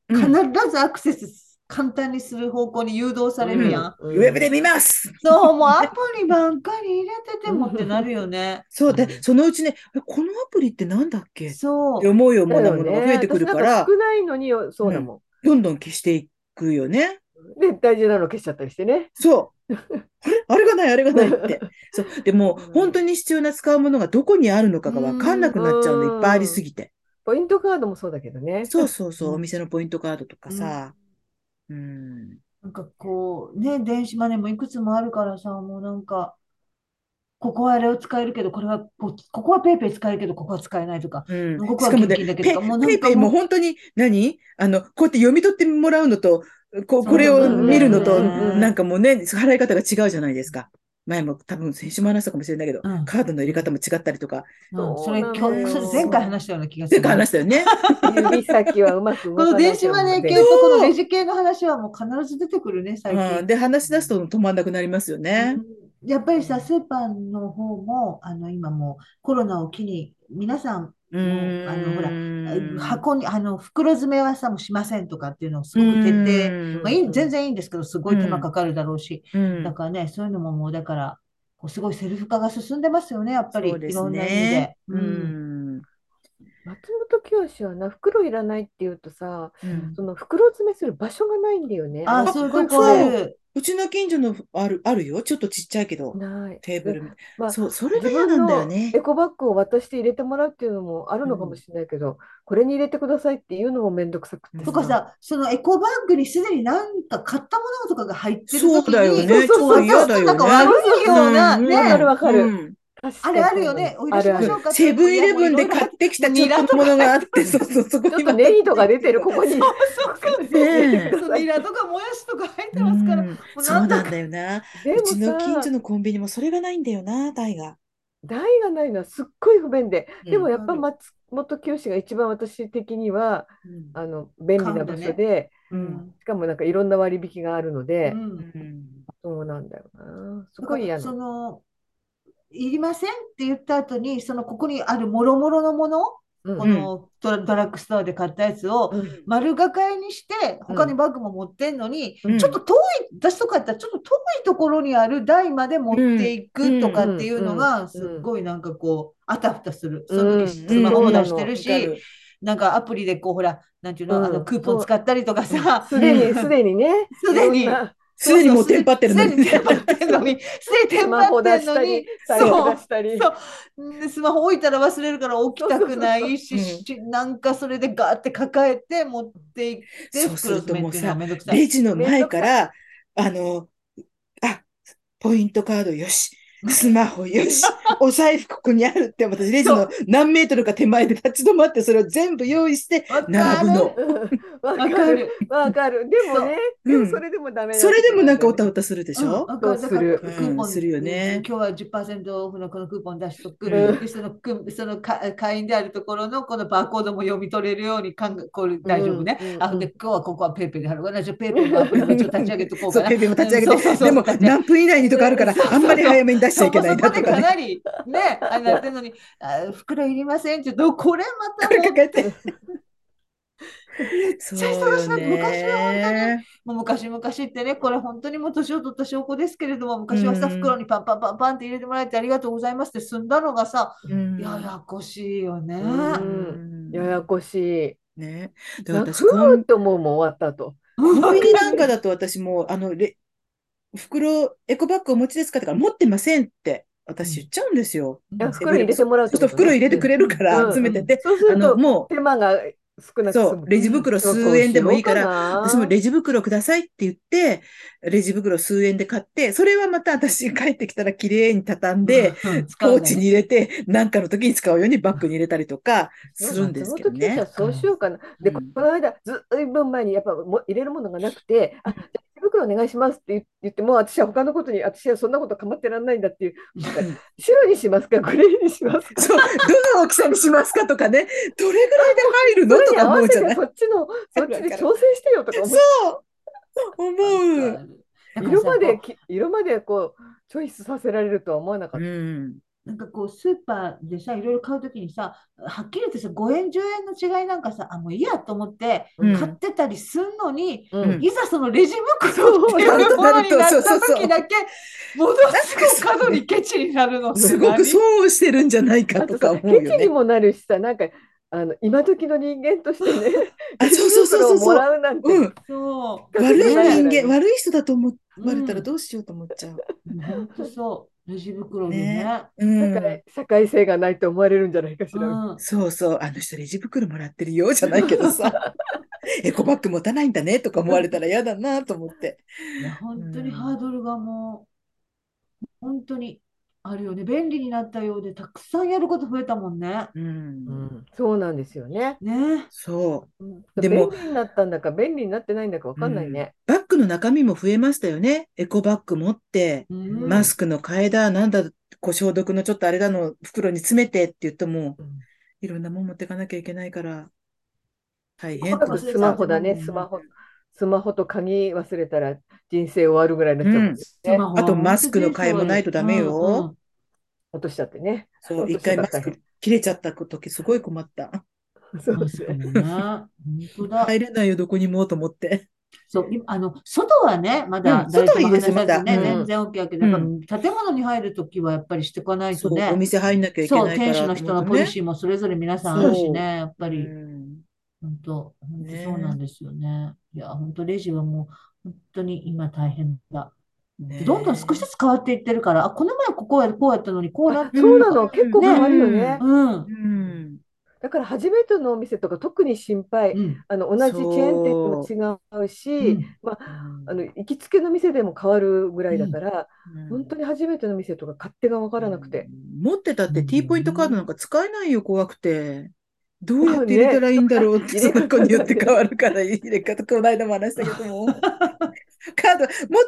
Speaker 2: うん
Speaker 3: 必ずアクセス簡単にする方向に誘導されるやん。
Speaker 1: う
Speaker 2: ウェブで見ます
Speaker 3: そうもうアプリばっかり入れててもってなるよね。
Speaker 2: そう
Speaker 1: う
Speaker 2: で、
Speaker 1: ん
Speaker 2: そのうちね、えこのアプリってなんだっけって
Speaker 3: そう。
Speaker 2: 思うよう
Speaker 1: だ
Speaker 2: な
Speaker 1: よ
Speaker 2: ものが
Speaker 1: ね
Speaker 2: 増えてくるか
Speaker 1: 私な
Speaker 2: ら、
Speaker 1: んか少ないのによそうだも
Speaker 2: どんどん消していくよね。
Speaker 1: ん。で、大事なの消しちゃったりしてね。
Speaker 2: そう。あれあれがない、あれがない って。そう。でも
Speaker 1: うん、
Speaker 2: 本当に必要な使うものがどこにあるのかがわかんなくなっちゃう
Speaker 1: うん
Speaker 2: の、いっぱいありすぎて。
Speaker 1: ポイントカードもそうだけどね。
Speaker 2: そうそうそうう、
Speaker 3: ん
Speaker 2: お店のポイントカードとかさ。うん。
Speaker 3: なんかこうね、電子マネーもいくつもあるからさ、もうなんか、ここはあれを使えるけど、これはこう、ここはペイペイ使えるけど、ここは使えないとか。
Speaker 2: うん
Speaker 3: 僕
Speaker 2: し
Speaker 3: は
Speaker 2: かもね、
Speaker 3: 現金だけ
Speaker 2: ペ
Speaker 3: どもうなん
Speaker 2: ペ
Speaker 3: か
Speaker 2: イペイも
Speaker 3: もう
Speaker 2: 本当に何、あの、こうやって読み取ってもらうのと、こう、これ
Speaker 3: そう
Speaker 2: を
Speaker 1: そうそう
Speaker 2: 見るのと、
Speaker 1: うん
Speaker 2: なんかもうね、払い方が違うじゃないですか。前も多分先週も話したかもしれないけど、
Speaker 3: うん
Speaker 2: カードの入れ方も違ったりとか、
Speaker 3: うん、
Speaker 1: そう
Speaker 3: それ
Speaker 1: なの
Speaker 3: 今日、
Speaker 1: よ
Speaker 3: それ前回話したような気がす
Speaker 2: 前
Speaker 3: る。
Speaker 2: 回話したよね。
Speaker 1: 指先はうまく動
Speaker 3: こ
Speaker 1: か
Speaker 3: の
Speaker 1: ない
Speaker 3: 電子マネー系と
Speaker 1: も
Speaker 3: このレジ系の話はもう必ず出てくるね、最近。
Speaker 2: うんで、話し出すと止まんなくなりますよね。
Speaker 3: うんやっぱりさ、スーパーの方も、あの、今もうコロナを機に、皆さん、
Speaker 2: う
Speaker 3: もうあのほら
Speaker 2: ん。
Speaker 3: 箱に、あの、袋詰めはさ、もうしませんとかっていうのをすごく徹底。
Speaker 2: うん
Speaker 3: まあ、いい全然いいんですけど、すごい手間かかるだろうし、
Speaker 2: うん
Speaker 3: だからね、そういうのももう、だから、こうすごいセルフ化が進んでますよね、やっぱり、
Speaker 2: そうで
Speaker 3: い
Speaker 2: す
Speaker 3: ろんな意味
Speaker 2: ね
Speaker 3: で。
Speaker 2: う
Speaker 3: う
Speaker 2: ん。
Speaker 3: ん
Speaker 1: 松本清はな、袋いらないって言うとさ、
Speaker 2: うん
Speaker 1: その袋詰めする場所がないんだよね。
Speaker 3: あ
Speaker 1: れ
Speaker 3: あ、そういう
Speaker 1: 本
Speaker 3: と
Speaker 1: 当
Speaker 3: こ
Speaker 1: に
Speaker 3: あ
Speaker 2: そう
Speaker 3: る。
Speaker 2: うちの近所のある、あるよ。ちょっとちっちゃいけど、
Speaker 1: ない。
Speaker 2: テーブルみたい
Speaker 1: まあ、
Speaker 2: そう、それ
Speaker 1: 自
Speaker 2: が嫌
Speaker 1: 分
Speaker 2: なんだよ
Speaker 1: の
Speaker 2: ね
Speaker 1: エ。コバッグを渡して入れてもらうっていうのもあるのかもしれないけど、これに入れてくださいっていうのもめんどくさくて
Speaker 2: うん
Speaker 3: とかさ、そのエコバッグにすでになんか買ったものとかが入ってる
Speaker 2: そう
Speaker 3: 時
Speaker 2: だよ
Speaker 3: に、
Speaker 2: ね。
Speaker 1: そうそうそう
Speaker 2: 超嫌だよ
Speaker 3: なんか
Speaker 2: ね。
Speaker 3: 悪いような、
Speaker 2: ん
Speaker 3: ね、
Speaker 1: わかるわかる
Speaker 2: うん
Speaker 3: あれあるよね、お
Speaker 1: あ
Speaker 3: 許し
Speaker 1: るあ
Speaker 3: ましょ
Speaker 1: る。
Speaker 3: うかって
Speaker 2: セブンイレブンで買
Speaker 3: っ
Speaker 2: ってきたちょっとものがあって、そうそう、そこ
Speaker 1: ちょっとネギとか出てる、ここに。
Speaker 3: そうそうそう
Speaker 2: ねえ
Speaker 3: そうニラとかもやしとか入って
Speaker 2: う
Speaker 3: ますから、も
Speaker 2: ん
Speaker 3: う
Speaker 2: そう
Speaker 3: なん
Speaker 2: な
Speaker 3: だ
Speaker 2: ん
Speaker 3: か
Speaker 2: だよな。
Speaker 1: で
Speaker 2: うちの近
Speaker 1: も
Speaker 2: 所
Speaker 1: さ、
Speaker 2: のコンビニもそれがないんだよな、タイが。
Speaker 1: 台がないのはすっごい不便で、でもやっぱ
Speaker 3: うん
Speaker 1: 松本清が一番私的には
Speaker 2: うん
Speaker 1: あの便利な場所で、
Speaker 2: う
Speaker 3: うんん
Speaker 1: しかもなんかいろんな割引があるので、
Speaker 3: うん
Speaker 1: そうなんだよな。す
Speaker 3: だ
Speaker 1: ご
Speaker 3: か
Speaker 1: い嫌
Speaker 3: ら
Speaker 1: な
Speaker 3: そ
Speaker 1: の。
Speaker 3: のいりませんって言った後にそのここにあるもろもろのもの
Speaker 1: うん
Speaker 3: このドラ、ドラッグストアで買ったやつを
Speaker 1: うん
Speaker 3: 丸がかえにして
Speaker 1: うん
Speaker 3: 他にバッグも持ってんのに、
Speaker 2: うん
Speaker 3: ちょっと遠い私とかやったらちょっと遠いところにある台まで持っていくとかっていう
Speaker 1: うん
Speaker 3: の
Speaker 1: うん
Speaker 3: がすっごいなんかこうあたふたするその
Speaker 1: うん
Speaker 3: 時スマホも出してる
Speaker 2: わか
Speaker 3: し、
Speaker 2: る
Speaker 3: なんかアプリでこう、ほら、なんていうの、
Speaker 1: うん
Speaker 3: あのクーポン使ったりとかさ、
Speaker 1: すで
Speaker 3: うん
Speaker 1: に、すでにね、
Speaker 3: すでに
Speaker 1: いろんな
Speaker 2: すでにもうテンパってるの
Speaker 3: すでに
Speaker 2: に。
Speaker 3: テンパってんのに、すでにテ
Speaker 1: ス
Speaker 3: ン
Speaker 1: マ
Speaker 3: パ
Speaker 1: ホ
Speaker 3: っ
Speaker 1: 出
Speaker 3: てん
Speaker 1: した
Speaker 3: のに
Speaker 1: り、、財布出したり。
Speaker 3: そうでスマホ置いたら忘れるから起きたくないし、
Speaker 2: そうそうそう
Speaker 3: しなんかそれでガーって抱えて持っていって、
Speaker 2: そうするともうさ
Speaker 3: 袋詰めっていのはめんどくさい
Speaker 2: レジの前から、あの、あ、ポイントカードよし、スマホよ し、お財布ここにあるって、私レジの何メートルか手前で立ち止まって、それを全部用意して、
Speaker 3: わかる
Speaker 2: 並ぶの。
Speaker 1: わ
Speaker 3: わ
Speaker 1: か
Speaker 3: か
Speaker 1: る。
Speaker 3: る。
Speaker 1: わかる。でもね、で
Speaker 2: う
Speaker 1: も
Speaker 2: ん
Speaker 1: それでもダメ
Speaker 2: それでもなんかおたおたするでし
Speaker 3: うん
Speaker 2: ょ
Speaker 3: わかる
Speaker 1: そうする
Speaker 3: だからクーポン
Speaker 2: うんするよね
Speaker 3: 今日は10%オフのこのクーポン出しとく。
Speaker 1: うん
Speaker 3: でそのくそのか会員であるところのこのバーコードも読み取れるように考えこれ大丈夫ね。
Speaker 1: うんうんうん
Speaker 3: あで今日はここはペイペイで払うから。じゃあペイペイのアプリも一応立ち上げとこう
Speaker 2: そう、
Speaker 3: かな。
Speaker 2: ペイペイも立ち上げ
Speaker 3: うんそう
Speaker 2: て、
Speaker 3: そう
Speaker 2: で
Speaker 3: そう
Speaker 2: も何分以内にとかあるから、あんまり早めに出しちゃ
Speaker 3: そ
Speaker 2: いけ
Speaker 3: こ
Speaker 2: ない
Speaker 3: そ
Speaker 2: ん
Speaker 3: こ
Speaker 2: だ
Speaker 3: で
Speaker 2: とか
Speaker 3: か
Speaker 2: ね。
Speaker 3: なりね、あなってんのに、あ袋いりませんって言うと、これまた
Speaker 2: これ
Speaker 3: も
Speaker 2: かか って。
Speaker 3: ちゃ忙しかった昔はうもう昔々ってね、これ本当にもう年を取った証拠ですけれども、昔はさ、
Speaker 2: うん
Speaker 3: 袋にパンパンパンパンって入れてもらえてありがとうございますって済んだのがさ、
Speaker 2: 本
Speaker 3: ややこしいよね。
Speaker 1: うんややこしい。
Speaker 2: ね。で
Speaker 1: な
Speaker 2: 私
Speaker 1: ふ
Speaker 2: コ
Speaker 1: ー
Speaker 2: ン
Speaker 1: っ、と思うもん終わったと。
Speaker 2: コン ビニなんかだと私もう、あの、レ袋、エコバッグお持ちですかとか、持ってませんって私言っちゃうんですよ。
Speaker 1: いや袋入れてもらう
Speaker 2: そうすると袋入れてくれるか
Speaker 1: う
Speaker 2: ら
Speaker 1: ん
Speaker 2: 集めてて、
Speaker 1: そうす
Speaker 2: あ
Speaker 1: る
Speaker 2: の、
Speaker 1: と
Speaker 2: もう、
Speaker 1: 手間が少なく
Speaker 2: そう
Speaker 1: 済む
Speaker 2: レジ袋数円でもいいから私も
Speaker 1: ジ
Speaker 2: レジ袋くださいって言って、レジ袋数円で買って、それはまた私帰ってきたら綺麗に畳んで、
Speaker 3: うん、使
Speaker 2: ポ
Speaker 3: う
Speaker 2: ー
Speaker 3: ね
Speaker 2: チに入れて、なんかの時に使うようにバッグに入れたりとかするんですけど
Speaker 1: そ
Speaker 2: ね
Speaker 1: の。時はそうしようかな。で、この間、ずいぶん前にやっぱも入れるものがなくて、あ、じゃあ手袋お願いしますって言言っても、私は他のことに、私はそんなこと構ってらんないんだっていう、なんか
Speaker 2: うん
Speaker 1: 白にしますか、グレーにしますか。
Speaker 2: そう、どの大きさにしますかとかね、どれぐらいで入るのと
Speaker 1: それに
Speaker 2: か
Speaker 1: 合
Speaker 2: 思
Speaker 1: わ
Speaker 2: うじ
Speaker 1: せ
Speaker 2: ゃな
Speaker 1: て
Speaker 2: い
Speaker 1: こっちの、そっちで調整してよとか思う。
Speaker 2: そう思
Speaker 3: わか
Speaker 2: う。
Speaker 3: るだから
Speaker 1: 色
Speaker 3: さ
Speaker 1: ま
Speaker 3: こう
Speaker 1: でき、色までこう、チョイスさせられるとは思わなか
Speaker 2: う
Speaker 1: った。
Speaker 2: ん。
Speaker 3: なんかこうスーパーでさ、いろいろ買うときにさ、はっきり言ってさ、5円、10円の違いなんかさ、あ、もういいやと思って
Speaker 2: うん
Speaker 3: 買ってたりすんのに、
Speaker 1: うん
Speaker 3: いざそのレジ袋ってい
Speaker 2: そう
Speaker 3: うものになっ
Speaker 2: そうそ
Speaker 3: た
Speaker 2: うそう
Speaker 3: 時だけ、ものすごく過度にケチになるの。
Speaker 2: すごく
Speaker 3: う。
Speaker 2: 損をしてるんじゃないか
Speaker 1: あ
Speaker 2: と
Speaker 1: と
Speaker 2: か
Speaker 1: さ、
Speaker 2: 思
Speaker 1: ケ
Speaker 2: うよ
Speaker 1: チに
Speaker 2: ね。
Speaker 1: もなるしさ、なんか、あの、今時の人間としてね、
Speaker 2: あ、そうそうそうそう
Speaker 1: 手袋をも
Speaker 2: そう。
Speaker 1: らうなんて、
Speaker 2: うん。
Speaker 3: そ
Speaker 2: 悪い人間、
Speaker 1: 悪
Speaker 2: 悪い人だと思
Speaker 3: う。
Speaker 2: われたら
Speaker 3: う
Speaker 2: どうしようと思っちゃう。
Speaker 3: ん本当そう。レジ袋に
Speaker 2: ね
Speaker 3: ね。
Speaker 2: う
Speaker 1: い、なんか
Speaker 2: ん。
Speaker 1: 社会性がないと思われるんじゃないかしら。
Speaker 3: うん
Speaker 2: そうそう、あの人レジ袋もらってるよじゃないけ どさ、エコバッグ持たないんだねとか思われたら嫌だなと思って。
Speaker 3: いや本当にハードルがもう、本当にあるよね。便利になったようで、たくさんやること増えたもんね。
Speaker 2: う。
Speaker 1: うんん、そうなんですよね。
Speaker 3: ね。
Speaker 2: そう。で
Speaker 1: で
Speaker 2: も
Speaker 1: も便利になったんだか便利になってないんだかわかんないね。
Speaker 2: バッグの中身も増えましたよね。エコバッグ持って、
Speaker 3: うん
Speaker 2: マスクの替えだ、なんだ、こう消毒のちょっとあれだの袋に詰めてって言っても、
Speaker 1: うん
Speaker 2: いろんなもん持ってかなきゃいけないから、大
Speaker 1: あ
Speaker 2: 変
Speaker 1: と
Speaker 2: と思って
Speaker 1: スマホだね、
Speaker 3: うん
Speaker 1: スマホ。スマホと鍵忘れたら人生終わるぐらいになっちゃうもんね。
Speaker 3: スマホは
Speaker 2: あとマスクの替えもないとダメよ
Speaker 3: うんうん
Speaker 1: 落としちゃってね。
Speaker 2: そう、
Speaker 1: そう
Speaker 2: 一回
Speaker 1: そう
Speaker 2: マ
Speaker 1: そ
Speaker 2: ス
Speaker 1: う
Speaker 2: ク切れちゃった時すごい困った。
Speaker 1: そう
Speaker 3: マ
Speaker 1: で
Speaker 3: ス
Speaker 1: す
Speaker 3: ク
Speaker 1: ね。
Speaker 3: もね。本当だ。
Speaker 2: 入れないよ、どこにもと思って。
Speaker 3: そう、今あの、外はね、まだ
Speaker 2: うん
Speaker 3: 誰とも
Speaker 2: 外はいいです
Speaker 3: 話さずね、
Speaker 1: まだうん
Speaker 3: 全然 OK やけど、やっぱ建物に入るときはやっぱりしていかない
Speaker 2: そ
Speaker 3: と
Speaker 2: う、お
Speaker 3: ね。
Speaker 2: 店入んなきゃいけ
Speaker 3: そう、
Speaker 2: ないから
Speaker 3: 店主の人のポリシーもそれぞれ皆さんあるしね、やっぱ
Speaker 2: ー
Speaker 3: り。本当、本当そうなんですよね。いや、本当レジはもう、本当に今大変だ。でどんどん少しずつ変わっていってるから、あ、この前ここや、こうやったのに、こうなってる
Speaker 1: そうなの、
Speaker 2: うん
Speaker 1: 結構変わるよね。
Speaker 2: ね
Speaker 3: うん。
Speaker 2: うん。
Speaker 1: だから初めてのお店とか特に心配。
Speaker 3: うん。
Speaker 1: あの同じチェーン店でも違うし、あの行きつけの店でも変わるぐらいだから、本当
Speaker 2: に
Speaker 1: に初めての店とか勝手が分からなくて。。
Speaker 2: 持ってたって
Speaker 3: うん
Speaker 2: T ポイントカードなんか使えないよ、怖くて。どうやって入れたらいいんだろうって、そ
Speaker 1: そうね
Speaker 2: の子によって変わるから入れ方、この間も話したけども。カード持っ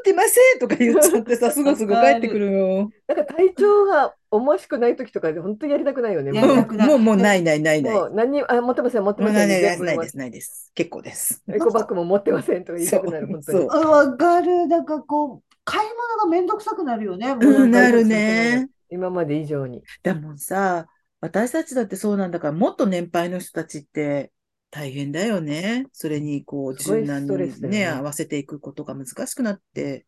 Speaker 2: てませんとか言っちゃってさ、すぐすぐ帰ってくるよ。
Speaker 1: なんか体調が思しくない時とかで本当にやりたくないよね。
Speaker 3: やり
Speaker 1: も
Speaker 3: た
Speaker 1: う
Speaker 3: くない
Speaker 2: もう、もうないないないない。
Speaker 1: も
Speaker 2: も
Speaker 1: う何にあ持ってません持って
Speaker 2: うな
Speaker 1: ませ
Speaker 2: いなんいない
Speaker 1: 全部
Speaker 2: ないです、ないです。結構です。
Speaker 1: エコバッグも持ってませんとか言いたくなる
Speaker 2: そう
Speaker 1: 本当に
Speaker 2: そ
Speaker 3: あわかる。だからこう、買い物がめんどくさくなるよね。も
Speaker 2: う、
Speaker 3: うんな
Speaker 2: な
Speaker 3: んか
Speaker 2: るね。
Speaker 1: 今まで以上に。
Speaker 2: だもんさ、私たちだってそうなんだから、もっと年配の人たちって大変だよね。それに、こう、
Speaker 1: すごい
Speaker 2: 柔軟
Speaker 1: ストレ
Speaker 2: に
Speaker 1: スだよね
Speaker 2: ね、合わせていくことが難しくなって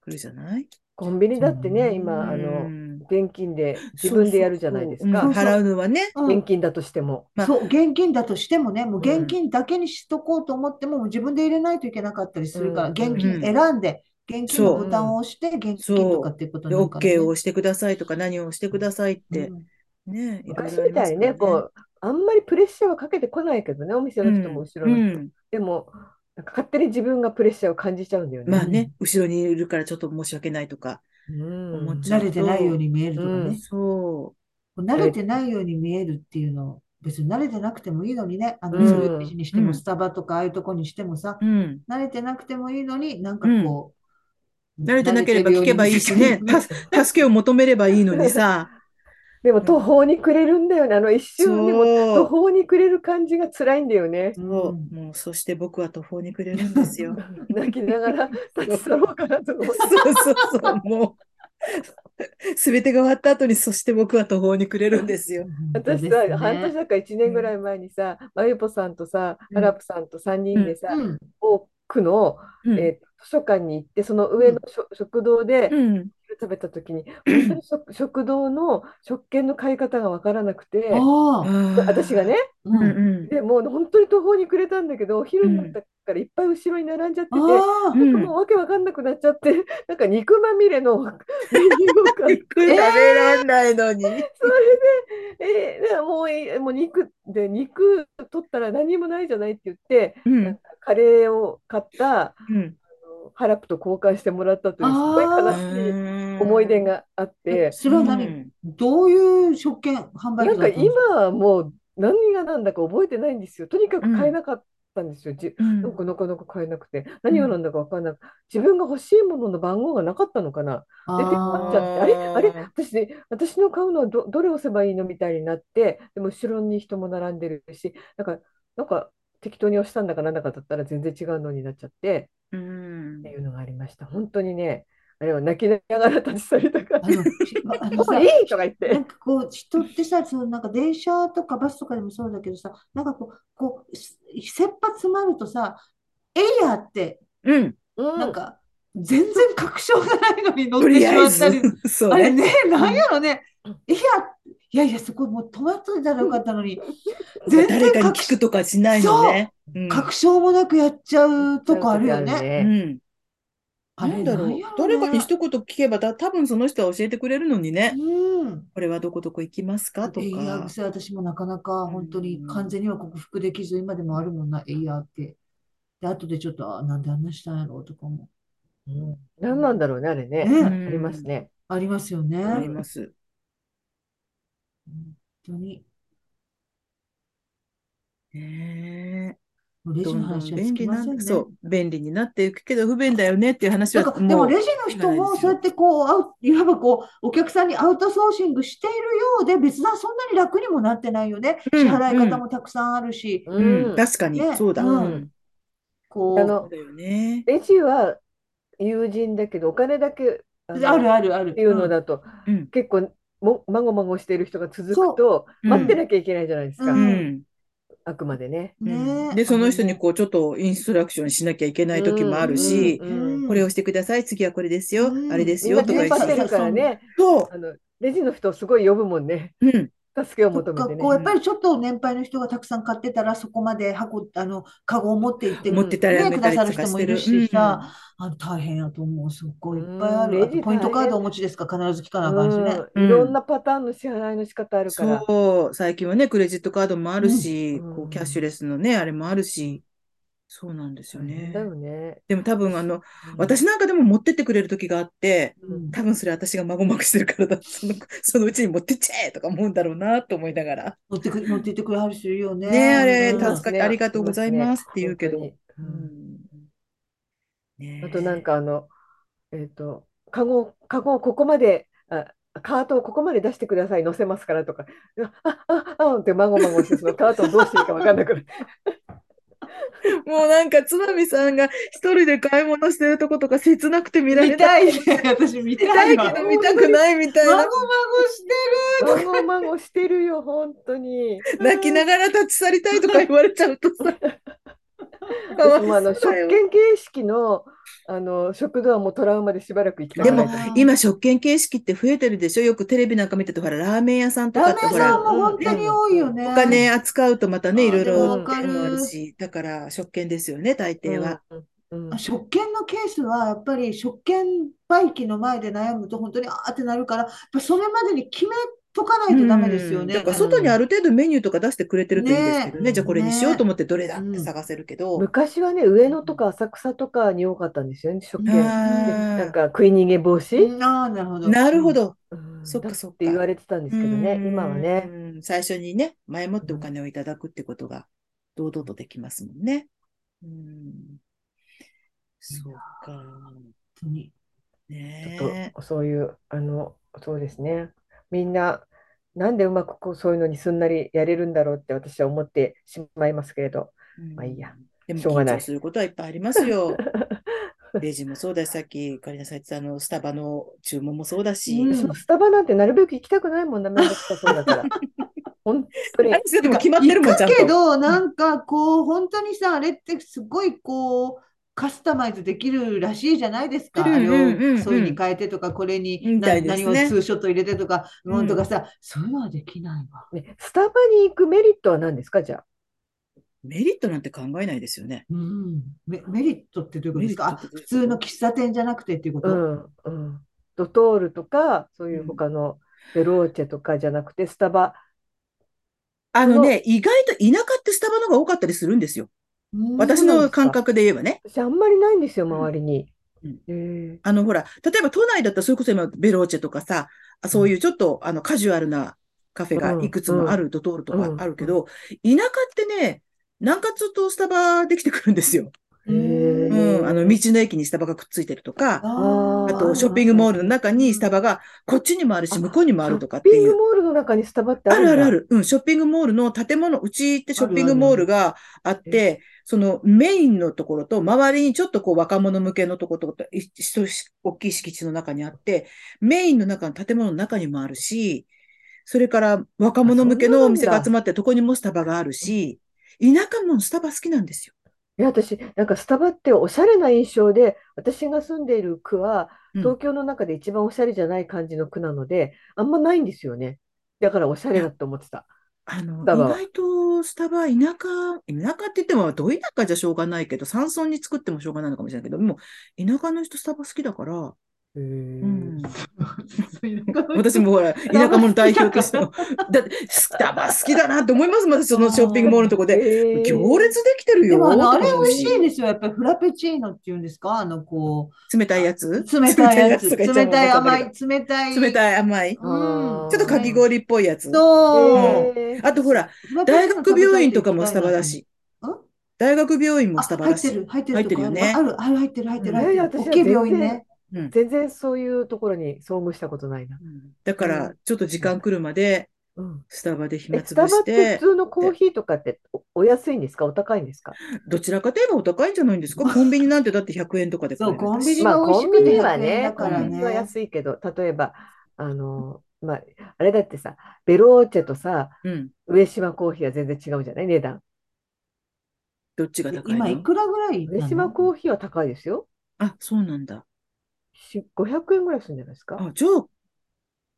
Speaker 2: くるじゃない
Speaker 1: コンビニだってね
Speaker 3: うん
Speaker 1: 今あ
Speaker 2: う
Speaker 1: の
Speaker 2: ん
Speaker 1: 現金で自分でやるじゃないですか。
Speaker 2: うん払うのはね。
Speaker 3: うん
Speaker 1: 現金だとしても。
Speaker 2: まあ
Speaker 3: そう、現金だとしてもね、もう現金だけにしとこうと思っても、もう自分で入れないといけなかったりするから、
Speaker 1: うん
Speaker 3: 現金選んで、現金のボタンを押して、現金とかっていうこと
Speaker 2: で、
Speaker 3: になるからね
Speaker 2: OK を押してくださいとか、何を押してくださいって
Speaker 3: う。ん
Speaker 2: ね、いろい
Speaker 1: 昔
Speaker 2: ろあり
Speaker 1: み
Speaker 2: ま
Speaker 1: た
Speaker 2: す
Speaker 1: いに
Speaker 2: から
Speaker 1: ね、こう、あんまりプレッシャーはかけてこないけどね、お店の人も後ろの
Speaker 2: う
Speaker 1: 人も。
Speaker 2: ん。
Speaker 1: でも、なんか勝手に自分がプレッシャーを感じちゃうんだよね。
Speaker 2: まあね、後ろにいるからちょっと申し訳ないとか。
Speaker 1: うん
Speaker 2: 思っちゃ
Speaker 3: 慣れてないように見えるとか
Speaker 1: うん
Speaker 3: ね。
Speaker 2: そ
Speaker 3: 慣れてないように見えるっていうの、別に慣れてなくてもいいのにね、あの、
Speaker 1: うん
Speaker 3: そういうページにして
Speaker 2: う
Speaker 3: も、
Speaker 2: ん
Speaker 3: スタバとかああいうとこにしてもさ、
Speaker 2: う。うん。
Speaker 3: 慣れてなくてもいいのに、なんかこう、
Speaker 2: 慣れてなければ聞けばいいし
Speaker 3: 慣れ
Speaker 2: ね
Speaker 3: てるように見せて
Speaker 2: た助けを求めればいいの にさ。
Speaker 1: でも途方に暮れるんだよね。あの一瞬でも
Speaker 2: そ
Speaker 1: 途
Speaker 2: う。
Speaker 1: 方に暮れる感じが辛いんだよね。
Speaker 2: そう
Speaker 3: うん
Speaker 2: もうそして僕は途方に暮れるんです よ。
Speaker 1: 泣きなが ら立ち去ろうかなと思っ
Speaker 2: そう
Speaker 1: て。
Speaker 2: そうそう、もう。すべてが終わった後に、そして僕は途方に暮れるんですよ。
Speaker 1: 私
Speaker 3: ですね
Speaker 1: さ、半年だか1年ぐらい前にさ、まゆぽさんとさ、
Speaker 2: うん
Speaker 1: アラプさんと3人でさ、
Speaker 3: うん
Speaker 1: 多くの、
Speaker 2: うん
Speaker 1: えー図書館に行って、その上のしょ食堂で
Speaker 2: うん
Speaker 1: 食べた時に、本当に食食堂の食券の買い方が分からなくて、
Speaker 3: ああ、
Speaker 1: 私がね、、
Speaker 3: う
Speaker 2: うん
Speaker 3: ん、
Speaker 2: うん
Speaker 1: でもう本当に途方に暮れたんだけど、お昼になったからいっぱい後ろに並んじゃってて、
Speaker 3: ああ、
Speaker 2: うん
Speaker 1: もうわけわかんなくなっちゃって、 なんか肉まみれの メニューを買って
Speaker 2: 肉食べらんないのに。
Speaker 1: それで、えーでもういいもう肉で肉取ったら何もないじゃないって言って、
Speaker 2: う
Speaker 1: なん
Speaker 2: ん
Speaker 1: かカレーを買ったあ
Speaker 2: うん
Speaker 1: のハラプと交換してもらったというすごい悲しい思い出があって、
Speaker 3: それは何、
Speaker 2: うん
Speaker 3: どういう食券販売
Speaker 1: な
Speaker 3: 機
Speaker 1: んか
Speaker 3: だったんですか
Speaker 1: 今はもう何が何だか覚えてないんですよ。とにかく買えなかったんですよ。じ
Speaker 2: うん
Speaker 1: なんかなかなか買えなくて、何が何だか分かんなく自分が欲しいものの番号がなかったのかな。出てきちゃって、あれ
Speaker 2: あー
Speaker 1: あれ私ね、私の買うのはど、どれ押せばいいのみたいになって、でも後ろに人も並んでるし、なんか、なんか適当に押したんだかなんだかだったら全然違うのになっちゃって
Speaker 2: うん
Speaker 1: っていうのがありました。本当にね、あれは泣きながら立ち去りたかった。
Speaker 3: あのあの
Speaker 1: も
Speaker 3: さ
Speaker 1: ういいとか言っ
Speaker 3: な
Speaker 1: て
Speaker 3: ん。かこう人ってさ、そのなんか電車とかバスとかでもそうだけどさ、なんかこう、こう、せ切羽詰まるとさ、エイヤーって、
Speaker 2: うん。
Speaker 1: うん
Speaker 3: なんか、全然確証がないのに乗っ
Speaker 2: と
Speaker 3: て
Speaker 2: り
Speaker 3: し
Speaker 2: あ
Speaker 3: ま
Speaker 2: え
Speaker 3: った
Speaker 2: ず
Speaker 3: り、。
Speaker 2: そう
Speaker 3: あれ
Speaker 2: ね。
Speaker 3: ね、なんやろね
Speaker 1: うん、
Speaker 3: エイヤー、いやいや、そこもう止まっといたらよかったのに、全
Speaker 2: 誰
Speaker 3: 然
Speaker 2: かに
Speaker 3: 確
Speaker 2: 聞くとかしないのね。うん
Speaker 3: 確証もなくやっちゃうとこあるよね。
Speaker 2: う
Speaker 1: ね。
Speaker 2: ん。
Speaker 3: あ
Speaker 2: なん
Speaker 3: れ、
Speaker 2: だろう
Speaker 3: な
Speaker 2: ん
Speaker 3: やろね
Speaker 2: 誰かに一言聞けば、た多分その人は教えてくれるのにね。
Speaker 3: うん。
Speaker 2: これはどこどこ行きますかと
Speaker 3: エイヤー
Speaker 2: か。
Speaker 3: 癖、私もなかなか本当
Speaker 2: う
Speaker 3: に
Speaker 2: ん
Speaker 3: 完全には克服できず、今でもあるもんな、エイヤーって。で、後でちょっと、あ、なんであんなしたんやろうとかも。
Speaker 1: うん何なんだろうね、あれね。
Speaker 3: ね
Speaker 1: ありますね。
Speaker 3: ありますよね。
Speaker 2: あり
Speaker 3: 本
Speaker 2: ます。
Speaker 3: 当に。
Speaker 2: ね
Speaker 3: もうレ
Speaker 2: え。
Speaker 3: ジの話は
Speaker 2: 便
Speaker 3: つき
Speaker 2: 利
Speaker 3: ま
Speaker 2: な
Speaker 3: せん
Speaker 2: ん
Speaker 3: ね。
Speaker 2: そう、便利になっていくけど、不便だよねっていう話
Speaker 3: なん
Speaker 2: は
Speaker 3: か、でも
Speaker 2: もう
Speaker 3: レジの人
Speaker 2: ない
Speaker 3: も
Speaker 2: です
Speaker 3: そ
Speaker 2: よ
Speaker 3: うやってこう、アウいわばこう、お客さんにアウトソーシングしているようで、別にそんなに楽にもなってないよね。
Speaker 2: うん
Speaker 3: 支払い方もたくさんあるし、
Speaker 2: うん、
Speaker 1: うん
Speaker 2: 確かに、
Speaker 3: ね
Speaker 2: そうだ。
Speaker 3: うん
Speaker 2: うん
Speaker 3: こ
Speaker 1: あ
Speaker 3: う、
Speaker 2: そう
Speaker 1: の、
Speaker 2: だよね。
Speaker 1: レジは友人だけど、お金だけ、あの
Speaker 3: あるあるある。
Speaker 1: っていうの
Speaker 3: うん
Speaker 1: だと、
Speaker 2: うん
Speaker 1: 結構もまごまごしている人が続
Speaker 3: そう
Speaker 1: くと、
Speaker 2: うん
Speaker 1: 待ってなきゃいけないじゃないですか、
Speaker 2: う。
Speaker 3: うん
Speaker 1: あくまでね。
Speaker 2: うん
Speaker 3: ねえ
Speaker 2: で、その人
Speaker 3: あ
Speaker 2: に
Speaker 3: ね
Speaker 2: こう、ちょっとインストラクションしなきゃいけない時もあるし、
Speaker 1: うんうんうん
Speaker 2: これをしてください、次はこれですよ、
Speaker 3: うん
Speaker 2: あれです
Speaker 1: みん
Speaker 2: よ
Speaker 1: な
Speaker 2: と
Speaker 1: テ
Speaker 2: か
Speaker 1: ンパっ
Speaker 2: 言
Speaker 1: て
Speaker 2: って
Speaker 1: るからね、
Speaker 2: そ
Speaker 1: あのレジの人をすごい呼ぶもんね、
Speaker 2: う、うん、
Speaker 1: 助けを
Speaker 3: そっ
Speaker 1: 求め
Speaker 3: か
Speaker 1: てね
Speaker 3: こう。やっぱりちょっと年配の人がたくさん買ってたら、そこまで箱、あの、カゴを持って行って
Speaker 1: うん
Speaker 2: 持ってたりや
Speaker 3: ね、
Speaker 2: め
Speaker 3: く
Speaker 2: た
Speaker 3: だ
Speaker 2: りと
Speaker 3: さる
Speaker 2: か
Speaker 3: 人
Speaker 2: し
Speaker 3: も
Speaker 2: て
Speaker 3: い
Speaker 2: る
Speaker 3: る。しさ、あの大変やと思う。すっごいいっぱいあ
Speaker 1: うん
Speaker 3: る。あ
Speaker 1: レジ
Speaker 3: とポイントカー
Speaker 1: 大
Speaker 3: ド
Speaker 1: 変
Speaker 3: お持ちですか必ず聞かなあかんしね。
Speaker 1: うんいろんなパターンの支払いの仕方あ
Speaker 2: うん
Speaker 1: るから、
Speaker 2: そう、最近はね、クレジットカードもあるし、
Speaker 1: うん
Speaker 2: こうキャッシュレスのね、あれもあるし、そうなんですよね。
Speaker 1: だよね。
Speaker 2: でも多分、あの、
Speaker 1: うん
Speaker 2: 私なんかでも持ってってくれる時があって、
Speaker 1: うん
Speaker 2: 多分それ私がまごまごしてるからだ。 その、そのうちに持ってっちゃえとか思うんだろうなと思いながら。
Speaker 3: 乗ってく、乗っていってくれはる人いるよね。
Speaker 2: ねえあれ、
Speaker 3: うん
Speaker 2: 助かってありがとうございますって言うけど。
Speaker 1: 本当にうん
Speaker 2: ねえ
Speaker 1: あとなん、かあの、えっと、カゴ、カゴをここまで、あ、カートをここまで出してください、乗せますからとか、あ、あ、あ、あってまごまごして、そ のカートをどうしていいかわかんなくなる。
Speaker 2: もうなんか、つまみさんが一人で買い物してるとことか切なくて見られ
Speaker 3: 見
Speaker 2: た
Speaker 3: たいね。 私見
Speaker 2: 見
Speaker 3: た
Speaker 2: た
Speaker 3: い
Speaker 2: い
Speaker 3: わ。
Speaker 2: けど見たくないみたい
Speaker 3: まごま
Speaker 2: な
Speaker 3: ご。して
Speaker 1: まごまごしてるよ、本当に。
Speaker 2: 泣きながら立ち去りたいとか言われちゃうとさ。かわいそ
Speaker 1: 私
Speaker 2: う
Speaker 1: もあの
Speaker 2: だ
Speaker 1: 食
Speaker 2: よ
Speaker 1: 券形式のあの食堂はもうトラウマでしばらく行きた
Speaker 2: で
Speaker 1: くな
Speaker 2: も
Speaker 1: いと
Speaker 3: あー
Speaker 2: 今食券形式って増えてるでしょよくテレビなんか見てるとほらラーメン屋さんとか
Speaker 3: ラ
Speaker 2: っ
Speaker 3: ー
Speaker 2: て
Speaker 3: メン
Speaker 2: ほ
Speaker 3: 屋さん
Speaker 2: ら
Speaker 3: も本当に多いよね。
Speaker 2: お金扱うとまたね
Speaker 3: あー
Speaker 2: いろい
Speaker 1: でも
Speaker 2: ろ
Speaker 1: わ
Speaker 2: って
Speaker 3: か
Speaker 2: いう
Speaker 3: る
Speaker 2: のあるしだから食券ですよね大抵は。
Speaker 1: うんうん
Speaker 3: あ食券のケースはやっぱり食券売機の前で悩むと本当にあーってなるから、やっぱそれまでに決めとかないとダメですよ
Speaker 2: うん
Speaker 3: ね。
Speaker 2: だから外にある程度メニューとか出してくれてるといいですけどね
Speaker 1: ねえ
Speaker 2: じゃあこれにしようと思ってどれだって探せるけど。
Speaker 1: 昔はね上野とか浅草とかに多かったんですよね食券
Speaker 2: う
Speaker 1: で
Speaker 2: ん
Speaker 1: なんか食い逃げ防止、
Speaker 3: うんあーなるほど。
Speaker 2: なるほど。
Speaker 1: うん
Speaker 2: そっか
Speaker 1: だ
Speaker 2: そっか
Speaker 1: て言われてたんですけどね
Speaker 2: うん
Speaker 1: 今はね。
Speaker 2: うん最初にね、前もってお金をいただくってことが堂々とできますもんね。うん。そうか。
Speaker 3: 本当に。
Speaker 1: ちょ
Speaker 2: ね
Speaker 1: っとそういうあのそうですねみんななんでうまくこうそういうのにすんなりやれるんだろうって私は思ってしまいますけれど
Speaker 2: え。うん
Speaker 1: まあいいや。
Speaker 2: でも
Speaker 1: しょうが
Speaker 2: 緊
Speaker 1: ない
Speaker 2: 張することはいっぱいあります よ。レジもそうだし、さっきカリナさん言ってたあの、スタバの注文もそうだし。
Speaker 3: うん
Speaker 1: そうスタバなんてなるべく行きたくないもんなめんどくさそうだ から本当に
Speaker 2: あれですよでも決まってるもん、ちゃん
Speaker 3: 行くけ
Speaker 2: と。
Speaker 3: ど、なんかこう、本当にさ、あれってすごいこう、カスタマイズできるらしいじゃないですか。
Speaker 2: うん
Speaker 3: あれ
Speaker 2: うんうんうん
Speaker 3: をそういうふうに変えてとか、これに
Speaker 2: みたいで
Speaker 3: な
Speaker 2: すね
Speaker 3: 何をツーショット入れてとか、
Speaker 2: うん
Speaker 3: もんとかさ、そういうのはできないわ。
Speaker 1: ねスタバに行くメリットは何ですかじゃあ
Speaker 2: メリットなんて考えないですよね。
Speaker 3: うん、メメリットってどういうことですか
Speaker 2: メリッ
Speaker 3: あ
Speaker 2: トってどういうこと
Speaker 3: 普通の喫茶店じゃなくてっていうこ
Speaker 1: う
Speaker 3: と
Speaker 1: んうんドトールとかそういう他のベローチェとかじゃなくてスタバ
Speaker 2: あのね、意外と田舎ってスタバの方が多かったりするんですよ。
Speaker 3: うん
Speaker 2: 私
Speaker 1: そうなんで
Speaker 2: の
Speaker 1: すか
Speaker 2: 感覚で言えばね。
Speaker 1: 私あんまりないんですよ周りに
Speaker 2: うん。
Speaker 1: へえ
Speaker 2: あの、ほら、例えば都内だったら、それこそ今、ベローチェとかさ、あそういうちょっと、あの、カジュアルなカフェがいくつもある、ドトールとか
Speaker 1: うん
Speaker 2: あるけど、田舎ってね、南葛とスタバできてくるんですよ。
Speaker 1: へえ
Speaker 2: うん。あの、道の駅にスタバがくっついてるとか、
Speaker 1: あ
Speaker 2: あ
Speaker 1: ー
Speaker 2: と、ショッピングモールの中にスタバが、こっちにもあるし、向こうにもあるとかって
Speaker 1: ショッ
Speaker 2: い
Speaker 1: ピン
Speaker 2: う
Speaker 1: グ。モールの中にスタバって
Speaker 2: あるあ
Speaker 1: んだ
Speaker 2: るある。うん、ショッピングモールの建物、うちってショッピングモールがあっ
Speaker 1: あるあ
Speaker 2: て、そのメインのところと、周りにちょっとこう若者向けのところと、い一つ大きい敷地の中にあって、メインの中の建物の中にもあるし、それから若者向けのお店が集まって、どこにもスタバがあるし、田舎もスタバ好きなんですよ。
Speaker 1: いや私なんかスタバっておしゃれな印象で私が住んでいる区は
Speaker 2: うん
Speaker 1: 東京の中で一番おしゃれじゃない感じの区なので、あんまないんですよねだからおしゃれだと思ってた
Speaker 2: あの、
Speaker 1: スタ
Speaker 2: 意
Speaker 1: バは
Speaker 2: 外とスタバ、田舎、田舎って言っても、ど田舎じゃしょうがないけど、山村に作ってもしょうがないのかもしれないけど、もう田舎の人スタバ好きだから、
Speaker 1: へえ
Speaker 2: うん。私
Speaker 3: 私
Speaker 2: もほら、田舎者代表として の、だって、スタバ好きだなって思いますもん、そのショッピングモールのとこで。
Speaker 1: へえ
Speaker 2: 行列できてる
Speaker 3: で
Speaker 2: よ。
Speaker 3: もあの、あれ
Speaker 2: と
Speaker 3: 美
Speaker 2: 思う
Speaker 3: 味しいですよ。やっぱりフラペチーノっていうんですかあの、こ
Speaker 2: 冷たいやつ
Speaker 3: う、冷たいやつ、
Speaker 2: とか言っちゃう
Speaker 3: 冷たい甘い、
Speaker 2: も
Speaker 3: 冷た
Speaker 2: う
Speaker 3: い。
Speaker 2: 冷たい甘い。ち
Speaker 3: うん
Speaker 1: あー
Speaker 2: ょっとかき氷っぽいやつ。
Speaker 3: そう。
Speaker 1: へえ
Speaker 2: あとほら、
Speaker 3: フラペチ
Speaker 2: 大
Speaker 3: ーノ食
Speaker 2: 学
Speaker 3: べた
Speaker 2: 病
Speaker 3: い
Speaker 2: 院
Speaker 3: って
Speaker 2: と
Speaker 3: 言
Speaker 2: かも
Speaker 3: っ
Speaker 2: ス
Speaker 3: て
Speaker 2: タ
Speaker 3: た
Speaker 2: バ
Speaker 3: の
Speaker 2: だ。
Speaker 3: に
Speaker 2: し
Speaker 3: ん。
Speaker 2: 大学病院も
Speaker 3: あ、
Speaker 2: スタバだし。
Speaker 3: 入ってる、入ってるとこ
Speaker 2: 入ってるよね
Speaker 3: ある、ある、入ってる、入ってる、
Speaker 1: うんい
Speaker 3: 入ってる。
Speaker 1: やいや私は
Speaker 3: 大きい病院ね。
Speaker 1: 全然そういうところに遭遇したことないな、
Speaker 2: うんだから、ちょっと時間来るまで、
Speaker 1: うん、
Speaker 2: スタバで
Speaker 1: え
Speaker 2: 暇つ
Speaker 1: スタ
Speaker 2: ぶ
Speaker 1: バ
Speaker 2: し
Speaker 1: って普
Speaker 2: て、
Speaker 1: 通のコーヒーとかっておお安いんですかお高いんですか
Speaker 2: どちらかといえばお高いんじゃないんですかコンビニなんてだって100円とかで買え
Speaker 3: そう、
Speaker 2: るんだし
Speaker 3: コンビニ
Speaker 1: まあ
Speaker 3: が美味
Speaker 1: コ
Speaker 3: し
Speaker 1: ン
Speaker 3: く
Speaker 1: ビニ
Speaker 3: て
Speaker 1: は
Speaker 3: 100円
Speaker 1: ね
Speaker 3: だ、
Speaker 1: コ
Speaker 3: から
Speaker 1: ンビニは
Speaker 3: ね。
Speaker 1: 安いけど、例えば、あの、まあ、あれだってさ、ベローチェとさ、
Speaker 2: うん。
Speaker 1: 上島コーヒーは全然違うじゃない値段。
Speaker 2: どっちが高いの
Speaker 3: 今いくらぐらいなの
Speaker 1: 上島コーヒーは高いですよ。
Speaker 2: あ、そうなんだ。
Speaker 1: し500円ぐらいするんじゃないですか。
Speaker 2: あ、じゃあ、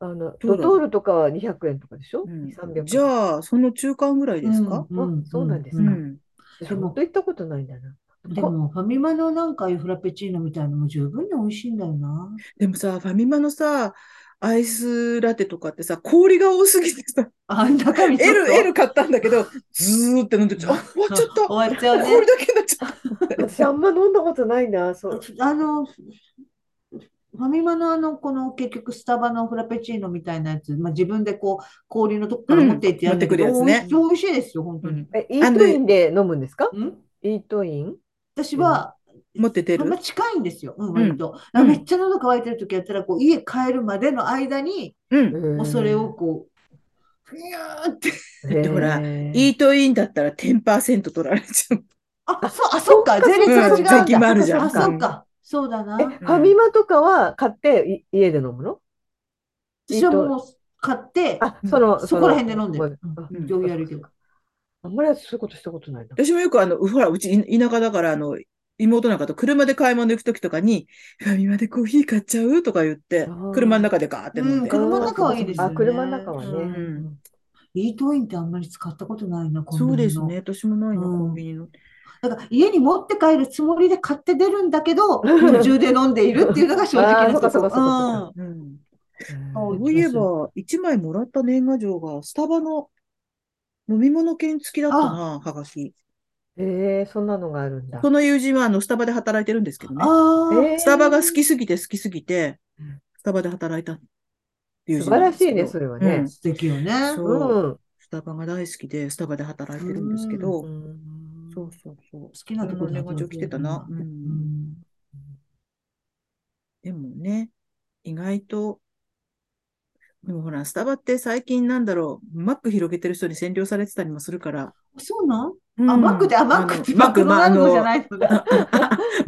Speaker 1: あの、
Speaker 2: そ
Speaker 1: ド
Speaker 2: うだ
Speaker 1: トールとかは200円とかでしょ
Speaker 2: うん
Speaker 1: ?2、300円。
Speaker 2: じ
Speaker 1: あ、
Speaker 2: ゃあ、その中間ぐらいですか、
Speaker 1: あそうなんです
Speaker 2: う
Speaker 1: か
Speaker 2: ん
Speaker 1: 私
Speaker 3: でも
Speaker 1: もっと行ったことないんだな。
Speaker 3: でも、ファミマのなんかフラペチーノみたいなのも十分に美味しいんだよな。
Speaker 2: でもさ、ファミマのさ、アイスラテとかってさ、氷が多すぎてさ、
Speaker 3: あ、中身ちょっ
Speaker 2: L、
Speaker 3: と
Speaker 2: L 買ったんだけど、ずーって飲んでちゃう。あ、終わっちゃ った。
Speaker 3: 終わっちゃうね。
Speaker 2: 氷だけになっちゃっ
Speaker 1: 私あんま飲んだことないな。そう。
Speaker 3: あの、ファミマのあの、この結局スタバのフラペチーノみたいなやつ、まあ、自分でこう、氷のとこから持っていってやるんだけど
Speaker 2: うん持ってくるやつね
Speaker 3: おい美味しいですよ、本
Speaker 2: た。
Speaker 3: 当に。
Speaker 1: え、イートインで飲むんですか
Speaker 3: うん
Speaker 1: イートイン
Speaker 3: 私は、
Speaker 2: 持って出
Speaker 3: あんま
Speaker 2: る
Speaker 3: 近いんですよ、うん、
Speaker 2: ん
Speaker 3: 割と。
Speaker 2: うん
Speaker 3: めっちゃ喉乾いてる時やったら、こう、家帰るまでの間に、
Speaker 2: うん。
Speaker 3: もうそれを、こう、ふにゃーって。
Speaker 1: へえ
Speaker 2: ほら、イ
Speaker 1: イ
Speaker 2: ートインだったら10%取られちゃう。
Speaker 3: あ、そう、あ、そうか、税率が違うんだ。
Speaker 2: うん税金もあるじゃん
Speaker 3: あ、そうか、そうだな
Speaker 1: え、。ファミマとかは買ってい家で飲むの
Speaker 3: 私はもう買って、
Speaker 1: あ、その、
Speaker 3: そこら辺で飲んで
Speaker 1: る
Speaker 3: る。
Speaker 2: う
Speaker 3: うんん、ようやるけど。
Speaker 1: あんまりそういうことしたことないな。
Speaker 2: 私もよくあの、うほら、うちい田舎だから、あの、妹なんかと車で買い物行くときとかに、ファミマでコーヒー買っちゃうとか言っ
Speaker 1: あ
Speaker 2: て
Speaker 1: ー、
Speaker 2: 車の中でガーって飲ん
Speaker 3: う
Speaker 2: で。
Speaker 3: ん、車の中はいいですよ
Speaker 1: あ、
Speaker 3: ね。
Speaker 1: 車の中はね。
Speaker 3: う
Speaker 1: うんん
Speaker 3: イートインってあんまり使ったことないな、コン
Speaker 2: そう
Speaker 3: ビニ
Speaker 2: です
Speaker 3: の。
Speaker 2: ね。私もないな、
Speaker 3: うん
Speaker 2: コンビニの。
Speaker 3: だから家に持って帰るつもりで買って出るんだけど、途中で飲んでいるっていうのが正直なと
Speaker 1: あーそうかそうかそう
Speaker 3: こ。
Speaker 1: か
Speaker 2: うん。そ
Speaker 3: う
Speaker 2: ういえば、一枚もらった年賀状が、スタバの飲み物券付きだったな、はがき。
Speaker 1: えー、そんなのがあるんだ。
Speaker 2: その友人は、あの、スタバで働いてるんですけど
Speaker 3: うん。
Speaker 2: ね。
Speaker 3: ああ、
Speaker 1: えー
Speaker 2: スタバが好きすぎて好きすぎて
Speaker 1: うん、
Speaker 2: スタバで働いたっていう
Speaker 1: 素
Speaker 2: 人
Speaker 1: 晴
Speaker 2: な
Speaker 1: ら
Speaker 2: んで
Speaker 1: し
Speaker 2: すけ
Speaker 1: い
Speaker 2: ど
Speaker 1: ね、それはね。。
Speaker 3: 素敵よね。
Speaker 2: そううんスタバが大好きで、スタバで働いてるんですけ
Speaker 1: う
Speaker 2: ど、
Speaker 1: ん
Speaker 2: そうそうそう。 好
Speaker 3: きなとこだ
Speaker 2: 年
Speaker 3: と
Speaker 2: 賀状来てたな。う。
Speaker 3: うんん
Speaker 2: でもね、意外と、でもほら、スタバって最近なんだろう、マック広げてる人に占領されてたりもするから。
Speaker 3: そうなん
Speaker 2: うん
Speaker 3: あ、マックで、あ、マックって
Speaker 2: あのマック、
Speaker 3: マ
Speaker 2: まあ、
Speaker 3: ク
Speaker 2: あ
Speaker 3: ドナルド
Speaker 2: の、
Speaker 3: じゃないのね。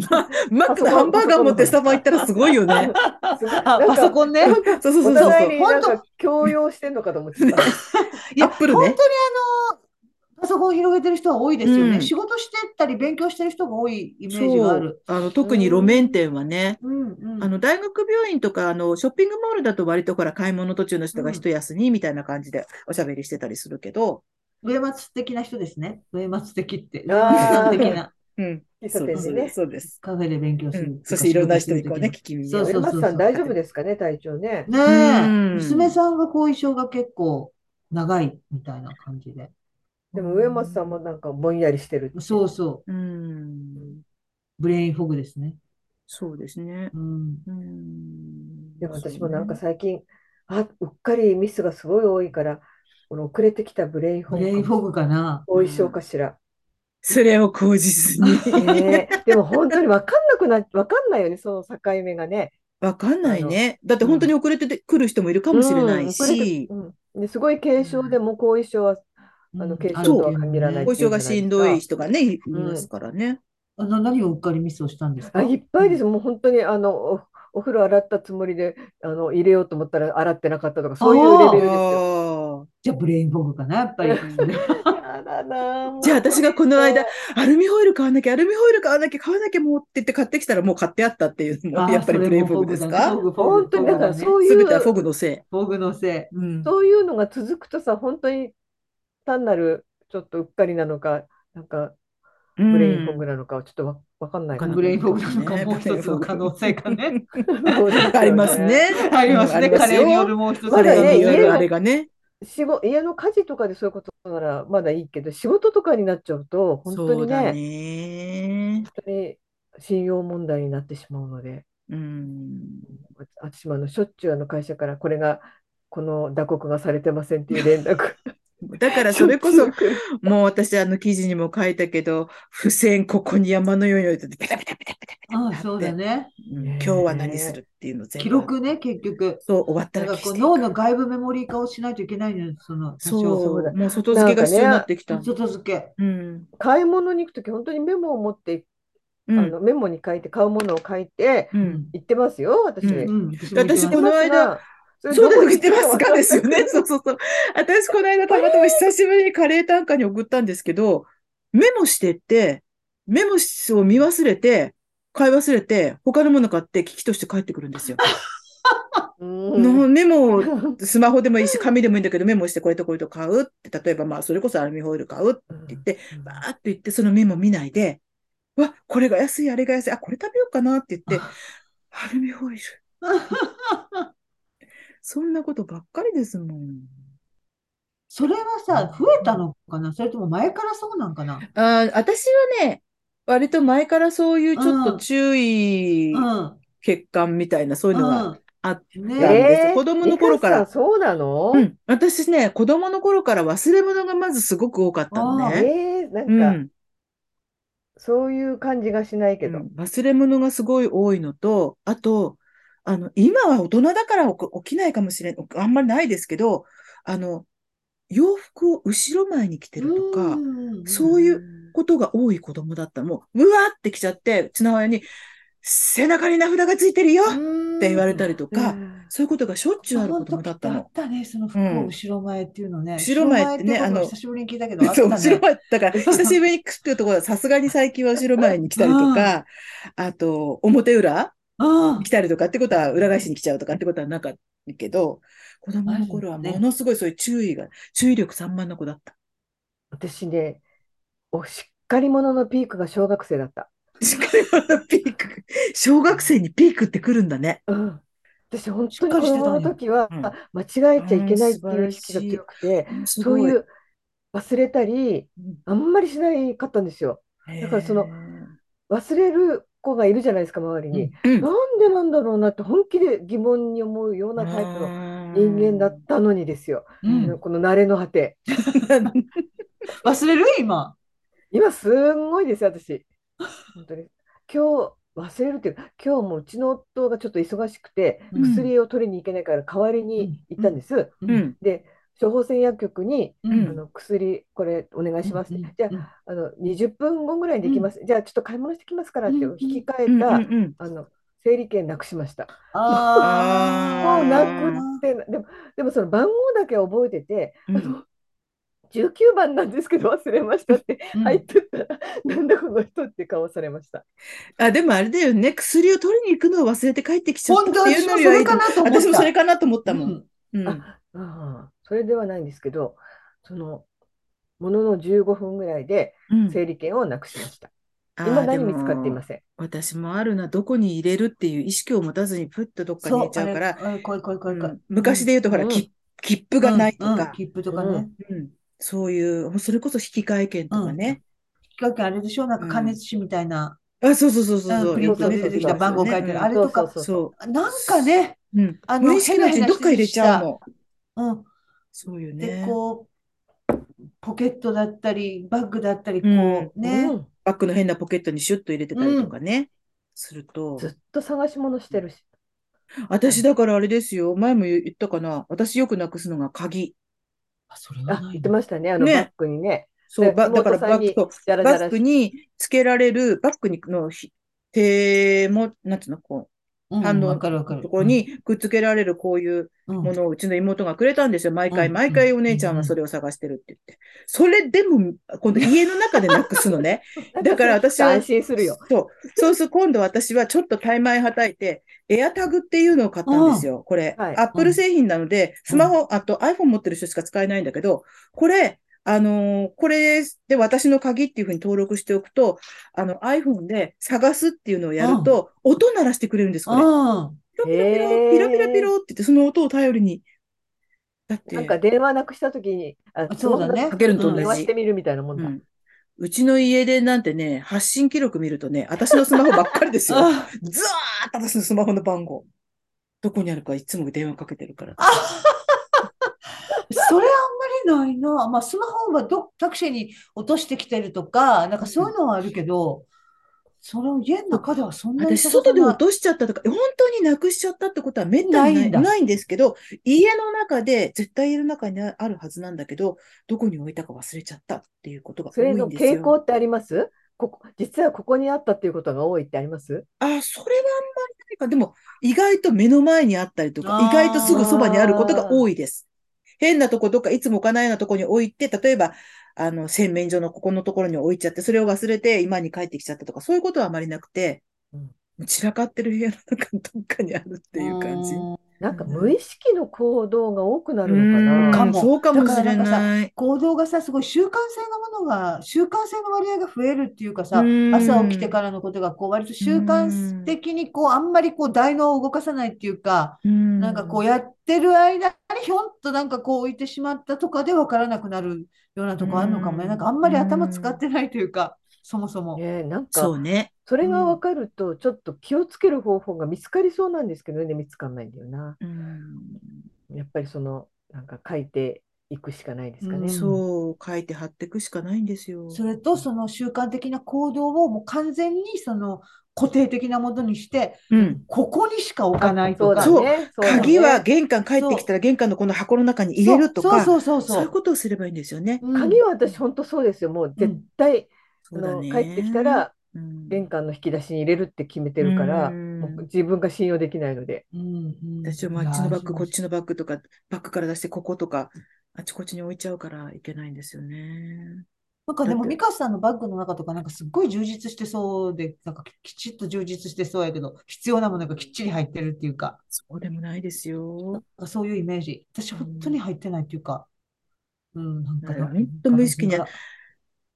Speaker 2: ま マックのハンバーガー持ってスタバ行ったらすごいよね。
Speaker 1: すごい
Speaker 3: あ、
Speaker 1: なんか
Speaker 3: パソコンね。
Speaker 2: そうそうそ
Speaker 1: お
Speaker 2: うそう。
Speaker 1: 互いに
Speaker 3: そうそう
Speaker 1: なんか強要してんのかと思ってた。
Speaker 3: いや、
Speaker 2: アップルね
Speaker 3: 本当にあの、パソコンを広げてる人は多いですよ
Speaker 2: う
Speaker 3: ね。
Speaker 2: ん
Speaker 3: 仕事してたり勉強してる人が多いイメージが
Speaker 2: そ
Speaker 3: あ
Speaker 2: う
Speaker 3: る。。
Speaker 2: あの、特に路面店はね、
Speaker 3: うんうん。
Speaker 2: あの、大学病院とか、あの、ショッピングモールだと割とほら、買い物途中の人
Speaker 3: う
Speaker 2: が
Speaker 3: ん
Speaker 2: 一休みみたいな感じでおしゃべりしてたりするけど、
Speaker 3: 植松的な人ですね。植松的って。植松さ
Speaker 1: あー
Speaker 3: ん的な
Speaker 2: うん、
Speaker 1: 喫茶
Speaker 2: そう
Speaker 1: 店
Speaker 2: で
Speaker 1: で
Speaker 2: す、そうです
Speaker 1: ね。
Speaker 2: そうです。
Speaker 3: カフェで勉強す
Speaker 2: う
Speaker 3: る
Speaker 2: ん。そしていろんな人にこうね、
Speaker 3: ね
Speaker 2: 聞き耳
Speaker 3: そ
Speaker 2: を
Speaker 3: う
Speaker 1: 植
Speaker 3: そう
Speaker 1: 松さん大丈夫ですかね、体調ね。
Speaker 3: ねえ、
Speaker 2: うん
Speaker 3: 娘さんが後遺症が結構長いみたいな感じで。
Speaker 1: でも植松さんもなんかぼんやりしてるって。
Speaker 3: そうそう、
Speaker 2: うん、
Speaker 3: ブレインフォグですね。
Speaker 2: そうですね。
Speaker 3: うん。
Speaker 2: うん、
Speaker 1: でも私もなんか
Speaker 2: そうね
Speaker 1: 最近、あ、うっかりミスがすごい多いから、この遅れてきたブレインフ
Speaker 3: ブ
Speaker 1: ォ
Speaker 3: レインフォ
Speaker 1: グ
Speaker 3: グかな。
Speaker 1: 後遺症かしら。
Speaker 2: それを口実に。
Speaker 1: ねえでも本当に分かんなくな、分かんないよね、その境目がね。
Speaker 2: わかんないね。だって本当に遅れてくる人もいるかもしれない
Speaker 1: うんこれで
Speaker 2: し、
Speaker 1: うんですごい軽症でも後遺症は、あの
Speaker 3: うん
Speaker 1: 軽
Speaker 3: あ
Speaker 1: 症
Speaker 3: る
Speaker 1: とは限ら
Speaker 3: って
Speaker 1: な
Speaker 3: う
Speaker 1: い
Speaker 2: 後
Speaker 1: 後
Speaker 2: 遺
Speaker 1: 遺
Speaker 2: 症
Speaker 1: 症
Speaker 2: が
Speaker 1: が
Speaker 2: し
Speaker 1: し
Speaker 2: ん
Speaker 1: ん
Speaker 2: ど
Speaker 1: ど
Speaker 2: い
Speaker 1: い
Speaker 2: 人がね、い
Speaker 1: うん
Speaker 2: ますからね。
Speaker 3: あの、何をうっかりミスをしたんですか
Speaker 1: あ、いっぱいです。もう本当にあのお、お風呂洗ったつもりであの入れようと思ったら洗ってなかったとか、そういうレベルですよ。
Speaker 2: あー
Speaker 3: じゃあ、ブレインフォグかな、やっぱり。
Speaker 1: やだなあ
Speaker 2: じゃあ私がこの間、アルミホイル買わなきゃ、アルミホイル買わなきゃ、買わなきゃもうって言って買ってきたらもう買ってあったっていうの
Speaker 3: あ
Speaker 2: は、
Speaker 3: ー
Speaker 2: やっぱり
Speaker 3: それ
Speaker 2: ブレイン
Speaker 3: も
Speaker 2: フォグです
Speaker 3: フ
Speaker 2: か
Speaker 3: ォグだねフォ
Speaker 1: 本
Speaker 3: グ
Speaker 1: 当にだから
Speaker 3: フォグだね
Speaker 1: そうい
Speaker 2: すべては
Speaker 1: う
Speaker 2: フォグのせ
Speaker 3: フォグのせ
Speaker 2: い。うん。
Speaker 1: そういうのが続くとさ、本当に単なるちょっとうっかりなのか、なんかブレインフォグなのかはちょっとわわかんない
Speaker 2: わか
Speaker 1: か
Speaker 2: ん
Speaker 3: い。
Speaker 1: な
Speaker 2: な。
Speaker 3: ブレインフォグなのか、もう一つの可能性がね。
Speaker 2: あります。ね。
Speaker 3: あります
Speaker 2: あり
Speaker 3: ね。
Speaker 2: ますよ
Speaker 3: カレーによるもう一つの
Speaker 1: ま
Speaker 2: あ
Speaker 3: 可能
Speaker 1: だ
Speaker 2: れ
Speaker 1: ね
Speaker 2: によ
Speaker 3: 性
Speaker 1: 家
Speaker 2: る
Speaker 1: の
Speaker 2: あれがね。
Speaker 1: 仕事家の家事とかでそういうことならまだいいけど、仕事とかになっちゃうと、本当
Speaker 2: そう
Speaker 1: に
Speaker 2: だ
Speaker 1: ね、
Speaker 2: ね。
Speaker 1: 本当に信用問題になってしまうので、
Speaker 2: うん。
Speaker 1: 私もあのしょっちゅうあの会社からこれが、この打刻がされてませんっていう連 絡。
Speaker 2: だからそれこそ、
Speaker 1: 来る
Speaker 2: もう私あの記事にも書いたけど、付箋ここに山のように置いて、ペタペタペタペタペタ
Speaker 3: ああ、そうだね。
Speaker 2: うん今日は何するっていうの全部。
Speaker 3: 記録ね、結局。
Speaker 2: そう、終わった
Speaker 3: だ
Speaker 2: ら
Speaker 3: から
Speaker 2: 消
Speaker 3: こ
Speaker 2: して
Speaker 3: う
Speaker 2: いく
Speaker 3: 脳の外部メモリー化をしないといけないのよ、その多少
Speaker 2: そ
Speaker 1: そう
Speaker 2: う、
Speaker 1: だ
Speaker 2: もう外付けが必要になってきた。
Speaker 3: 外付け。
Speaker 2: うん。
Speaker 1: 買い物に行くとき、本当にメモを持って、
Speaker 2: う
Speaker 1: あ
Speaker 2: ん。
Speaker 1: のメモに書いて、買うものを書いて、
Speaker 2: う。
Speaker 3: うん
Speaker 1: 行ってますよ、私。
Speaker 2: うん
Speaker 3: うん、私
Speaker 1: 行って
Speaker 2: 私
Speaker 3: も見てます
Speaker 2: この
Speaker 1: ます
Speaker 2: 間
Speaker 1: が、それ
Speaker 2: そうだ
Speaker 1: どこ
Speaker 2: よ、
Speaker 1: に
Speaker 2: 言ってま すかですよね。そうそうそう。私、この間、たまたま久しぶりにカレー単価に送ったんですけど、メモしてって、メモを見忘れて、買い忘れて、他のもの買って、機器として帰ってくるんですよ。の
Speaker 1: う
Speaker 2: メモを、
Speaker 1: ん
Speaker 2: スマホでもいいし、紙でもいいんだけど、メモしてこれとこれと買うって、例えば、まあ、それこそアルミホイル買うって言って、バーっと言って、そのメモ見ないで、うわ、これが安い、あれが安い、あ、これ食べようかなって言って、アルミホイル。そんなことばっかりですもん。
Speaker 3: それはさ、増えたのかなそれとも前からそうなんかな
Speaker 2: あー、私はね、割と前からそういうちょっ
Speaker 3: う
Speaker 2: と
Speaker 3: ん
Speaker 2: 注意
Speaker 3: うん。
Speaker 2: 欠陥みたいな、そういうのがあった
Speaker 3: うんん。
Speaker 2: なん
Speaker 3: ね
Speaker 2: で
Speaker 1: え
Speaker 2: す。
Speaker 1: ー
Speaker 2: 子供の頃か
Speaker 1: リ
Speaker 2: ら
Speaker 1: カ。さんそうなの
Speaker 2: うん。私ね、子供の頃から忘れ物がまずすごく多かったの
Speaker 3: あ
Speaker 2: ね。
Speaker 1: えー、な
Speaker 2: う
Speaker 1: か、
Speaker 2: んん。
Speaker 1: そういう感じがしないけど
Speaker 2: う。ん忘れ物がすごい多いのと、あと、あの、今は大人だから起こ起きないかもしれん、あんまりないですけど、あの、洋服を後ろ前に着てるとか、
Speaker 3: うん
Speaker 2: そういうことが多い子供だった。もう、うわーって来ちゃって、ちなわに、背中に名札がついてるよっ
Speaker 1: って
Speaker 2: 言わ
Speaker 1: れ
Speaker 2: れたりと
Speaker 1: が
Speaker 2: か、そういうことがしょっちゅうある
Speaker 3: そ
Speaker 2: 子
Speaker 3: の
Speaker 2: 供
Speaker 3: 時
Speaker 2: だ
Speaker 3: っ
Speaker 2: ってた
Speaker 3: あ
Speaker 2: の
Speaker 3: っ。たね、その服
Speaker 2: うん
Speaker 3: を後ろ前っていうのね。
Speaker 2: 後ろ前ってね
Speaker 3: 後ろ前
Speaker 2: あ
Speaker 3: こ
Speaker 2: の
Speaker 3: と久しぶりに聞いたけど、あっ
Speaker 2: そう、
Speaker 3: た
Speaker 2: 後ろ
Speaker 3: ね。
Speaker 2: 前、だから、久しぶりに来るところは、さすがに最近は後ろ前に来たりとか、あと、表裏
Speaker 3: うん
Speaker 2: 来たりとかってことは、裏返しに来ちゃうとかってことはなかったけど、子供の頃はものすごいそういう注意が、注意力散漫な子だった。
Speaker 1: 私ね、おしっかり者のピークが小学生だった。
Speaker 2: しっかり者のピーク。小学生にピークって来るんだね。
Speaker 1: うん、私、本
Speaker 2: し
Speaker 1: 当
Speaker 2: っ
Speaker 1: に
Speaker 2: か
Speaker 1: 子
Speaker 2: りしてたん
Speaker 1: 供
Speaker 2: や
Speaker 1: の時は
Speaker 2: うん
Speaker 1: 間違えちゃいけないって
Speaker 2: うん素晴
Speaker 1: いう
Speaker 2: ら
Speaker 1: 意
Speaker 2: しい
Speaker 1: 識が強くて、
Speaker 2: す
Speaker 1: そう
Speaker 2: ご
Speaker 1: い。う忘れたり、
Speaker 2: うん
Speaker 1: あんまりしないかったんですよ。だからその
Speaker 2: へー
Speaker 1: 忘れる子がいるじゃないですか、周りに。
Speaker 2: うん
Speaker 1: なんでなんだろうなって本気で疑問に思うようなタイプの人間だったのにですよ、
Speaker 2: うん
Speaker 1: この慣れの果て。
Speaker 3: 忘れる今。
Speaker 1: 今すんごいですよ私。本当に今日忘れるっていうか今日もうちの夫がちょっと忙しくて
Speaker 3: うん
Speaker 1: 薬を取りに行けないから代わりに行ったんです。
Speaker 2: う
Speaker 3: うん
Speaker 2: ん
Speaker 1: で処方箋薬局に、
Speaker 3: う
Speaker 1: あ
Speaker 3: ん
Speaker 1: の薬これお願いします、ってじゃ
Speaker 3: うん
Speaker 1: ああの20分後ぐらいにできます、じゃあちょっと買い物してきますからって
Speaker 3: うん
Speaker 1: 引き換
Speaker 2: う
Speaker 1: え
Speaker 2: ん
Speaker 1: た、
Speaker 2: うん
Speaker 1: あの整理券なくしました。
Speaker 3: あ
Speaker 1: も
Speaker 2: あ
Speaker 1: う
Speaker 2: ー
Speaker 1: なくってでもでもその番号だけ覚えてて
Speaker 2: うん
Speaker 1: 19番なんですけど忘れましたって
Speaker 3: ーうん
Speaker 1: 入ってったら、なんだこの人って顔されました。
Speaker 2: あでもあれだよね薬を取りに行くのを忘れて帰ってきちゃった
Speaker 3: 本当
Speaker 2: ってい
Speaker 3: 私
Speaker 2: う
Speaker 3: も
Speaker 2: の
Speaker 3: そ
Speaker 2: よ
Speaker 3: れ
Speaker 2: り
Speaker 3: かなと思った。
Speaker 2: 私もそれかなと思ったも。
Speaker 3: うんん
Speaker 2: うん
Speaker 1: あああそれではないんですけどそのものの15分ぐらいで
Speaker 2: うん
Speaker 1: 整理券をなくしました。
Speaker 2: あー
Speaker 1: 今何見
Speaker 2: で
Speaker 1: つかっていま
Speaker 2: も
Speaker 1: せん。
Speaker 2: 私もあるなどこに入れるっていう意識を持たずにプッとどっかに入れちゃうから
Speaker 3: そうあれあれこいこいこいこい
Speaker 2: うん昔で言うとほら、
Speaker 1: うん
Speaker 2: き切符がないと
Speaker 3: うんうん
Speaker 2: か、
Speaker 3: 切符とかね。
Speaker 2: うんそういうそれこそ引き換え券とかね、
Speaker 3: 引き換けあれでしょなんか加熱紙みたいな、
Speaker 2: あそうそうそうそうそう
Speaker 3: うんプリント
Speaker 2: よく
Speaker 3: で
Speaker 2: ね
Speaker 3: 出てきた番号書いてるあれと
Speaker 1: そ
Speaker 3: か
Speaker 1: うそうそう
Speaker 2: そ
Speaker 3: なんかね、
Speaker 2: う、うん、
Speaker 3: あの
Speaker 2: 無意識のうちにどっか入れちゃうの。
Speaker 3: うん、
Speaker 2: そうよ
Speaker 3: で
Speaker 2: ね。
Speaker 3: こうポケットだったりバッグだったりこう
Speaker 2: うん
Speaker 3: ね、
Speaker 1: うん
Speaker 2: バッグの変なポケットにシュッと入れてたりとかね。すると
Speaker 1: ず、っと探し物してるし。
Speaker 2: 私だからあれですよ、前も言ったかな、私よくなくすのが鍵。
Speaker 3: あそれは
Speaker 1: あ
Speaker 3: ない
Speaker 1: 言ってましたねあのバ
Speaker 2: ね
Speaker 1: ッグにね。
Speaker 2: そう、
Speaker 1: で
Speaker 2: ばだから
Speaker 1: 妹さん
Speaker 2: バッグ
Speaker 1: に
Speaker 2: と、
Speaker 1: じゃらじゃ
Speaker 2: バ
Speaker 1: ら
Speaker 2: ッ
Speaker 1: し
Speaker 2: グにつけられる、バッグにのひ手も、なんつうの、こ
Speaker 3: うん
Speaker 2: う、ハン
Speaker 3: わ
Speaker 2: ド
Speaker 3: かるわか
Speaker 2: の
Speaker 3: る
Speaker 2: ところにくっつけられるこういう
Speaker 3: うん
Speaker 2: ものをうちの妹がくれたんですよ。毎回、
Speaker 3: うん
Speaker 2: 毎回お姉ちゃんはそれを探してるって言って。それでも、今度家の中でなくすのね。だから私は
Speaker 1: 安心するよ。
Speaker 2: そう。そうすると今度私はちょっとタイマイはたいて、エアタグっていうのを買ったんですよ。これ、
Speaker 1: はい
Speaker 2: アップル製品なので、スマホ、あと iPhone 持ってる人しか使えないんだけど、これ、あのーこれで私の鍵っていうふうに登録しておくと、あの iPhone で探すっていうのをやると、音鳴らしてくれるんです、これ。
Speaker 3: うん
Speaker 2: ピロピロピロ、ピロピロピロって言って、その音を頼りに。だって、
Speaker 1: なんか電話なくした時にあ
Speaker 3: そうだね
Speaker 1: スマホ
Speaker 2: かけるのと
Speaker 1: うん電
Speaker 2: 同
Speaker 1: 話
Speaker 2: じ
Speaker 1: して。みるみたいなもん
Speaker 2: う
Speaker 1: だ。
Speaker 2: んうちの家でなんてね、発信記録見るとね、私のスマホばっか りですよ。
Speaker 3: あ
Speaker 2: ずーっと私のスマホの番号。どこにあるかいつも電話かけてるから。
Speaker 3: それあんまりないな、まあ、スマホはどタクシーに落としてきてるとかなんかそういうのはあるけどそれを家の中ではそんなに
Speaker 2: 私、
Speaker 3: 探
Speaker 2: 外
Speaker 3: さ
Speaker 2: で
Speaker 3: な
Speaker 2: 落
Speaker 3: い
Speaker 2: としちゃったとか、本当になくしちゃったってことはめったにな
Speaker 3: ない
Speaker 2: い
Speaker 3: んだ
Speaker 2: ないんですけど、家の中で、絶対家の中にあるはずなんだけど、どこに置いたか忘れちゃったっていうことが
Speaker 1: そ
Speaker 2: 多い
Speaker 1: れ
Speaker 2: ん
Speaker 1: の
Speaker 2: ですよ。
Speaker 1: 傾向ってありますここ実はここにあったっていうことが多いってあります
Speaker 2: あ、それはあんまりないか。でも、意外と目の前にあったりとか
Speaker 3: あ、ー
Speaker 2: 意外とすぐそばにあることが多いです。変なとこどっかいつも置かないようなとこに置いて、例えば、あの、洗面所のここのところに置いちゃって、それを忘れて今に帰ってきちゃったとか、そういうことはあまりなくて、
Speaker 1: うん
Speaker 2: 散らかってる部屋の中にどっかにあるっていう感じ。
Speaker 3: うん
Speaker 1: なんか無意識の行動が多くなる
Speaker 2: う
Speaker 1: の
Speaker 2: ん
Speaker 1: か
Speaker 3: か
Speaker 1: な
Speaker 3: も
Speaker 2: そうかもしれ
Speaker 3: だから
Speaker 2: ない。
Speaker 3: 行動がさ、すごい習慣性のものが、習慣性の割合が増えるっていうかさ
Speaker 2: う、ん
Speaker 3: 朝起きてからのことが、こう、割と習慣的に、こう、あんまりこう、大脳を動かさないっていうか、
Speaker 2: な
Speaker 3: なんかこう、やってる間に、ひょんとなんかこう、置いてしまったとかで分からなくなるようなとこあるのかも
Speaker 2: う
Speaker 3: ね。
Speaker 2: ん
Speaker 3: なんかあんまり頭使ってないというか、そもそも。
Speaker 1: ねえなん
Speaker 2: そう
Speaker 1: か
Speaker 2: ね。
Speaker 1: それが分かるとちょっと気をつける方法が見つかりそうなんですけどね見つかんないんだよな
Speaker 2: うん
Speaker 1: やっぱりそのなんか書いていくしかないですか
Speaker 3: うん
Speaker 1: ね、
Speaker 2: そう、書いて貼っていくしかないんですよ。
Speaker 3: それと、その習慣的な行動をもう完全に、その、固定的なものにして、
Speaker 2: うん。
Speaker 3: ここにしか置かない
Speaker 1: そ
Speaker 3: と
Speaker 1: うだ
Speaker 3: か。
Speaker 1: ねそうだね
Speaker 2: 鍵は玄関帰ってきたら玄関のこの箱の中に入れるとか、
Speaker 3: そうそうそうそう
Speaker 2: そういうことをすればいいんですよね。
Speaker 3: うん
Speaker 1: 鍵は私本当そうですよもう絶対、
Speaker 2: そう
Speaker 1: あ
Speaker 2: だ
Speaker 1: の
Speaker 2: ね。
Speaker 1: 帰ってきたら
Speaker 2: うん
Speaker 1: 玄関の引き出しに入れるって決めてるから、
Speaker 2: うん
Speaker 1: もう自分が信用できないの で、
Speaker 3: うんうん
Speaker 2: 私もあっちのバッグ、こっち
Speaker 3: の。
Speaker 2: のバッグとか、バッグから出して、こことか、あちこちに置いちゃうからいけないんですよね。
Speaker 3: なんかで
Speaker 2: だっ
Speaker 3: も、
Speaker 2: て
Speaker 3: ミカさんのバッグの中とか、なんかすっごい充実してそうで、なんかきちっと充実してそうやけど、必要なものがきっちり入ってるっていうか、
Speaker 2: そうでもないですよ。
Speaker 3: なんかそういうイメージ。私、
Speaker 2: うん
Speaker 3: 本当に入ってないっていうか、うん、なんか
Speaker 2: だから
Speaker 3: な
Speaker 2: 本当無意識に
Speaker 3: なんか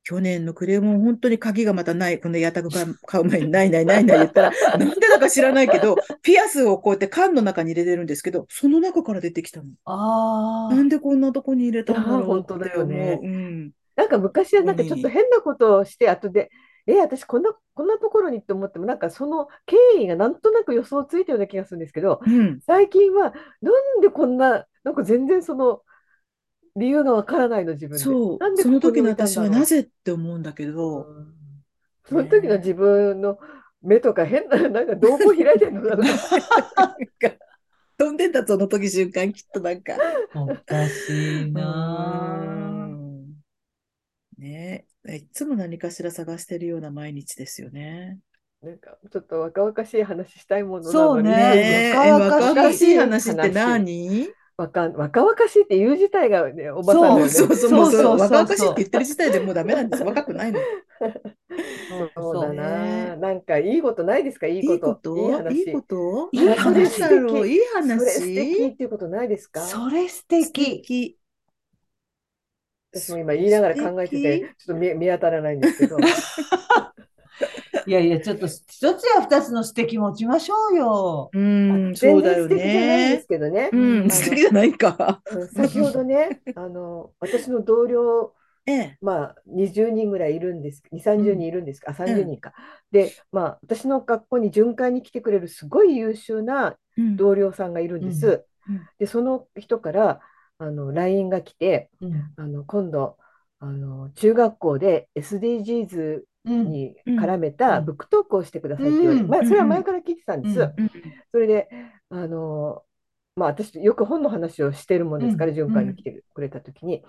Speaker 2: 去年のクレヨン、本当に鍵がまたない、このやたく買う前にないないないない言ったら、なんでだか知らないけど、ピアスをこうやって缶の中に入れてるんですけど、その中から出てきたの。
Speaker 3: あ
Speaker 2: なんでこんなとこに入れたんだろう
Speaker 1: あー本当だよね
Speaker 2: って思ううん。
Speaker 1: なんか昔はなんかちょっと変なことをして、後で、え、私こんな、こんなところにって思っても、なんかその経緯がなんとなく予想ついたような気がするんですけど、
Speaker 2: うん。
Speaker 1: 最近はなんでこんな、なんか全然その理由がわからないの、自分で。
Speaker 2: そう
Speaker 1: なん。で
Speaker 2: そ
Speaker 1: こ
Speaker 2: の
Speaker 1: こに
Speaker 2: 時の
Speaker 1: 置いたん
Speaker 2: 私
Speaker 1: だ
Speaker 2: は
Speaker 1: ろう
Speaker 2: なぜって思うんだけ
Speaker 3: あ、
Speaker 2: ど、
Speaker 3: うん
Speaker 1: その時の自分の目とか変な、なんか瞳孔開いてるのかな。
Speaker 2: 飛んでたその時瞬間、きっとなんか。
Speaker 3: おかしいうなぁ。
Speaker 2: んねえ、いつも何かしら探してるような毎日ですよね。
Speaker 1: なんかちょっと若々しい話したいものな
Speaker 3: そう
Speaker 1: のに
Speaker 3: ね
Speaker 2: ねえ、
Speaker 3: 若々しい
Speaker 2: 若々しい話って何
Speaker 1: 若若々しいって言う自体がね、おばさんだよ
Speaker 3: そ
Speaker 2: も
Speaker 1: ね。
Speaker 2: うそうそう、
Speaker 3: そ
Speaker 2: も
Speaker 3: う
Speaker 2: う
Speaker 3: そう
Speaker 2: そ
Speaker 3: そう
Speaker 2: う、
Speaker 3: そう
Speaker 2: 若々しいって言ってる時点でもうダメなんです。若くないの。
Speaker 3: そう
Speaker 1: そう
Speaker 3: そう
Speaker 1: だ
Speaker 2: ね
Speaker 1: な。なんかいいことないですか、いい
Speaker 2: い
Speaker 1: こ。
Speaker 2: いこと
Speaker 1: いい
Speaker 2: とい
Speaker 1: 話。
Speaker 2: いこと
Speaker 3: いい話
Speaker 2: 何だろういい話
Speaker 1: それ素敵っていうことないですか
Speaker 3: それ素
Speaker 2: 素
Speaker 3: 敵。
Speaker 2: 敵。
Speaker 1: 私も今言いながら考えてて、ちょっと見見当たらないんですけど。
Speaker 3: いやいや、ちょっと一つや二つの素敵持ちましょうよ。
Speaker 2: うん、そ
Speaker 1: 全
Speaker 2: うだ
Speaker 1: 然
Speaker 2: よ
Speaker 1: 素敵じゃないんで
Speaker 2: ね
Speaker 1: す。けどね。
Speaker 2: うん、素敵じゃないか。
Speaker 1: うん先ほどね、あの私の同僚、
Speaker 2: ええ。
Speaker 1: まあ、20人ぐらいいるんです、2、30人いるんですか、あ、30人か。で、まあ、私の学校に巡回に来てくれるすごい優秀な
Speaker 2: うん
Speaker 1: 同僚さんがいるんです。
Speaker 2: うんうん
Speaker 1: で、その人からあの LINE が来て、
Speaker 3: うん。
Speaker 1: あの今度あの、中学校で SDGs
Speaker 3: うん。
Speaker 1: に絡めた
Speaker 3: うん
Speaker 1: ブックトークをしてくださいって言われて、
Speaker 3: うん
Speaker 1: まあ、それは前から聞いてたんです。
Speaker 3: うん
Speaker 2: うん
Speaker 1: それで、あのまあ、私とよく本の話をしてるもんですから、
Speaker 3: うん
Speaker 1: 巡回に来てくれた時に、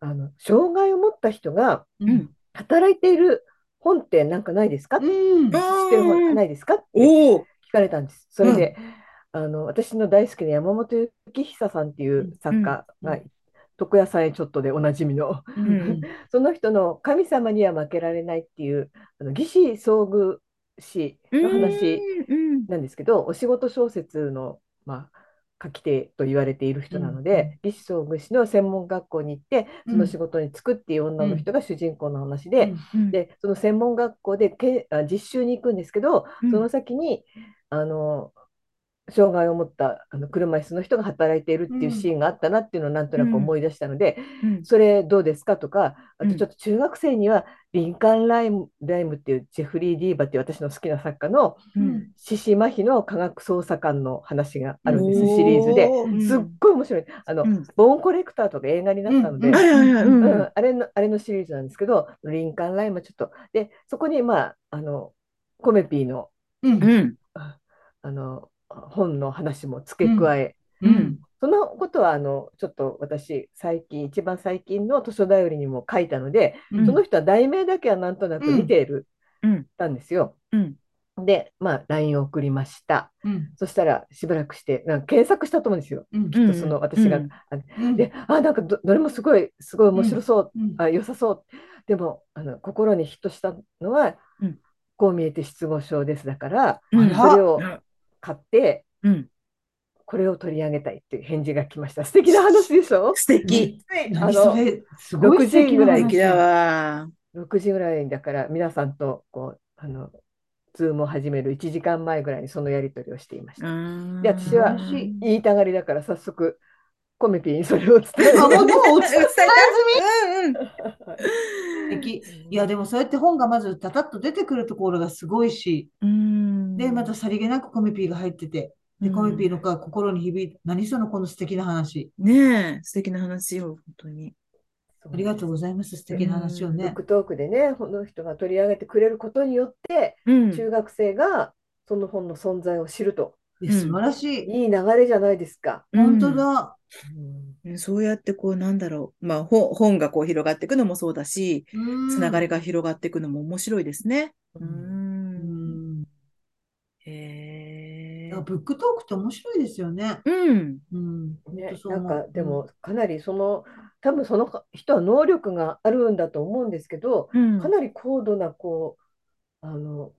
Speaker 1: あの障害を持った人が
Speaker 3: うん。
Speaker 1: 働いている本ってなんかないですか、知
Speaker 3: うん。
Speaker 1: ってる本ないですかって
Speaker 2: おお、
Speaker 1: 聞かれたんです。それで、あの私の大好きな山本幸久さんっていう作家
Speaker 3: うんう
Speaker 1: が、
Speaker 3: ん
Speaker 1: 床屋さんへちょっとでおなじみの、
Speaker 2: うん
Speaker 1: その人の「神様には負けられない」っていうあの義士遭遇史の話。
Speaker 2: うん
Speaker 1: なんですけど、お仕事小説の、まあ、書き手と言われている人なので、義肢装具士の専門学校に行って、その仕事に就くっていう女の人が主人公の話で、
Speaker 2: うん、
Speaker 1: でその専門学校でけあ実習に行くんですけど、
Speaker 2: うん
Speaker 1: その先にあの障害を持ったあの車椅子の人が働いているっていうシーンがあったなっていうのをなんとなく思い出したので、
Speaker 2: うん
Speaker 1: それどうですかとか、あ
Speaker 2: う
Speaker 1: と
Speaker 2: ん
Speaker 1: ちょっと中学生にはリンカーン・ライムライムっていうジェフリー・ディーバっていう私の好きな作家の
Speaker 2: うん
Speaker 1: 獅子麻痺の科学捜査官の話があるんです、
Speaker 3: おー
Speaker 1: シリーズで。
Speaker 2: うん
Speaker 1: すっごい面白い。あの、
Speaker 2: うん
Speaker 1: ボーンコレクターとか映画になったので、
Speaker 3: うん
Speaker 2: はいはいはい、う
Speaker 1: うん
Speaker 2: ん
Speaker 1: うんあれの、あれのシリーズなんですけど、リンカーンライムはちょっと、で、そこに、まあ、あの、コメピーの、
Speaker 3: うん
Speaker 2: う。ん
Speaker 1: ああの、本の話も付け加え、
Speaker 2: うん
Speaker 1: そのことは、あの、ちょっと私、最近、一番最近の図書だよりにも書いたので、
Speaker 3: うん
Speaker 1: その人は題名だけはなんとなく見ている、
Speaker 2: うん
Speaker 1: たんですよ。
Speaker 2: うん
Speaker 1: で、まあ、LINE を送りました。
Speaker 3: うん。
Speaker 1: そしたらしばらくして、なんか検索したと思うんですよ。
Speaker 3: うん。
Speaker 1: きっとその私が。
Speaker 2: うん
Speaker 1: あ
Speaker 3: うん。
Speaker 1: で、あ、なんかどどれもすごい、すごい面白そう、
Speaker 3: うん。
Speaker 1: あ、良さそう。でも、あの心にヒットしたのは、
Speaker 2: うん
Speaker 1: こう見えて失語症ですだから、
Speaker 2: うん
Speaker 3: あ
Speaker 1: それを買って、
Speaker 2: うん
Speaker 1: これを取り上げたいっていう返事が来ました。素敵な話でしょ
Speaker 2: 素敵
Speaker 3: 何それ、すごい素敵な
Speaker 2: 素敵だ
Speaker 3: 話。
Speaker 2: わ
Speaker 1: ?6 時ぐらいだから、皆さんとこう、あの、ズームを始める1時間前ぐらいにそのやり取りをしていました。
Speaker 2: うん
Speaker 1: で私は
Speaker 2: 楽しい
Speaker 1: 言いたがりだから、早速、コメピーにそれを伝え
Speaker 3: あ、
Speaker 1: て
Speaker 3: もうどう
Speaker 2: 伝えた
Speaker 3: 素敵。いや、でもそうやって本がまずタタッと出てくるところがすごいし、
Speaker 2: うんうん
Speaker 3: で、またさりげなくコミピーが入ってて、で、コミピーのが心に響いて、何そのこの素敵な話。
Speaker 2: ねえ素敵な話よ本当に
Speaker 3: ありがとうございます、素敵な話を
Speaker 1: ブッ
Speaker 3: ね。
Speaker 1: クトークでね、この人が取り上げてくれることによって、
Speaker 2: うん
Speaker 1: 中学生がその本の存在を知ると、
Speaker 3: いや素晴らしい。
Speaker 1: いい流れじゃないですか。
Speaker 3: 本当だ。
Speaker 2: うんそうやってこうなんだろう、まあ、ほ本がこう広がっていくのもそうだし、つながりが広がっていくのも面白いですね。。
Speaker 1: う
Speaker 3: うんん。
Speaker 2: へ
Speaker 3: い
Speaker 2: え
Speaker 3: やブックトークって面白いですよね。
Speaker 2: うん。
Speaker 3: うん。
Speaker 1: ね
Speaker 3: 本当、そう
Speaker 1: なん
Speaker 3: 思う
Speaker 1: かでもかなりその多分その人は能力があるんだと思うんですけど、
Speaker 2: うん
Speaker 1: かなり高度なこうあの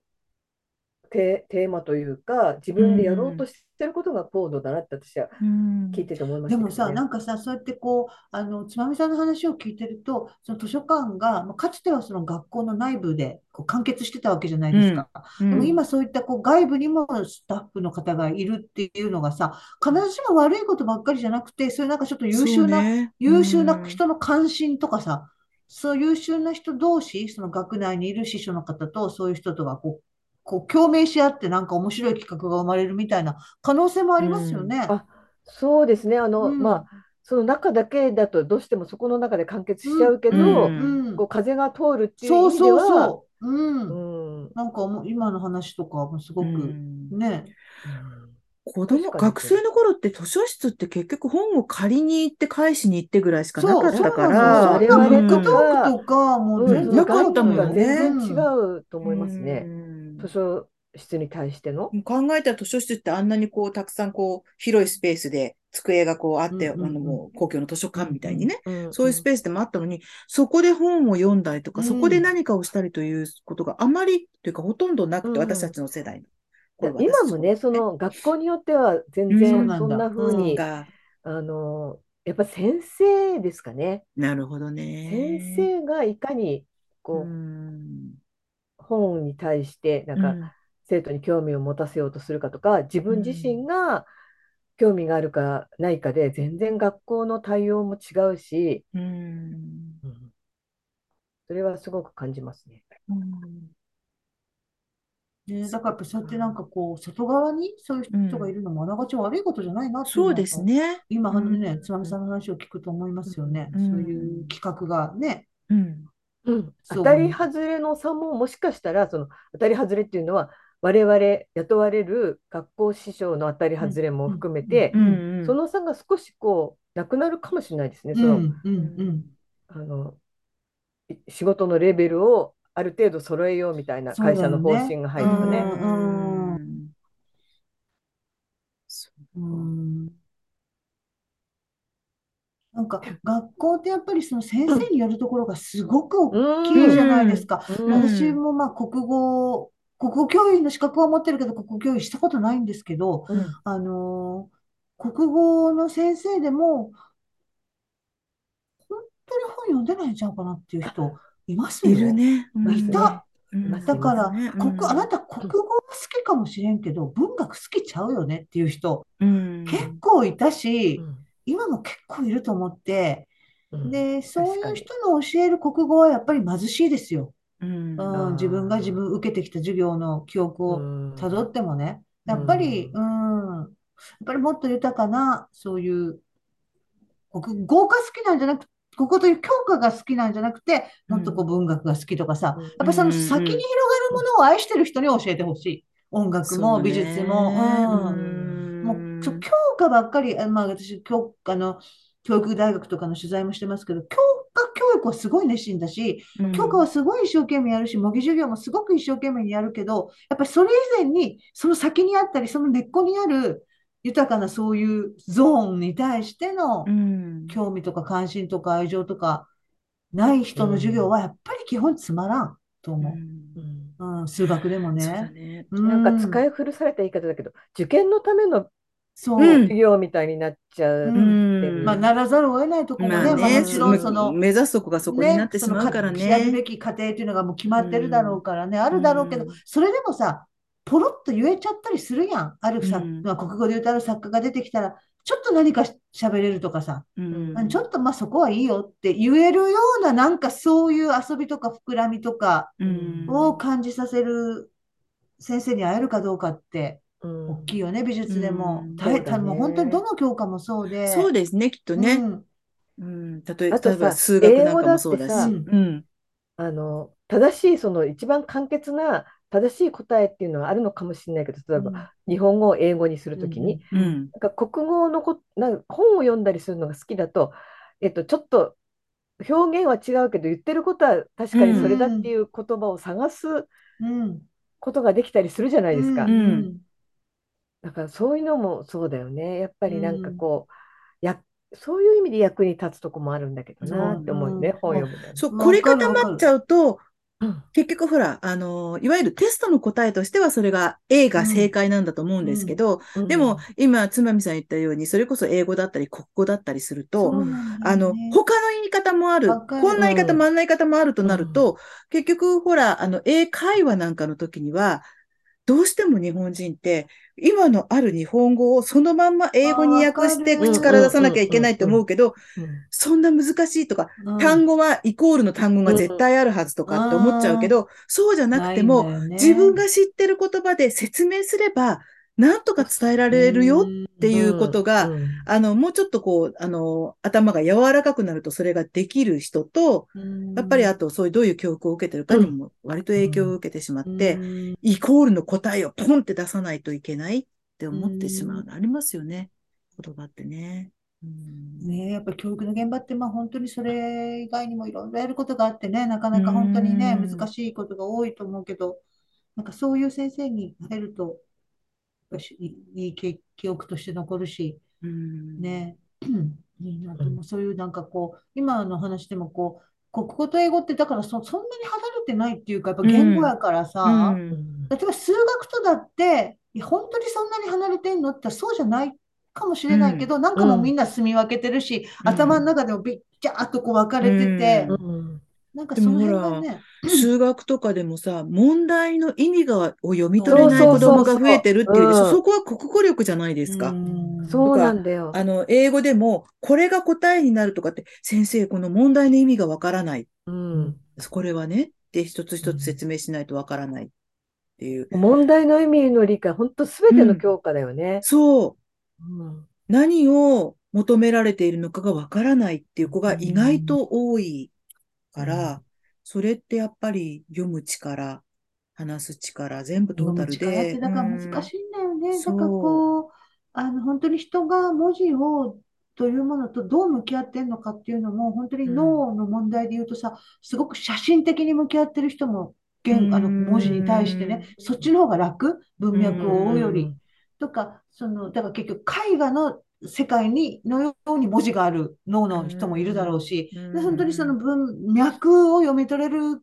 Speaker 1: テテーマというか自分でやろうとしてることが高度だなって私は
Speaker 2: うん
Speaker 1: 聞いてて思いました
Speaker 3: で
Speaker 1: けど
Speaker 3: も
Speaker 1: ね。
Speaker 3: さ、なんかさ、そうやってこう、あの、つまみさんの話を聞いてると、その図書館が、まあ、かつてはその学校の内部でこう完結してたわけじゃないですか。
Speaker 2: うん
Speaker 3: でも今そういったこう外部にもスタッフの方がいるっていうのがさ、必ずしも悪いことばっかりじゃなくて、そういうなんかちょっと優秀
Speaker 2: そう
Speaker 3: な、
Speaker 2: ね
Speaker 3: 優秀な人の関心とかさ、そう優秀な人同士、その学内にいる司書の方とそういう人とがこう、こう共鳴し合ってなんか面白い企画が生まれるみたいな可能性もありますよね。
Speaker 1: あそうですねあの、
Speaker 3: うん
Speaker 1: まあその中だけだとどうしてもそこの中で完結しちゃうけど、
Speaker 2: うん
Speaker 3: うん
Speaker 1: こう風が通るっていう意
Speaker 3: そう
Speaker 1: 味で
Speaker 3: そう
Speaker 1: は
Speaker 3: そう。うん。
Speaker 1: うん
Speaker 3: なんかもう今の話とかもすご
Speaker 2: う
Speaker 3: く、
Speaker 2: ん
Speaker 3: ね。
Speaker 2: 子
Speaker 1: 確
Speaker 2: 供、
Speaker 1: かに
Speaker 2: 学生の頃って図書室って結局本を借りに行って返しに行ってぐらいしかなかったか
Speaker 1: そ
Speaker 2: ら、
Speaker 1: う
Speaker 3: そうなの
Speaker 1: 我
Speaker 3: ブッ
Speaker 1: 々
Speaker 3: クト
Speaker 1: が
Speaker 3: ークとか、もう全
Speaker 1: うん、
Speaker 3: 然
Speaker 2: なかったもんね
Speaker 1: が全然違
Speaker 3: う。
Speaker 1: うと思いますね、
Speaker 2: うん
Speaker 1: 図書室に対しての。
Speaker 2: 考えたら図書室ってあんなにこうたくさんこう広いスペースで机がこうあって、
Speaker 3: うんうんうん
Speaker 2: あのもう公共の図書館みたいにね、そういうス
Speaker 1: ー
Speaker 2: ペースでもあったのに、そこで本を読んだりとか、
Speaker 3: うん
Speaker 2: そこで何かをしたりということがあまりというかほとんどなく
Speaker 1: うん
Speaker 2: て、私たちの世代の頃は
Speaker 1: 今もね、その学校によっては全然
Speaker 3: うん
Speaker 1: そんな風
Speaker 2: 私
Speaker 1: に、
Speaker 2: が
Speaker 1: あのやっぱ先生ですかね。
Speaker 2: なるほどね。
Speaker 1: 先生がいかにこう、
Speaker 2: うん
Speaker 1: 本に対してなんか生徒に興味を持たせようとするかとか、自分自身が興味があるかないかで全然学校の対応も違うし、
Speaker 2: うん
Speaker 1: それはすごく感じますね。
Speaker 2: うん
Speaker 3: ね、だからやっぱそうやってなんかこう、外側にそういう人がいるのもあながち悪いことじゃないなってい
Speaker 2: そうです。ね。
Speaker 3: 今、あの
Speaker 2: う
Speaker 3: ね、
Speaker 2: ん
Speaker 3: つまみさんの話を聞くと思いますよね。
Speaker 2: うん
Speaker 3: そういう企画がね。
Speaker 2: うん
Speaker 1: うん、
Speaker 3: そう
Speaker 1: 当たり外れの差ももしかしたらその当たり外れっていうのは我々雇われる学校師匠の当たり外れも含めて、
Speaker 2: うん
Speaker 1: その差が少しこうなくなるかもしれないですね。
Speaker 3: う
Speaker 1: その
Speaker 3: ん、うん、うん。
Speaker 1: あのい仕事のレベルをある程度揃えようみたいな
Speaker 3: そうだ
Speaker 1: 会
Speaker 3: よね
Speaker 1: 社の方針が入るとね。
Speaker 3: うん
Speaker 2: うんそううか
Speaker 3: んなんか学校ってやっぱりその先生によるところがすごく大きいじゃないですか。
Speaker 1: うん
Speaker 2: うん
Speaker 3: 私もまあ国語、国語教員の資格は持ってるけど、国語教員したことないんですけど、
Speaker 1: うん
Speaker 3: あのー国語の先生でも、本当に本読んでないんちゃうかなっていう人います
Speaker 2: い
Speaker 3: よ。
Speaker 2: るね。
Speaker 1: ま
Speaker 3: い
Speaker 1: すね
Speaker 3: た。
Speaker 2: うん
Speaker 1: ます
Speaker 3: だから、
Speaker 2: ね
Speaker 3: 国、あなた国語は好きかもしれんけど、文学好きちゃうよねっていう人、
Speaker 2: うん
Speaker 3: 結構いたし
Speaker 1: う、ん
Speaker 3: 今も結構いると思って、
Speaker 1: うん
Speaker 3: で、そう
Speaker 1: 確
Speaker 3: い
Speaker 1: か
Speaker 3: う
Speaker 1: に
Speaker 3: 人の教える国語はやっぱり貧しいですよ。
Speaker 2: うん
Speaker 3: う
Speaker 1: あー
Speaker 3: ん、自分が自分受けてきた授業の記憶をたどってもね、やっぱり、うん、やっぱりもっと豊かな、そういう、国語が好きなんじゃなく、国語という教科が好きなんじゃなくて、もっとこう文学が好きとかさ、
Speaker 1: うん
Speaker 3: やっぱりその先に広がるものを愛してる人に教えてほしい。音楽
Speaker 2: そう
Speaker 3: も
Speaker 2: ね
Speaker 3: 美術も、うん。もうちょ教科ばっかり、あまあ、私教あの、教育大学とかの取材もしてますけど、教科教育はすごい熱心だし、
Speaker 2: うん
Speaker 3: 教科はすごい一生懸命やるし、模擬授業もすごく一生懸命にやるけど、やっぱりそれ以前に、その先にあったり、その根っこにある豊かなそういうゾーンに対しての
Speaker 2: うん
Speaker 3: 興味とか関心とか愛情とかない人の授業はやっぱり基本つまらんと
Speaker 2: う
Speaker 3: 思
Speaker 2: ん
Speaker 1: うん
Speaker 3: う。うん、数学でも
Speaker 2: そうだ
Speaker 3: ね。
Speaker 2: ね。
Speaker 1: なんか
Speaker 3: い、
Speaker 1: 使い古された言い方だけど、受験のための
Speaker 3: そう。
Speaker 2: うん
Speaker 1: 授業みたいになっちゃう。
Speaker 3: うん
Speaker 1: うん
Speaker 3: まあ、ならざるを得ないところもね、
Speaker 1: まあね
Speaker 3: まあ、もちろんその、
Speaker 2: 目指すとこがそこになってしまうから
Speaker 3: ねそのやる
Speaker 2: ね
Speaker 3: べ。き過程というのがもう決まってるだろうからね、あるだろうけど
Speaker 2: うん、
Speaker 3: それでもさ、ポロッと言えちゃったりするやん。あるさ、
Speaker 2: うん
Speaker 3: まあ、国語で歌う作家が出てきたら、ちょっと何かし喋れるとかさ、
Speaker 2: うん
Speaker 3: ちょっとまあそこはいいよって言えるような、なんかそういう遊びとか膨らみとか
Speaker 2: うん
Speaker 3: を感じさせる先生に会えるかどうかって、
Speaker 1: うん
Speaker 3: 大きいよね、美術でも
Speaker 2: う。ん
Speaker 3: 大
Speaker 1: そうだね
Speaker 3: もう本当にどの教科もそうで。
Speaker 2: そうですね、きっと
Speaker 3: う
Speaker 2: ね。
Speaker 3: ん
Speaker 2: うん、例え
Speaker 1: あとさ
Speaker 2: 例えば数学なんかもそうだし。
Speaker 1: 英語だって
Speaker 3: さ
Speaker 2: うん
Speaker 3: う
Speaker 1: あの正しいその一番簡潔な正しい答えっていうのはあるのかもしれないけど、例えば
Speaker 2: ば、
Speaker 1: 日本語を英語にするときに、
Speaker 2: うん。
Speaker 1: なんか国語のこ、なんか本を読んだりするのが好きだと、えっと、ちょっと表現は違うけど、言ってることは確かにそれだっていう言葉を探す
Speaker 3: うん。
Speaker 1: ことができたりするじゃないですか。
Speaker 3: うん
Speaker 1: だからそういうのもそうだよね。やっぱりなんかこう、や、そういう意味で役に立つとこもあるんだけどなって思うね、
Speaker 3: そう
Speaker 1: 本
Speaker 3: な
Speaker 1: 読むの
Speaker 2: そう、
Speaker 3: わ
Speaker 2: これが
Speaker 3: かる
Speaker 2: 溜
Speaker 3: わかる
Speaker 2: まっちゃうと、
Speaker 1: うん
Speaker 2: 結局ほら、あの、いわゆるテストの答えとしてはそれが A が正解なんだと思うんですけど、
Speaker 1: うん
Speaker 2: でも、今、つまみさん言ったように、それこそ英語だったり国語だったりすると、
Speaker 3: そうなんだ
Speaker 2: あ
Speaker 3: よ
Speaker 2: の、
Speaker 3: ね
Speaker 2: 他の言い方もある。
Speaker 3: わかる
Speaker 2: こんな言い方
Speaker 1: うん
Speaker 2: もあんな言い方もあるとなると、結局、ほら、あの、英会話なんかの時には、どうしても日本人って、今のある日本語をそのまんま英語に訳して
Speaker 3: あわかる
Speaker 2: 口から出さなきゃいけないと思うけど、
Speaker 1: うん
Speaker 2: そんな難しいとか、
Speaker 3: うん
Speaker 2: 単語はイコールの単語が絶対あるはずとかって思っちゃうけど、そうじゃなくても、
Speaker 3: いんだよね
Speaker 2: 自分が知ってる言葉で説明すれば、なんとか伝えられるよっていうことが、
Speaker 1: うん
Speaker 2: あの、もうちょっとこう、あの、頭が柔らかくなるとそれができる人と、
Speaker 3: うん
Speaker 2: やっぱりあとそういうどういう教育を受けてるかにも割と影響を受けてしまって、
Speaker 3: うん
Speaker 2: イコールの答えをポンって出さないといけないって思ってしまうのありますよね。言葉ってね。うん
Speaker 3: ね、やっぱり教育の現場って、まあ、本当にそれ以外にもいろいろやることがあってね、なかなか本当にね、
Speaker 2: うん
Speaker 3: 難しいことが多いと思うけど、なんかそういう先生に入ると、やっぱしいいい記記憶として残るし、
Speaker 2: うん
Speaker 3: ね、 いいなと思う。そういうなんかこう、今の話でもこう、国語と英語ってだからそ、そんなに離れてないっていうか、やっぱ言語やからさ、
Speaker 2: うん
Speaker 3: 例えば数学とだって、いや本当にそんなに離れてんのってそうじゃないかもしれないけど、なんかもうみんな住み分けてるし、
Speaker 2: うん
Speaker 3: 頭の中でもびっちゃーっとこう分かれてて、
Speaker 2: う
Speaker 1: うん
Speaker 3: なんかその辺がね、
Speaker 2: 数学とかでもさ、問題の意味がを読み取れない
Speaker 3: そう
Speaker 2: 子
Speaker 3: そ
Speaker 1: そ
Speaker 3: う
Speaker 2: 供
Speaker 1: う
Speaker 2: が増えてるっていうでし
Speaker 1: う
Speaker 2: ょ。
Speaker 1: ん
Speaker 2: そこは国語力じゃないですか。
Speaker 3: うん
Speaker 1: そうなんだよ。
Speaker 2: あの、英語でも、これが答えになるとかって、先生、この問題の意味がわからない。
Speaker 1: うん
Speaker 2: これはね、で、一つ一つ説明しないとわからないっていう。
Speaker 1: 問題の意味の理解、本当すべての教科だよね。
Speaker 2: そう、
Speaker 1: うん
Speaker 2: 何を求められているのかがわからないっていう子が意外と多いから、
Speaker 1: うん
Speaker 2: それってやっぱり読む力、話す力、全部トータル
Speaker 3: 力って
Speaker 2: で。
Speaker 3: だから
Speaker 2: うん
Speaker 3: 難しいんだよね。
Speaker 2: そう
Speaker 3: だからこう、あの本当に人が文字をというものとどう向き合ってんのかっていうのも、本当に脳の問題で言うとさ、すごく写真的に向き合ってる人も、言あの
Speaker 2: うん
Speaker 3: 文字に対してね、そっちの方が楽、文脈を追うより。とか、その、だから結局絵画の世界にのように文字がある脳の人もいるだろうし、
Speaker 2: うん
Speaker 3: で本当にその文脈を読み取れる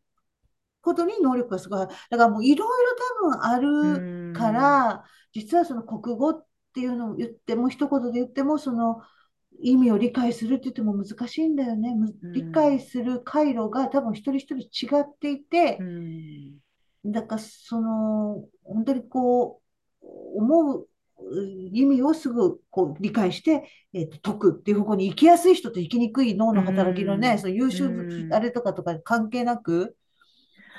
Speaker 3: ことに能力がすごいある。だからもういろいろ多分あるか、ら、実はその国語っていうのを言っても、一言で言っても、その意味を理解するって言っても難しいんだよね。む
Speaker 2: うん
Speaker 3: 理解する回路が多分一人一人違っていて
Speaker 2: う、ん
Speaker 3: だからその本当にこう思う意味をすぐこう理解して、えっと解くっていう方向に行きやすい人と行きにくい脳の働きの
Speaker 2: う
Speaker 3: ね、
Speaker 2: ん
Speaker 3: その優秀
Speaker 2: うん
Speaker 3: あれとかとか関係なく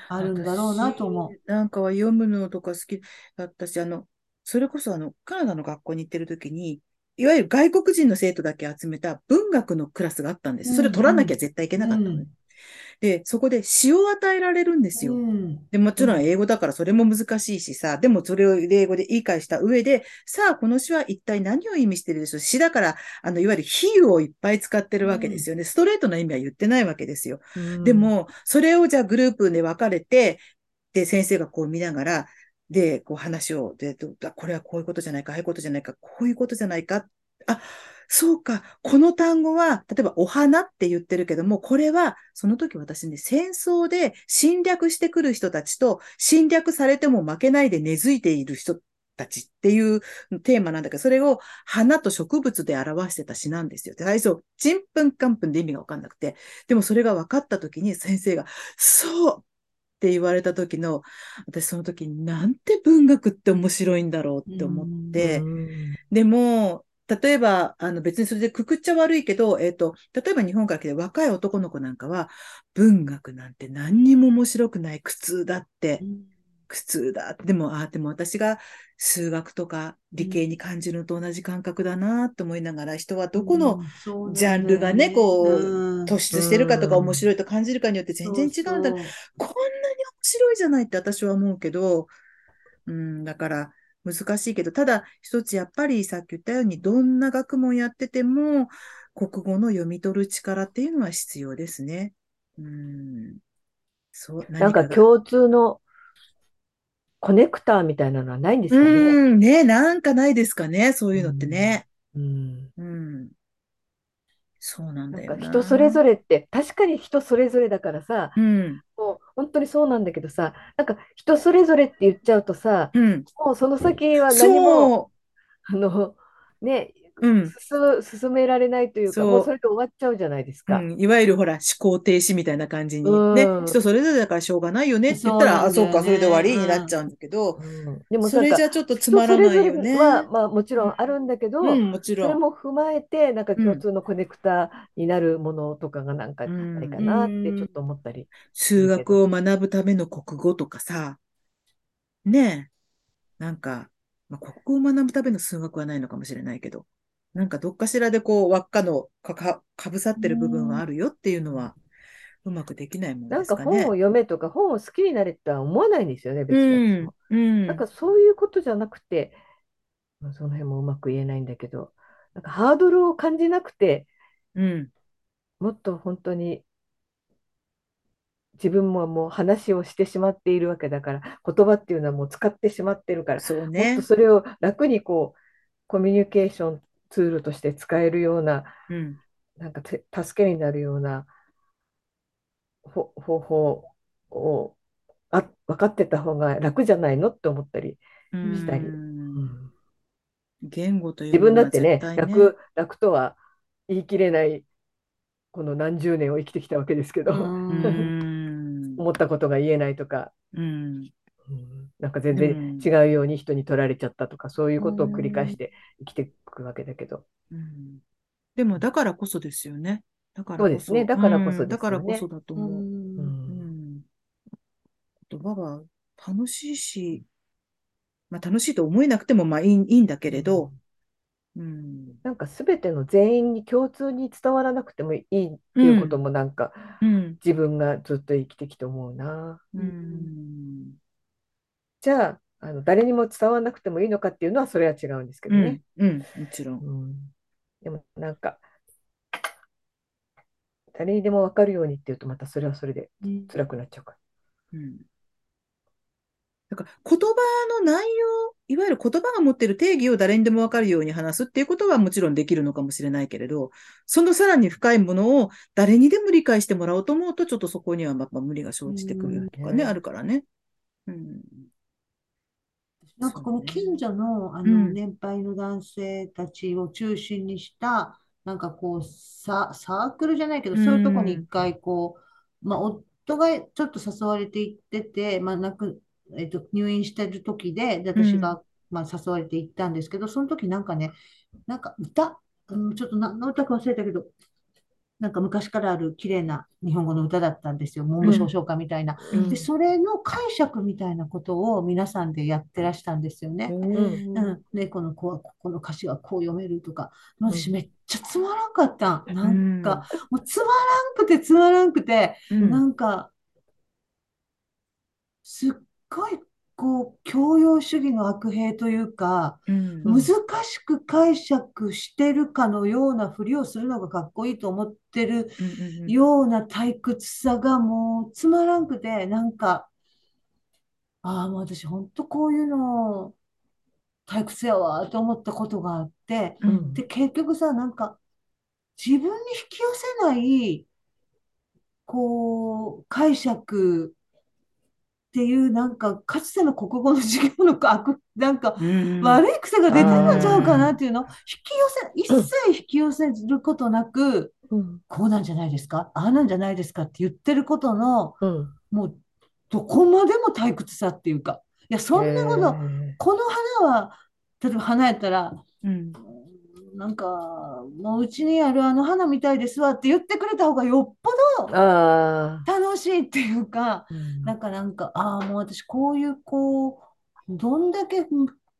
Speaker 3: あるんだろうなと思
Speaker 2: 私なんかは読むのとか好きだったし、あの、それこそあの、カナダの学校に行ってる時に、いわゆる外国人の生徒だけ集めた文学のクラスがあったんです。それ取らなきゃ絶対いけなかったのね。
Speaker 3: うんうん
Speaker 2: で、そこで詩を与えられるんです
Speaker 3: う。
Speaker 2: よ。
Speaker 3: うん
Speaker 2: で、もちろん英語だからそれも難しいしさ、でもそれを英語で理解した上で、さあこの詩は一体何を意味してるでしょう詩だから、あの、いわゆる比喩をいっぱい使ってるわけですよね。ストレートな意味は言ってないわけですよ。
Speaker 1: うん
Speaker 2: で、も、それをじゃあグループで分かれて、で、先生がこう見ながら、で、こう話を、で、どあこれはこういうことじゃないか、ああいうことじゃないか、こういうことじゃないか。あ、そうか、この単語は、例えばお花って言ってるけども、これは、その時私ね、戦争で侵略してくる人たちと、侵略されても負けないで根付いている人たちっていうテーマなんだけど、それを花と植物で表してた詩なんですよ。で、最初、ちんぷんかんぷんで意味がわかんなくて、でもそれが分かった時に先生が、そうって言われた時の、私その時になんて文学って面白いんだろうって思って、
Speaker 1: うん
Speaker 2: でも、例えば、あの別にそれでくくっちゃ悪いけど、えっ、と、例えば日本から来て若い男の子なんかは、文学なんて何にも面白くない苦痛だって、苦痛だ。でも、ああ、でも私が数学とか理系に感じるのと同じ感覚だなと思いながら、人はどこのジャンルがねこう
Speaker 3: うん
Speaker 2: 突出してるかとか
Speaker 1: うん
Speaker 2: 面白いと感じるかによって全然違うんだ。
Speaker 3: そう
Speaker 2: こんなに白いじゃないって私は思うけど、うん、だから難しいけど、ただ一つやっぱりさっき言ったように、どんな学問やってても、国語の読み取る力っていうのは必要ですね。うん。そう、
Speaker 1: なんか
Speaker 2: 何が
Speaker 1: 共通のコネクターみたいなのはないんですかね。
Speaker 2: うん、ね、なんかないですかね、そういうのってね。
Speaker 1: うん、
Speaker 2: うん。そうなん
Speaker 1: なん
Speaker 2: だ
Speaker 1: か
Speaker 2: よ
Speaker 1: 人それぞれって確かに人それぞれだからさ
Speaker 2: な。うん。
Speaker 1: もう本当にそうなんだけどさなんか人それぞれって言っちゃうとさ
Speaker 2: うん。
Speaker 1: もうその先は何も
Speaker 2: そ
Speaker 1: あのね
Speaker 2: う。うん。
Speaker 1: 進む進められないというか
Speaker 2: そう
Speaker 1: もうそれで終わっちゃうじゃないです
Speaker 2: う
Speaker 1: か。
Speaker 2: ん、いわゆるほら思考停止みたいな感じに
Speaker 1: うん
Speaker 2: ね、人それぞれだからしょうがないよねって言ったら、あ、
Speaker 3: そ
Speaker 2: そうう
Speaker 3: なんだ
Speaker 2: か、それ
Speaker 3: よね
Speaker 2: で終わりになっちゃうんだけど、
Speaker 1: うんでも
Speaker 2: それ
Speaker 1: なん
Speaker 2: じ
Speaker 1: か
Speaker 2: ゃちょっとつ
Speaker 1: 人
Speaker 2: ま
Speaker 1: そ
Speaker 2: らない
Speaker 1: れ
Speaker 2: よ
Speaker 1: ぞ
Speaker 2: ね
Speaker 1: れ。は、まあ、もちろんあるんだけど、
Speaker 2: うん、もち
Speaker 1: それ
Speaker 2: ろん。
Speaker 1: も踏まえてなんか
Speaker 2: うん
Speaker 1: 共通のコネクターになるものとかがなんか
Speaker 2: うん
Speaker 1: ないかなってちょっと思ったり。
Speaker 2: 数学を学ぶための国語とかさ、ねえ、なんか、まあ、国語を学ぶための数学はないのかもしれないけど、なんかどっかしらでこう輪っかのかかかぶさってる部分はあるよっていうのは、うまくできないもん
Speaker 1: な
Speaker 2: で
Speaker 1: ん
Speaker 2: す
Speaker 1: か
Speaker 2: か
Speaker 1: 本を
Speaker 2: ね。
Speaker 1: 読めとか本を好きになれとは思わないんですよね、別に
Speaker 2: うん、うん、
Speaker 1: なんかそういうことじゃなくて、まあその辺もうまく言えないんだけど、なんかハードルを感じなくて、
Speaker 2: うん。
Speaker 1: もっと本当に自分ももう話をしてしまっているわけだから、言葉っていうのはもう使ってしまってるから、
Speaker 2: そう
Speaker 1: もっと
Speaker 2: ね。
Speaker 1: それを楽にこうコミュニケーションツールとして使えるような、
Speaker 2: うん。
Speaker 1: なんかて助けになるようなほ方法をあ分かってた方が楽じゃないのって思ったり、したり
Speaker 2: うん言語という
Speaker 1: 自分だってね
Speaker 2: ものは絶対
Speaker 1: 楽楽とは言い切れないこの何十年を生きてきたわけですけど、
Speaker 2: う
Speaker 3: うん
Speaker 2: ん。
Speaker 1: 思ったことが言えないとか、
Speaker 2: うん。
Speaker 1: なんか全然違うように人に取られちゃったとか、そういうことを繰り返して生きていくわけだけど、
Speaker 2: うんでも、だからこそですよね。だからこそ。
Speaker 1: そうですねだからこそですよね
Speaker 2: うんだからこそだと
Speaker 3: う
Speaker 2: 思う。
Speaker 1: うんん
Speaker 2: うん言葉は楽しいし、まあ、楽しいと思えなくてもまあいいいいんだけれど、うん
Speaker 1: なんか全ての全員に共通に伝わらなくてもいいっていうこともなんか
Speaker 2: うん
Speaker 1: 自分がずっと生きてきて思うな。
Speaker 2: うん
Speaker 1: じゃあ、あの誰にも伝わらなくてもいいのかっていうのはそれは違うんですけどね。
Speaker 2: うんもちろん。
Speaker 1: うんでもなんか誰にでも分かるようにっていうとまたそれはそれで
Speaker 3: うん
Speaker 1: 辛くなっちゃうから。
Speaker 2: うんだから言葉の内容、いわゆる言葉が持っている定義を誰にでも分かるように話すっていうことはもちろんできるのかもしれないけれど、そのさらに深いものを誰にでも理解してもらおうと思うと、ちょっとそこにはまあ無理が生じてくるとかね、
Speaker 1: うん
Speaker 2: あるからね。うん。
Speaker 3: なんかこの近所の、あ
Speaker 2: う
Speaker 3: の
Speaker 2: ん
Speaker 3: 年配の男性たちを中心にした、なんかこうサ、サークルじゃないけど、そういうとこに
Speaker 2: うん
Speaker 3: 一回こう、まあ、夫がちょっと誘われて行ってて、まあ、なく、えっと、入院してる時で、で私が、まあ、誘われて行ったんですけど、その時なんかね、なんか歌、うん、ちょっと何の歌か忘れたけど、なんか昔からある綺麗な日本語の歌だったんですよ。文部省唱歌みたいな。
Speaker 2: うん
Speaker 3: で、それの解釈みたいなことを皆さんでやってらしたんですよね。
Speaker 1: ん
Speaker 3: うん、で、この子は、ここの歌詞はこう読めるとか、
Speaker 1: ん
Speaker 3: 私めっちゃつまらんかった。
Speaker 2: う
Speaker 3: なんんか、もうつまらんくてつまらんくて、
Speaker 2: うん
Speaker 3: なんか、すっごい、こう、教養主義の悪弊というか、
Speaker 2: うん
Speaker 1: む
Speaker 3: 難
Speaker 1: ず
Speaker 3: しく解釈してるかのようなふりをするのがかっこいいと思ってる
Speaker 2: うん
Speaker 3: ような退屈さがもうつまらんくて、なんか、ああ、もう私ほんとこういうの退屈やわと思ったことがあって、
Speaker 2: うん
Speaker 3: で、結局さ、なんか自分に引き寄せない、こう、解釈っていう、なんか、かつての国語の授業の悪、 なんか、
Speaker 2: うん
Speaker 3: 悪い癖が出てるんちゃうかなっていうの、引き寄せ、一切引き寄せることなく、
Speaker 1: うん
Speaker 3: こうなんじゃないですか、ああなんじゃないですかって言ってることの、
Speaker 1: うん
Speaker 3: もうどこまでも退屈さっていうか、いや、そんな
Speaker 1: へ
Speaker 3: こと、
Speaker 1: ー
Speaker 3: この花は、例えば花やったら、
Speaker 2: うん
Speaker 3: うんなんか、もううちにあるあの花みたいですわって言ってくれた方がよっぽど
Speaker 1: あ
Speaker 3: 楽しいっていうか、
Speaker 1: ー
Speaker 3: なんかなんか、ああ、もう私、こういう、こう、どんだけ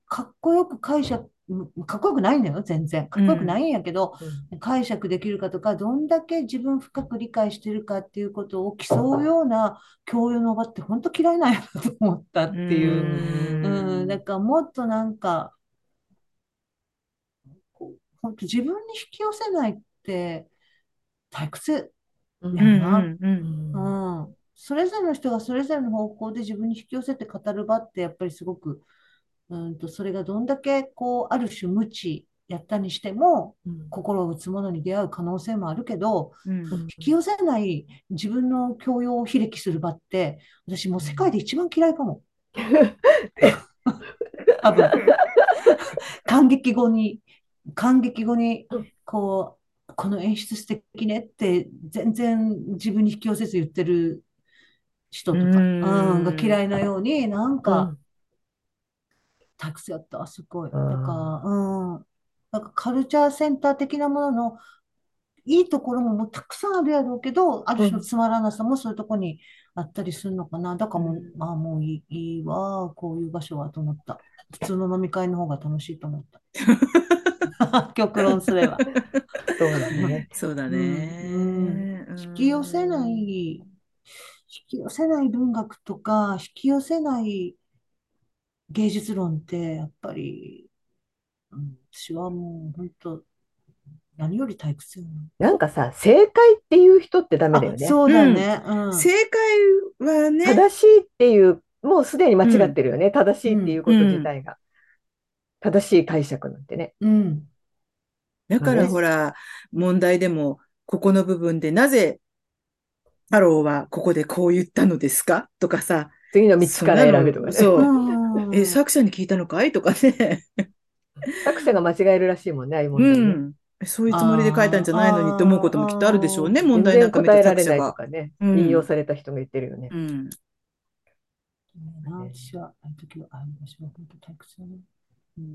Speaker 3: かっこよく解釈むかっこよくないんだよ、全然。かっこよくないんやけど、解釈できるかとか、どんだけ自分深く理解してるかっていうことを競うような教養の場って本当嫌いなんやなと思ったっていう。うん、だからもっとなんか、こう本当自分に引き寄せないって退屈。
Speaker 1: う
Speaker 3: ら
Speaker 1: ん
Speaker 3: な
Speaker 2: うん
Speaker 3: うん。それぞれの人がそれぞれの方向で自分に引き寄せて語る場ってやっぱりすごく、うんと、それがどんだけこう、ある種無知やったにしても、心を打つものに出会う可能性もあるけど、
Speaker 2: うん
Speaker 3: 引き寄せない自分の教養を悲劇する場って、私もう世界で一番嫌いかも。多分。感激後に、感激後に、こう、この演出素敵ねって、全然自分に引き寄せず言ってる人とか、
Speaker 2: う
Speaker 3: う
Speaker 2: ーん
Speaker 3: ん、が嫌いなように、なん
Speaker 1: う
Speaker 3: か、
Speaker 1: ん
Speaker 3: たくさんやった、すごい。
Speaker 1: あー
Speaker 3: なんか、うん。なんかカルチャーセンター的なものの、いいところももうたくさんあるやろうけど、ある種のつまらなさもそういうとこにあったりするのかな。だからもう、
Speaker 2: うん
Speaker 3: まあもういい、いいわ、こういう場所はと思った。普通の飲み会の方が楽しいと思 った。極論すれば。
Speaker 1: そうだね。
Speaker 2: そうだね。
Speaker 3: うん引き寄せない、引き寄せない文学とか、引き寄せない芸術論って、やっぱり、うん、私はもう本当、何より退屈よね
Speaker 1: なんかさ、正解っていう人ってダメだよ
Speaker 3: あ、
Speaker 1: ね。
Speaker 3: そうだね。うん。
Speaker 2: 正解はね、
Speaker 1: 正しいっていう、もうすでに間違ってるよね。正しいっていうこと自体が。正しい解釈なんてね。
Speaker 3: うん。
Speaker 2: だからほら、問題でも、ここの部分でなぜ、太郎はここでこう言ったのですかとかさ、
Speaker 1: 次の3つから選べとかね。
Speaker 2: そう
Speaker 3: うん
Speaker 2: え、作者に聞いたのかいとかね、
Speaker 1: 作者が間違えるらしいもんね、ああいう問
Speaker 2: う
Speaker 1: 題ね
Speaker 2: ん。そういうつもりで書いたんじゃないのにって思うこともきっとあるでしょうね、
Speaker 3: あー
Speaker 2: 問題なんか見
Speaker 1: 全
Speaker 2: て
Speaker 1: 然答えら
Speaker 2: 作
Speaker 1: れな
Speaker 2: 者
Speaker 1: いと
Speaker 2: が。
Speaker 1: かね、
Speaker 2: うん
Speaker 1: 引用された人が言ってるよね。
Speaker 2: うん。
Speaker 3: な私は、ああいう時は、ああいう場所は本当退屈よね。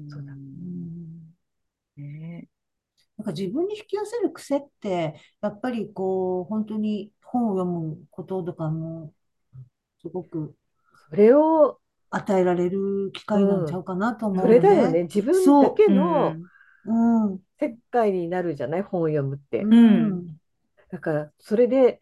Speaker 1: そうだ
Speaker 3: うん。
Speaker 2: ね
Speaker 3: なんか自分に引き寄せる癖って、やっぱりこう、本当に本を読むこととかも、すごく
Speaker 1: それを、
Speaker 3: 与えられる機会なんちゃうかなと思
Speaker 1: そうれ
Speaker 3: の
Speaker 1: だよ
Speaker 3: ね。
Speaker 1: ね、自分だけの
Speaker 3: うん。
Speaker 1: 世界になるじゃない、本を読むって。
Speaker 3: うん。
Speaker 1: だから、それで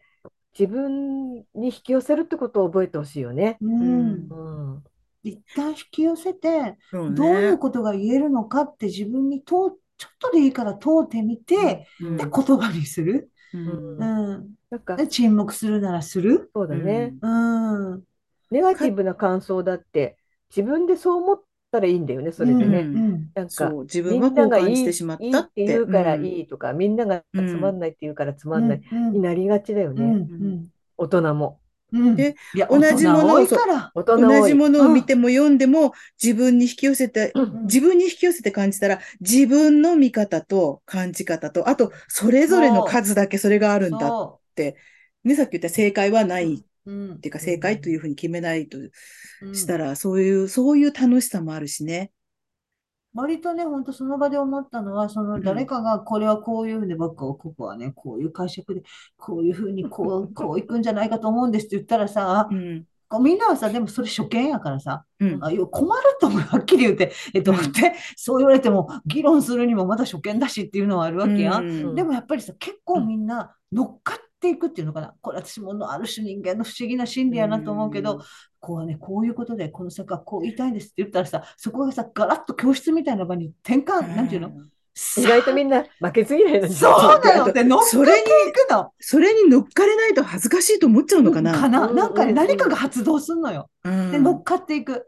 Speaker 1: 自分に引き寄せるってことを覚えてほしいよね。
Speaker 3: うん
Speaker 1: う。ん。
Speaker 3: 一旦引き寄せて、
Speaker 2: そうね
Speaker 3: どういうことが言えるのかって自分に問う、ちょっとでいいから問うてみて、
Speaker 2: うん
Speaker 3: で、言葉にする。
Speaker 2: うん
Speaker 3: うん。
Speaker 1: なんか、
Speaker 3: で、沈黙するならする。
Speaker 1: そうだね、
Speaker 3: うん。うん。
Speaker 1: ネガティブな感想だって、自分でそう思ったらいいんだよね、それでね。
Speaker 2: うん
Speaker 1: なんか、
Speaker 2: そう、自
Speaker 1: み
Speaker 2: 分は
Speaker 1: んな
Speaker 2: こう
Speaker 1: がい
Speaker 2: 感じ
Speaker 1: い、
Speaker 2: てしまっ
Speaker 1: いい
Speaker 2: た
Speaker 1: っ
Speaker 2: ってて。
Speaker 1: 言うから
Speaker 2: うん
Speaker 1: いいとか、みんながつまんないって言うからつまんない、
Speaker 3: うん
Speaker 1: になりがちだよ
Speaker 3: う
Speaker 1: ね、
Speaker 3: ん。うん。
Speaker 1: 大人も。
Speaker 3: うん。
Speaker 2: で
Speaker 3: いや、
Speaker 2: 同じものを
Speaker 3: 大人多いから。
Speaker 1: 大人
Speaker 2: 同
Speaker 1: 多い
Speaker 2: じものを見ても読んでも自分に引き寄せて、
Speaker 1: うん
Speaker 2: 自分に引き寄せて感じたら自分の見方と感じ方と、あとそれぞれの数だけそれがあるんだ。
Speaker 3: そ
Speaker 2: ね、さっき言った正解はないっ
Speaker 3: う。うん。
Speaker 2: ていうか正解というふうに決めないと
Speaker 3: うん
Speaker 2: したら、そういう、そういう楽しさもあるしね。
Speaker 3: 割とね、本当その場で思ったのは、その誰かがこれはこういうふうで、僕はここはね、こういう解釈で、こういうふうに こう、こういくんじゃないかと思うんですって言ったらさ
Speaker 2: う、ん。
Speaker 3: こうみんなはさ、でもそれ初見やからさ、
Speaker 2: うん。
Speaker 3: あいや困ると思う、はっきり言って、えどうって、そう言われても、議論するにもまだ初見だしっていうのはあるわけやん。
Speaker 2: うん
Speaker 3: でもやっぱりさ、結構みんな乗っかっていくっていうのかな。これ私もある種人間の不思議な心理やなと思うけど、、こうはね、こういうことで、この作家はこう言いたいんですって言ったらさ、そこがさ、ガラッと教室みたいな場に転換、なんていうの
Speaker 1: 意
Speaker 3: さ
Speaker 1: 外とみんな負けず嫌いなんですよ
Speaker 3: そうなのって乗っかっていくの。
Speaker 2: それに乗っかれないと恥ずかしいと思っちゃうのかな。
Speaker 3: かな
Speaker 1: うん
Speaker 3: なんかね、
Speaker 1: うん
Speaker 3: 何かが発動すんのよ。
Speaker 2: うん
Speaker 3: で、乗っかっていく。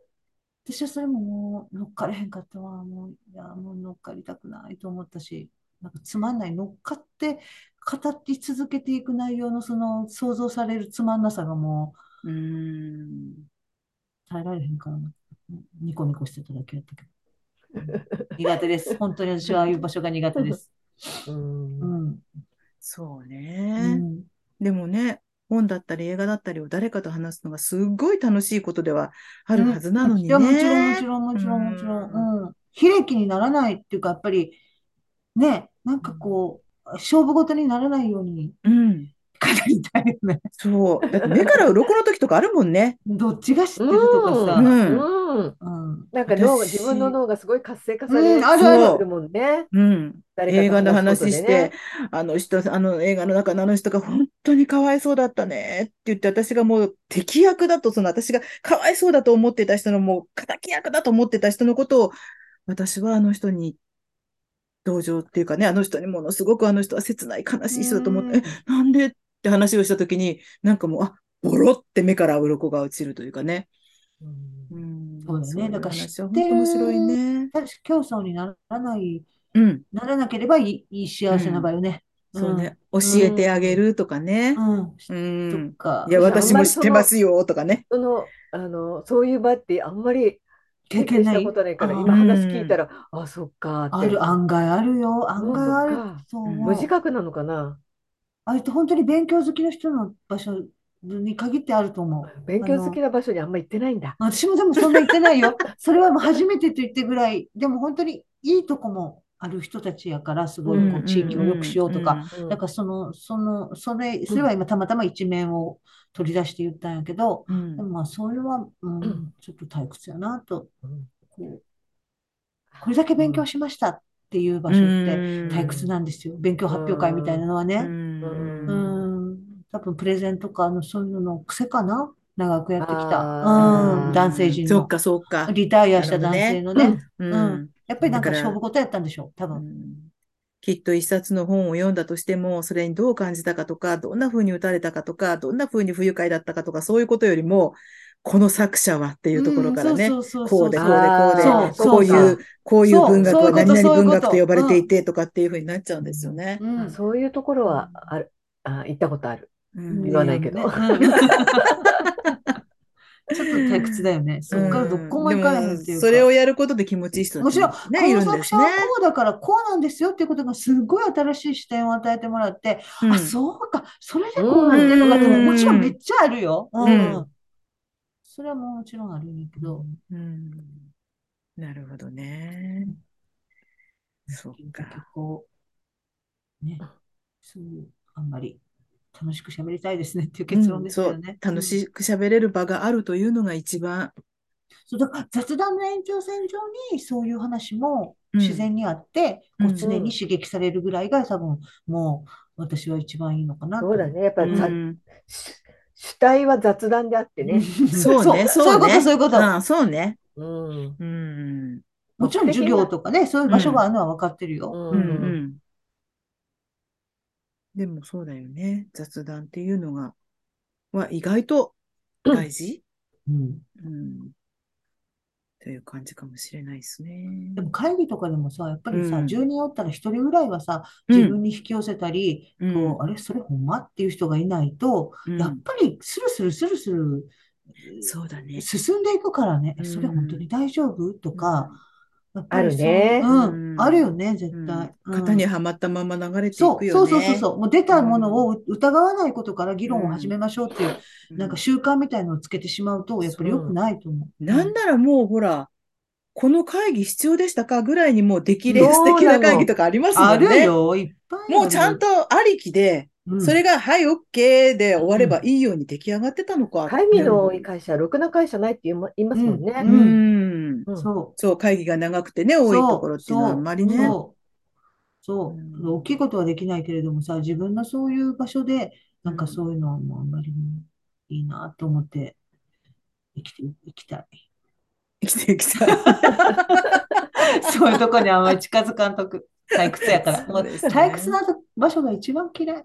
Speaker 3: 私はそれももう乗っかれへんかったわ。もう、いや、もう乗っかりたくないと思ったし、なんかつまんない。乗っかって語り続けていく内容のその想像されるつまんなさがもう
Speaker 2: うん。
Speaker 3: 耐えられへんから、ニコニコしてただけやったけど。苦手 です。本当に私はああいう場所が苦手 です。
Speaker 1: うん
Speaker 3: うん。
Speaker 2: そう
Speaker 3: う
Speaker 2: ね。
Speaker 3: ん。
Speaker 2: でもね、本だったり映画だったりを誰かと話すのがすっごい楽しいことではあるはずなのに
Speaker 3: い
Speaker 2: ね。
Speaker 3: や、もちろん、もちろん、もちろん、もちろ。
Speaker 2: うん
Speaker 3: うん。悲劇にならないっていうか、やっぱり、ね、なんかこう、勝負事にならないように、
Speaker 2: うん。
Speaker 3: 語りたいよ ね。
Speaker 2: そう。だって目から鱗の時とかあるもんね。
Speaker 3: どっちが知ってるとかさ。
Speaker 2: うん
Speaker 1: うん。
Speaker 3: うん。
Speaker 1: なんか脳が、
Speaker 2: 私
Speaker 1: 自分の脳がすごい活性化され
Speaker 3: うん
Speaker 2: あるある
Speaker 1: そうるもんね。
Speaker 2: うん。
Speaker 1: 誰かと
Speaker 2: 映画の
Speaker 1: 話すこと
Speaker 2: 話し
Speaker 1: でね
Speaker 2: て、あの人、あの映画の中のあの人が本当にかわいそうだったねって言って、私がもう敵役だと、その私がかわいそうだと思ってた人の、もう敵役だと思ってた人のことを、私はあの人に同情っていうかね、あの人にものすごくあの人は切ない悲しい人だと思って、え、なんでって話をしたときに、なんかもう、あ、ボロって目から鱗が落ちるというかね。
Speaker 1: うん
Speaker 2: うん
Speaker 3: そうだね
Speaker 2: いう
Speaker 3: だから
Speaker 2: 話は
Speaker 3: 知って
Speaker 2: 本
Speaker 3: る
Speaker 2: 当面白いね。
Speaker 3: ただし競争にならない、
Speaker 2: うん。
Speaker 3: ならなければいい、いい幸せな場よね。
Speaker 2: そうね。教えてあげるとかね。
Speaker 3: う
Speaker 2: う
Speaker 3: ん。
Speaker 2: ん
Speaker 3: と。か
Speaker 2: いや、
Speaker 1: そ
Speaker 3: さ
Speaker 1: う
Speaker 2: 私も知ってますよとかね。
Speaker 1: その、あの、そういう場ってあんまり
Speaker 3: 経
Speaker 1: 経験
Speaker 3: 験
Speaker 1: し
Speaker 3: な
Speaker 1: た
Speaker 3: い
Speaker 1: ことないから、
Speaker 3: あー
Speaker 1: 今話聞いたら、あ、そっかーっ
Speaker 3: あ
Speaker 1: て。
Speaker 3: る、案外あるよ。案外あ
Speaker 1: そう
Speaker 3: る
Speaker 1: か。
Speaker 3: そう
Speaker 2: うん
Speaker 3: 思
Speaker 1: 無
Speaker 3: う。
Speaker 1: 自覚なのかな
Speaker 3: あれって本当に勉強好きの人の場所に限ってあると思う。
Speaker 1: 勉強好きな場所にあんま行ってないんだ。
Speaker 3: 私もでもそんな言ってない よ。それはもう初めてと言ってぐらい、でも本当にいいとこもある人たちやから、すごいこう地域を良くしようとか。
Speaker 1: うん
Speaker 3: だからその、その、それ、それは今たまたま一面を取り出して言ったんやけど、
Speaker 2: うん。うん
Speaker 3: でもまあそれは、う
Speaker 1: うん
Speaker 3: ん、ちょっと退屈やなと、
Speaker 1: うん
Speaker 3: こう、これだけ勉強しましたっていう場所って退屈なんですよ。勉強発表会みたいなのはね。
Speaker 2: うん
Speaker 1: うん
Speaker 3: うん、多分プレゼントかのそういうのの癖かな、長くやってきた。
Speaker 1: あー
Speaker 3: うん、男性陣
Speaker 2: そっ
Speaker 3: の。
Speaker 2: か、そっか。
Speaker 3: リタイアした男性のね。
Speaker 2: う
Speaker 3: うん。やっぱりなんか
Speaker 2: だから
Speaker 3: 勝負事やったんでしょう、多分。
Speaker 2: きっと一冊の本を読んだとしても、それにどう感じたかとか、どんな風に打たれたかとか、どんな風に不愉快だったかとか、そういうことよりも、この作者はっていうところからね
Speaker 3: う、んそ
Speaker 2: こ
Speaker 3: うそうう
Speaker 2: で
Speaker 3: そう
Speaker 2: こ
Speaker 3: そう
Speaker 2: でこ
Speaker 1: あ
Speaker 2: う
Speaker 1: ー
Speaker 2: で、
Speaker 3: そう
Speaker 2: こういう
Speaker 1: そう、
Speaker 2: こういう
Speaker 3: そう
Speaker 2: 文学
Speaker 3: そう
Speaker 2: は
Speaker 3: いうこと
Speaker 2: 何々
Speaker 3: そういう
Speaker 2: 文
Speaker 3: こと
Speaker 2: 学と呼ばれていてとかっていう風になっちゃうんですよね。
Speaker 3: う
Speaker 1: あ
Speaker 3: ん。
Speaker 1: そういうところはある、あ、行ったことある。
Speaker 2: うん
Speaker 1: 言わないけど
Speaker 3: ねうんちょっと退屈だよね。そっからどこも行かないっていうか。
Speaker 2: それをやることで気持ちいい人
Speaker 3: もちろん、こ
Speaker 2: ね、いる
Speaker 3: の
Speaker 2: んで
Speaker 3: 作
Speaker 2: す
Speaker 3: 者は
Speaker 2: ね。
Speaker 3: こうだからこうなんですよっていうことがすごい新しい視点を与えてもらって、あ、そうか、それでこうなってるのかっていうのはもちろんめっちゃあるよ。
Speaker 2: ん
Speaker 3: うん。それはもちろんあるんやけど。
Speaker 2: うん。なるほどね。そう
Speaker 3: 結
Speaker 2: か。
Speaker 3: 構、ね、そういう、あんまり楽しく喋りたいですねっていう結論です
Speaker 2: そ
Speaker 3: よ
Speaker 2: う
Speaker 3: ね。
Speaker 2: 楽
Speaker 3: い。
Speaker 2: しく喋れる場があるというのが一番、
Speaker 3: そうだから雑談の延長線上にそういう話も自然にあって、
Speaker 2: うん
Speaker 3: こう常に刺激されるぐらいが多分もう私は一番いいのかなと。
Speaker 1: そうだ ね。やっぱ
Speaker 3: う
Speaker 1: り、
Speaker 3: ん
Speaker 1: ざ主主体は雑談であってね。
Speaker 2: そうね、
Speaker 3: そういうこと、そういうこと。
Speaker 2: あそうね。
Speaker 1: うん。
Speaker 2: うん。
Speaker 3: もちろん授業とかね、そういう場所があるのは分かってるよ。
Speaker 2: うんう
Speaker 1: うん。
Speaker 2: ん。でもそうだよね。雑談っていうのが、は意外と大事、
Speaker 3: うん
Speaker 2: うん、という感じかもしれないですね。
Speaker 3: でも会議とかでもさ、やっぱりさ、
Speaker 2: うん
Speaker 3: 10人おったら1人ぐらいはさ、
Speaker 2: うん
Speaker 3: 自分に引き寄せたり、
Speaker 2: うん
Speaker 3: こう、あれ、それほんまっていう人がいないと、
Speaker 2: うん
Speaker 3: やっぱりスルスルスルスル
Speaker 2: そうだね。
Speaker 3: 進んでいくからね、
Speaker 2: うん
Speaker 3: それ本当に大丈夫とか、やっぱりそ
Speaker 1: あ
Speaker 3: う
Speaker 1: るね
Speaker 3: うん、
Speaker 2: うん
Speaker 3: あるよね、
Speaker 2: う
Speaker 3: 絶
Speaker 2: ん、
Speaker 3: 対。うん
Speaker 2: 型にはまったまま流れてい
Speaker 3: そう、
Speaker 2: くよね。
Speaker 3: そうそうそうそう、もう出たものをう疑わないことから議論を始めましょうっていう、
Speaker 2: うん
Speaker 3: なんか習慣みたいのをつけてしまうと、やっぱり良くないと思う。
Speaker 2: なんならもうほら、この会議必要でしたかぐらいにもうできる素敵な会議とかありますも
Speaker 3: あ
Speaker 2: んね。
Speaker 3: るよ、いっぱいある
Speaker 2: もうちゃんとありきで、
Speaker 3: うん
Speaker 2: それが、はい、オッケーで終わればいいように出来上がってたのか。
Speaker 1: 会議の多い会社、ろくな会社ないって言いま言いますもん
Speaker 2: う
Speaker 1: ね。
Speaker 2: ん。
Speaker 1: うん
Speaker 3: そう。
Speaker 2: そう、会議が長くてね、多いところっていうのはあんまりね。
Speaker 3: そう。そ
Speaker 2: う
Speaker 3: う
Speaker 2: ん
Speaker 3: そう大きいことはできないけれどもさ、自分のそういう場所で、なんかそういうのはもうあんまりいいなと思って、生きていきたい。
Speaker 2: 生 きてきた。
Speaker 3: そういうとこにあんまり近づかんとく。退屈やから。もう
Speaker 2: そうですね
Speaker 3: 退屈な場所が一番嫌い。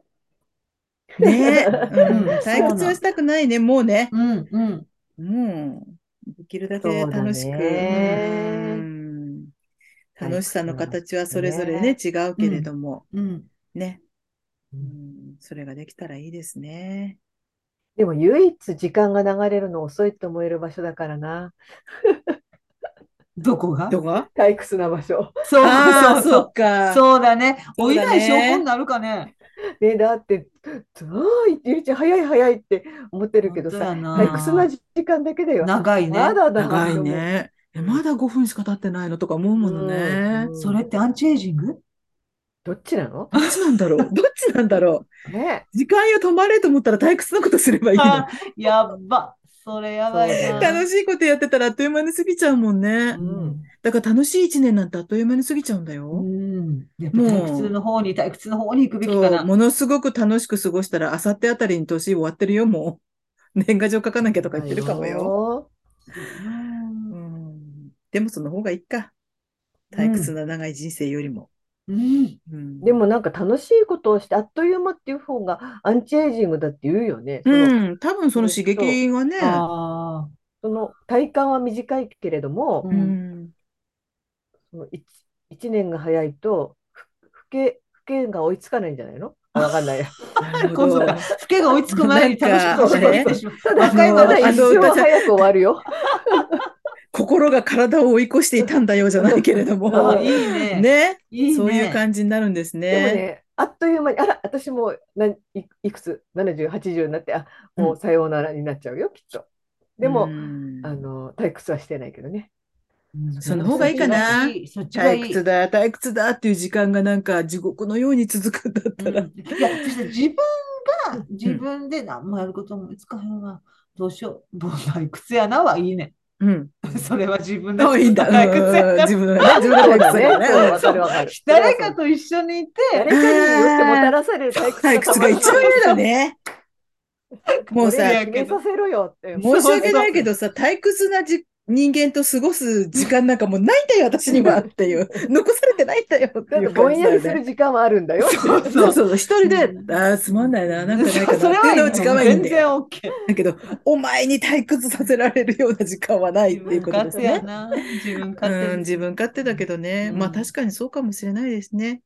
Speaker 2: ね、 うん
Speaker 3: うん
Speaker 2: 退屈はしたくないね、もうね。
Speaker 3: うんうん。
Speaker 2: もう、できるだけ楽し
Speaker 1: そう
Speaker 2: く。
Speaker 1: だね
Speaker 2: うん楽しさの形
Speaker 1: 退
Speaker 2: は
Speaker 1: 屈
Speaker 2: それぞれね、違うけれども、
Speaker 3: うん。
Speaker 2: ね、う
Speaker 1: うん
Speaker 2: ん。それができたらいいですね。
Speaker 1: でも唯一時間が流れるの遅いと思える場所だからな。
Speaker 3: どこが
Speaker 2: どこ
Speaker 1: 退屈な場所。
Speaker 3: そう
Speaker 2: ああ、
Speaker 3: そうそ。
Speaker 2: そうっか。
Speaker 3: そうだね。
Speaker 2: そ
Speaker 3: 老
Speaker 2: う
Speaker 3: い
Speaker 2: だ
Speaker 3: な
Speaker 2: ね
Speaker 3: い証拠になるかね。
Speaker 1: ね、だって、どう言ってゆうちゃん早い早いって思ってるけど
Speaker 3: 本当や
Speaker 1: さ、
Speaker 3: な
Speaker 1: 退屈な時間だけだよ。
Speaker 3: 長いね。
Speaker 1: まだだ
Speaker 2: 長いね。えまだ5分しか経ってないのとか思う
Speaker 1: と
Speaker 2: も
Speaker 1: 思う。
Speaker 2: のね
Speaker 1: う。ん
Speaker 3: それってアンチエイジング
Speaker 1: どっちなの
Speaker 2: どっちなんだろう どっちなんだろ
Speaker 1: ね
Speaker 2: う時間よ止まれと思ったら退屈なことすればいいの
Speaker 3: あ。やっば。それやばい
Speaker 1: そう
Speaker 3: な。
Speaker 1: だよ
Speaker 2: 楽しいことやってたらあっという間に過ぎちゃうもんね
Speaker 1: う。ん
Speaker 2: だから楽しい一年なんてあっという間に過ぎちゃうんだよ。
Speaker 3: うん。やっぱ退屈の方に、退屈の方に行くべき
Speaker 2: そ
Speaker 3: か
Speaker 2: う、
Speaker 3: な。
Speaker 2: ものすごく楽しく過ごしたら、あさってあたりに年終わってるよ、もう。 年賀状書かなきゃとか言ってるかもよ。
Speaker 3: うん
Speaker 2: うんでもその方がいいか。退屈な長い人生よりも。
Speaker 3: うん。
Speaker 2: うん
Speaker 1: で、もなんか楽しいことをしてあっという間っていう方がアンチエイジングだって言うよね。その
Speaker 2: うん、多分その刺激がね、
Speaker 3: あ
Speaker 1: その体感は短いけれども、
Speaker 3: う
Speaker 2: うんん、
Speaker 1: その 1, 年が早いとふ老け老けが追いつかないんじゃないのあわかん ない。
Speaker 2: なる
Speaker 3: あ。
Speaker 2: ほ
Speaker 3: 今度
Speaker 2: ど。
Speaker 3: は、老けが追いつく前に楽しく
Speaker 1: なんか
Speaker 3: 過ごしてしまう
Speaker 1: ただ
Speaker 3: 若いま
Speaker 1: た
Speaker 3: ま
Speaker 1: だ
Speaker 2: あ
Speaker 1: 一
Speaker 2: の
Speaker 1: 生は早く終わるよ。
Speaker 2: 心が体を追い越していたんだよじゃないけれど
Speaker 1: あ
Speaker 2: も
Speaker 3: あ、い。いね。
Speaker 2: ね、
Speaker 3: いいね。
Speaker 2: そういう感じになるんです
Speaker 1: でも
Speaker 2: ね。
Speaker 1: ね、あっという間に、あら、私もないいくつ、70、80になって、あもうさようならになっちゃうよ、きっと。でも、
Speaker 2: うん
Speaker 1: あの退屈はしてないけどね。
Speaker 2: その方がいいかな。
Speaker 3: そっちが
Speaker 2: 退
Speaker 3: いい。
Speaker 2: 屈だ、退屈だっていう時間がなんか地獄のように続くんだったら。
Speaker 3: うんいや、そして自分が自分で何もやることもいつかへんわ。どうしよう。どう退屈やなはいいね。
Speaker 2: うん。
Speaker 3: それは自分で
Speaker 2: あいいん だ。
Speaker 3: 退屈や
Speaker 2: うん
Speaker 3: な。
Speaker 2: 自 分のね、自分の
Speaker 1: そうだ
Speaker 2: 退屈
Speaker 1: ね。
Speaker 2: だ
Speaker 1: そう
Speaker 2: ね。
Speaker 1: わかるわかる。
Speaker 3: 誰かと一緒にい
Speaker 1: 誰
Speaker 3: て、
Speaker 1: かによってもたらされる退屈
Speaker 2: 退屈が一番嫌だ ね。もうさ、
Speaker 1: 俺に決めさせろよって。
Speaker 3: う
Speaker 2: 申し訳ないけどさ、退屈なじ人間と過ごす時間なんかもうないんだよ、私にはって いう。残されてないんだよって
Speaker 1: だっ
Speaker 2: い
Speaker 1: て
Speaker 2: う
Speaker 1: ぼ
Speaker 2: 感
Speaker 1: ん
Speaker 2: じ
Speaker 1: や
Speaker 2: だ
Speaker 1: り
Speaker 2: よ
Speaker 1: す
Speaker 2: ね。
Speaker 1: る時間はあるんだよ。
Speaker 2: そうそうそう、一人で、ああ、すまんないな、なんかないかなって
Speaker 3: それはいいう
Speaker 2: の時間はいいん
Speaker 3: 全
Speaker 2: だ
Speaker 3: 然
Speaker 2: よ。
Speaker 3: OK。
Speaker 2: だけど、お前に退屈させられるような時間はないっ
Speaker 3: 自
Speaker 2: ていう
Speaker 3: 分
Speaker 2: ことで
Speaker 3: 勝
Speaker 2: す
Speaker 3: 手や
Speaker 2: ね。
Speaker 3: な。自分勝
Speaker 2: うん、
Speaker 3: 手。
Speaker 2: 自分勝手だけどね、
Speaker 3: うん
Speaker 2: まあ確かにそうかもしれないですね。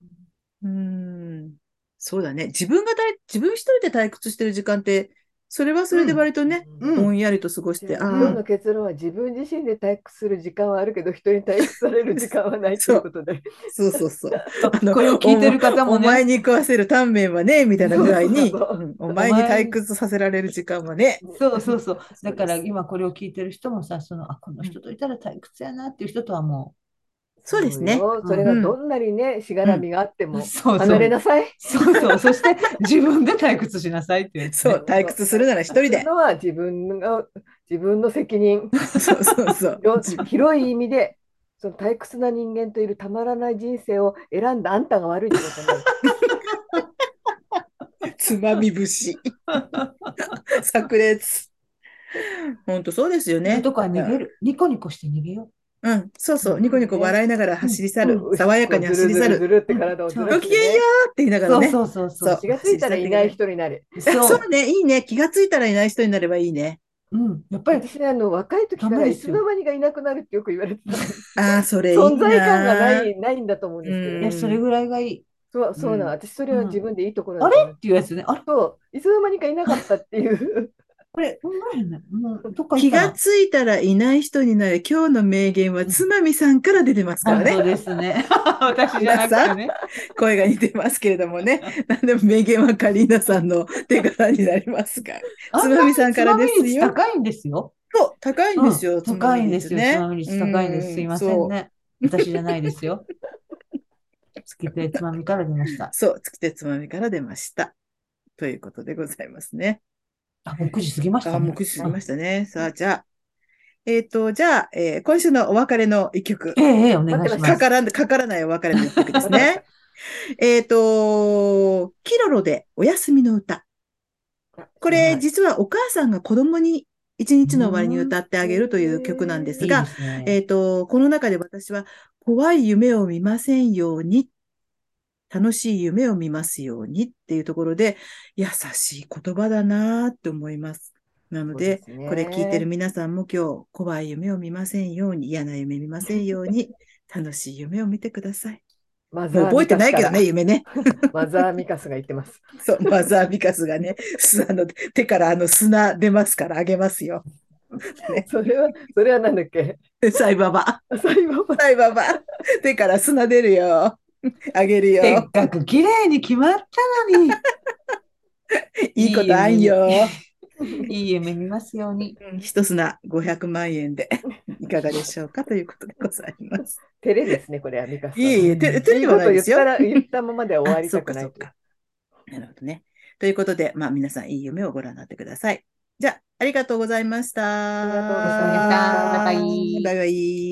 Speaker 2: うん、そうだね。自分が大自分一人で退屈してる時間って、それはそれで割とね、
Speaker 3: うん
Speaker 2: ぼんやりと過ごして、あ
Speaker 1: 今日
Speaker 2: あ、
Speaker 1: の結論は自分自身で退屈する時間はあるけど人に退屈される時間はないということで。
Speaker 2: そうそうそう。 あ
Speaker 3: これを聞いてる方も
Speaker 2: お前
Speaker 3: ね、
Speaker 2: に食わせるタンメンはね、みたいなぐらいに、
Speaker 1: そうそうそう
Speaker 2: うんお前に退屈させられる時間はね。
Speaker 3: そうそうそう。だか
Speaker 2: そ
Speaker 3: ら
Speaker 2: うです
Speaker 3: 今これを聞いてる人もさ、その、あ、この人といたら退屈やなっていう人とはも
Speaker 2: そうですね
Speaker 1: よそれがどんなにね、しがらみがあって
Speaker 3: う、
Speaker 1: も
Speaker 3: そうそ
Speaker 1: 離れ
Speaker 3: う。
Speaker 1: なさい。
Speaker 3: そうそう。そして自分で退屈しなさいっていうやつ
Speaker 2: そ
Speaker 3: ね。
Speaker 2: う、退屈するなら一人で。
Speaker 1: のは自分が自分の責任。
Speaker 2: そうそうそう。
Speaker 1: よ広い意味でその退屈な人間といるたまらない人生を選んだあんたが悪いってことになる。
Speaker 2: つまみ節。炸裂。本当そうですよ
Speaker 3: ね。
Speaker 2: ね。
Speaker 3: どこは逃げる。ニコニコして逃げよ
Speaker 2: うん、そうそう、ニコニコ笑いながら走り去る、爽やかに走り
Speaker 1: ずる
Speaker 2: 去
Speaker 1: ずるず
Speaker 2: る、
Speaker 1: るって体をず
Speaker 3: うん
Speaker 1: ら
Speaker 2: ご
Speaker 1: して、ね。
Speaker 2: きげんようって言いな
Speaker 3: う。
Speaker 2: が
Speaker 3: そ
Speaker 2: ら
Speaker 3: う
Speaker 2: ね。
Speaker 3: そうそうそう。
Speaker 1: 気がついたらいない人になる。
Speaker 2: あ
Speaker 3: そう
Speaker 2: そうね、いいね、気がついたらいない人になればいいね。
Speaker 3: うん、やっぱり
Speaker 1: 私ね、あの若い時か
Speaker 3: ダメ
Speaker 1: ら
Speaker 3: で
Speaker 1: い
Speaker 3: す
Speaker 1: つ
Speaker 3: よ
Speaker 1: の間にかいなくなるってよく言われてた。
Speaker 2: ああ、それいいな。
Speaker 1: 存在感がないないんだと思うんですけど
Speaker 2: う
Speaker 1: ね
Speaker 2: ん
Speaker 3: い。やそれぐらいがいい。
Speaker 1: そうそうなの、
Speaker 2: うん
Speaker 1: 私それは自分でいいところな
Speaker 3: あ
Speaker 1: んだ
Speaker 3: れ
Speaker 1: よね
Speaker 3: っていうやつね。あれ
Speaker 1: そういつの間にかいなかったっていう。
Speaker 3: これ、うんまいねうんどっか
Speaker 2: 気
Speaker 3: 行った
Speaker 2: が
Speaker 3: な
Speaker 2: ついたらいない人になれ。今日の名言はつまみさんから出てますから
Speaker 3: 本
Speaker 2: ね。
Speaker 3: 当ですね。 私じゃなくてね。
Speaker 2: 声が似てますけれどもね。 なんでも名言はカリーナさんの手柄になりますが。つまみさんからですよ
Speaker 3: つまみ率高いんですよ。
Speaker 2: そう、高いんですよ。
Speaker 3: うん高いんですよ。つまみ率高いんで
Speaker 2: う
Speaker 3: す。すいませんね。私じゃないで すよ。つけてつまみから出ました。
Speaker 2: そう、つきてつまみから出ました。ということでございますね。
Speaker 3: あ、もう9時過ぎましたね。
Speaker 2: あ、もう9時過ぎましたね。さあ、じゃあ。えっ、と、じゃあ、えー今週のお別れの一曲。
Speaker 3: ええええ、お願いしま
Speaker 2: か
Speaker 3: す。
Speaker 2: からんかからないお別れの一曲ですね。 えっと、キロロでお休みの歌。こ れ、
Speaker 1: はい
Speaker 2: 実はお母さんが子供に一日の終わりに歌ってあげるという曲なんです
Speaker 3: いい
Speaker 2: が
Speaker 3: で、すね
Speaker 2: えっ、と、この中で私は、怖い夢を見ませんように、楽しい夢を見ますようにっていうところで、優しい言葉だなって思います。なので、
Speaker 1: そうすね
Speaker 2: これ聞いてる皆さんも今日、怖い夢を見ませんように、嫌な夢見ませんよう に、楽しい夢を見てください。
Speaker 1: マザ
Speaker 2: もう
Speaker 1: ー
Speaker 2: 覚えてないけどね、
Speaker 1: ミカ
Speaker 2: 夢ね。
Speaker 1: スから。マザーミカスが言ってます。
Speaker 2: そう、マザー・ビカスがね、すあの手からあの砂出ますからあげますよ。
Speaker 1: それはそれはなんだっけ。
Speaker 2: サイババ。
Speaker 1: サイババ
Speaker 2: サイババ。手から砂出るよ。あげるよ。
Speaker 3: せっかく綺麗に決まったのに。
Speaker 2: いいことあんよ。
Speaker 3: いい夢見ますように。
Speaker 2: 一砂500万円でいかがでしょうかということでございます。
Speaker 1: 照れですね、これは、ミカさん。
Speaker 2: いえいえ、て、て
Speaker 1: い
Speaker 2: れ
Speaker 1: い
Speaker 2: は
Speaker 1: こ
Speaker 2: ない
Speaker 1: と
Speaker 2: で
Speaker 1: 言っ
Speaker 2: すよ
Speaker 1: た。ら、言ったままでは終わ
Speaker 2: あ
Speaker 1: り
Speaker 2: そう
Speaker 1: たく
Speaker 2: か、
Speaker 1: ない
Speaker 2: そう。か。なるほどね。ということで、まあ皆さんいい夢をご覧になってください。じゃあ、ありがとうございました。
Speaker 1: ありがとうご
Speaker 4: ざいましたバイバイ
Speaker 2: バイバイ。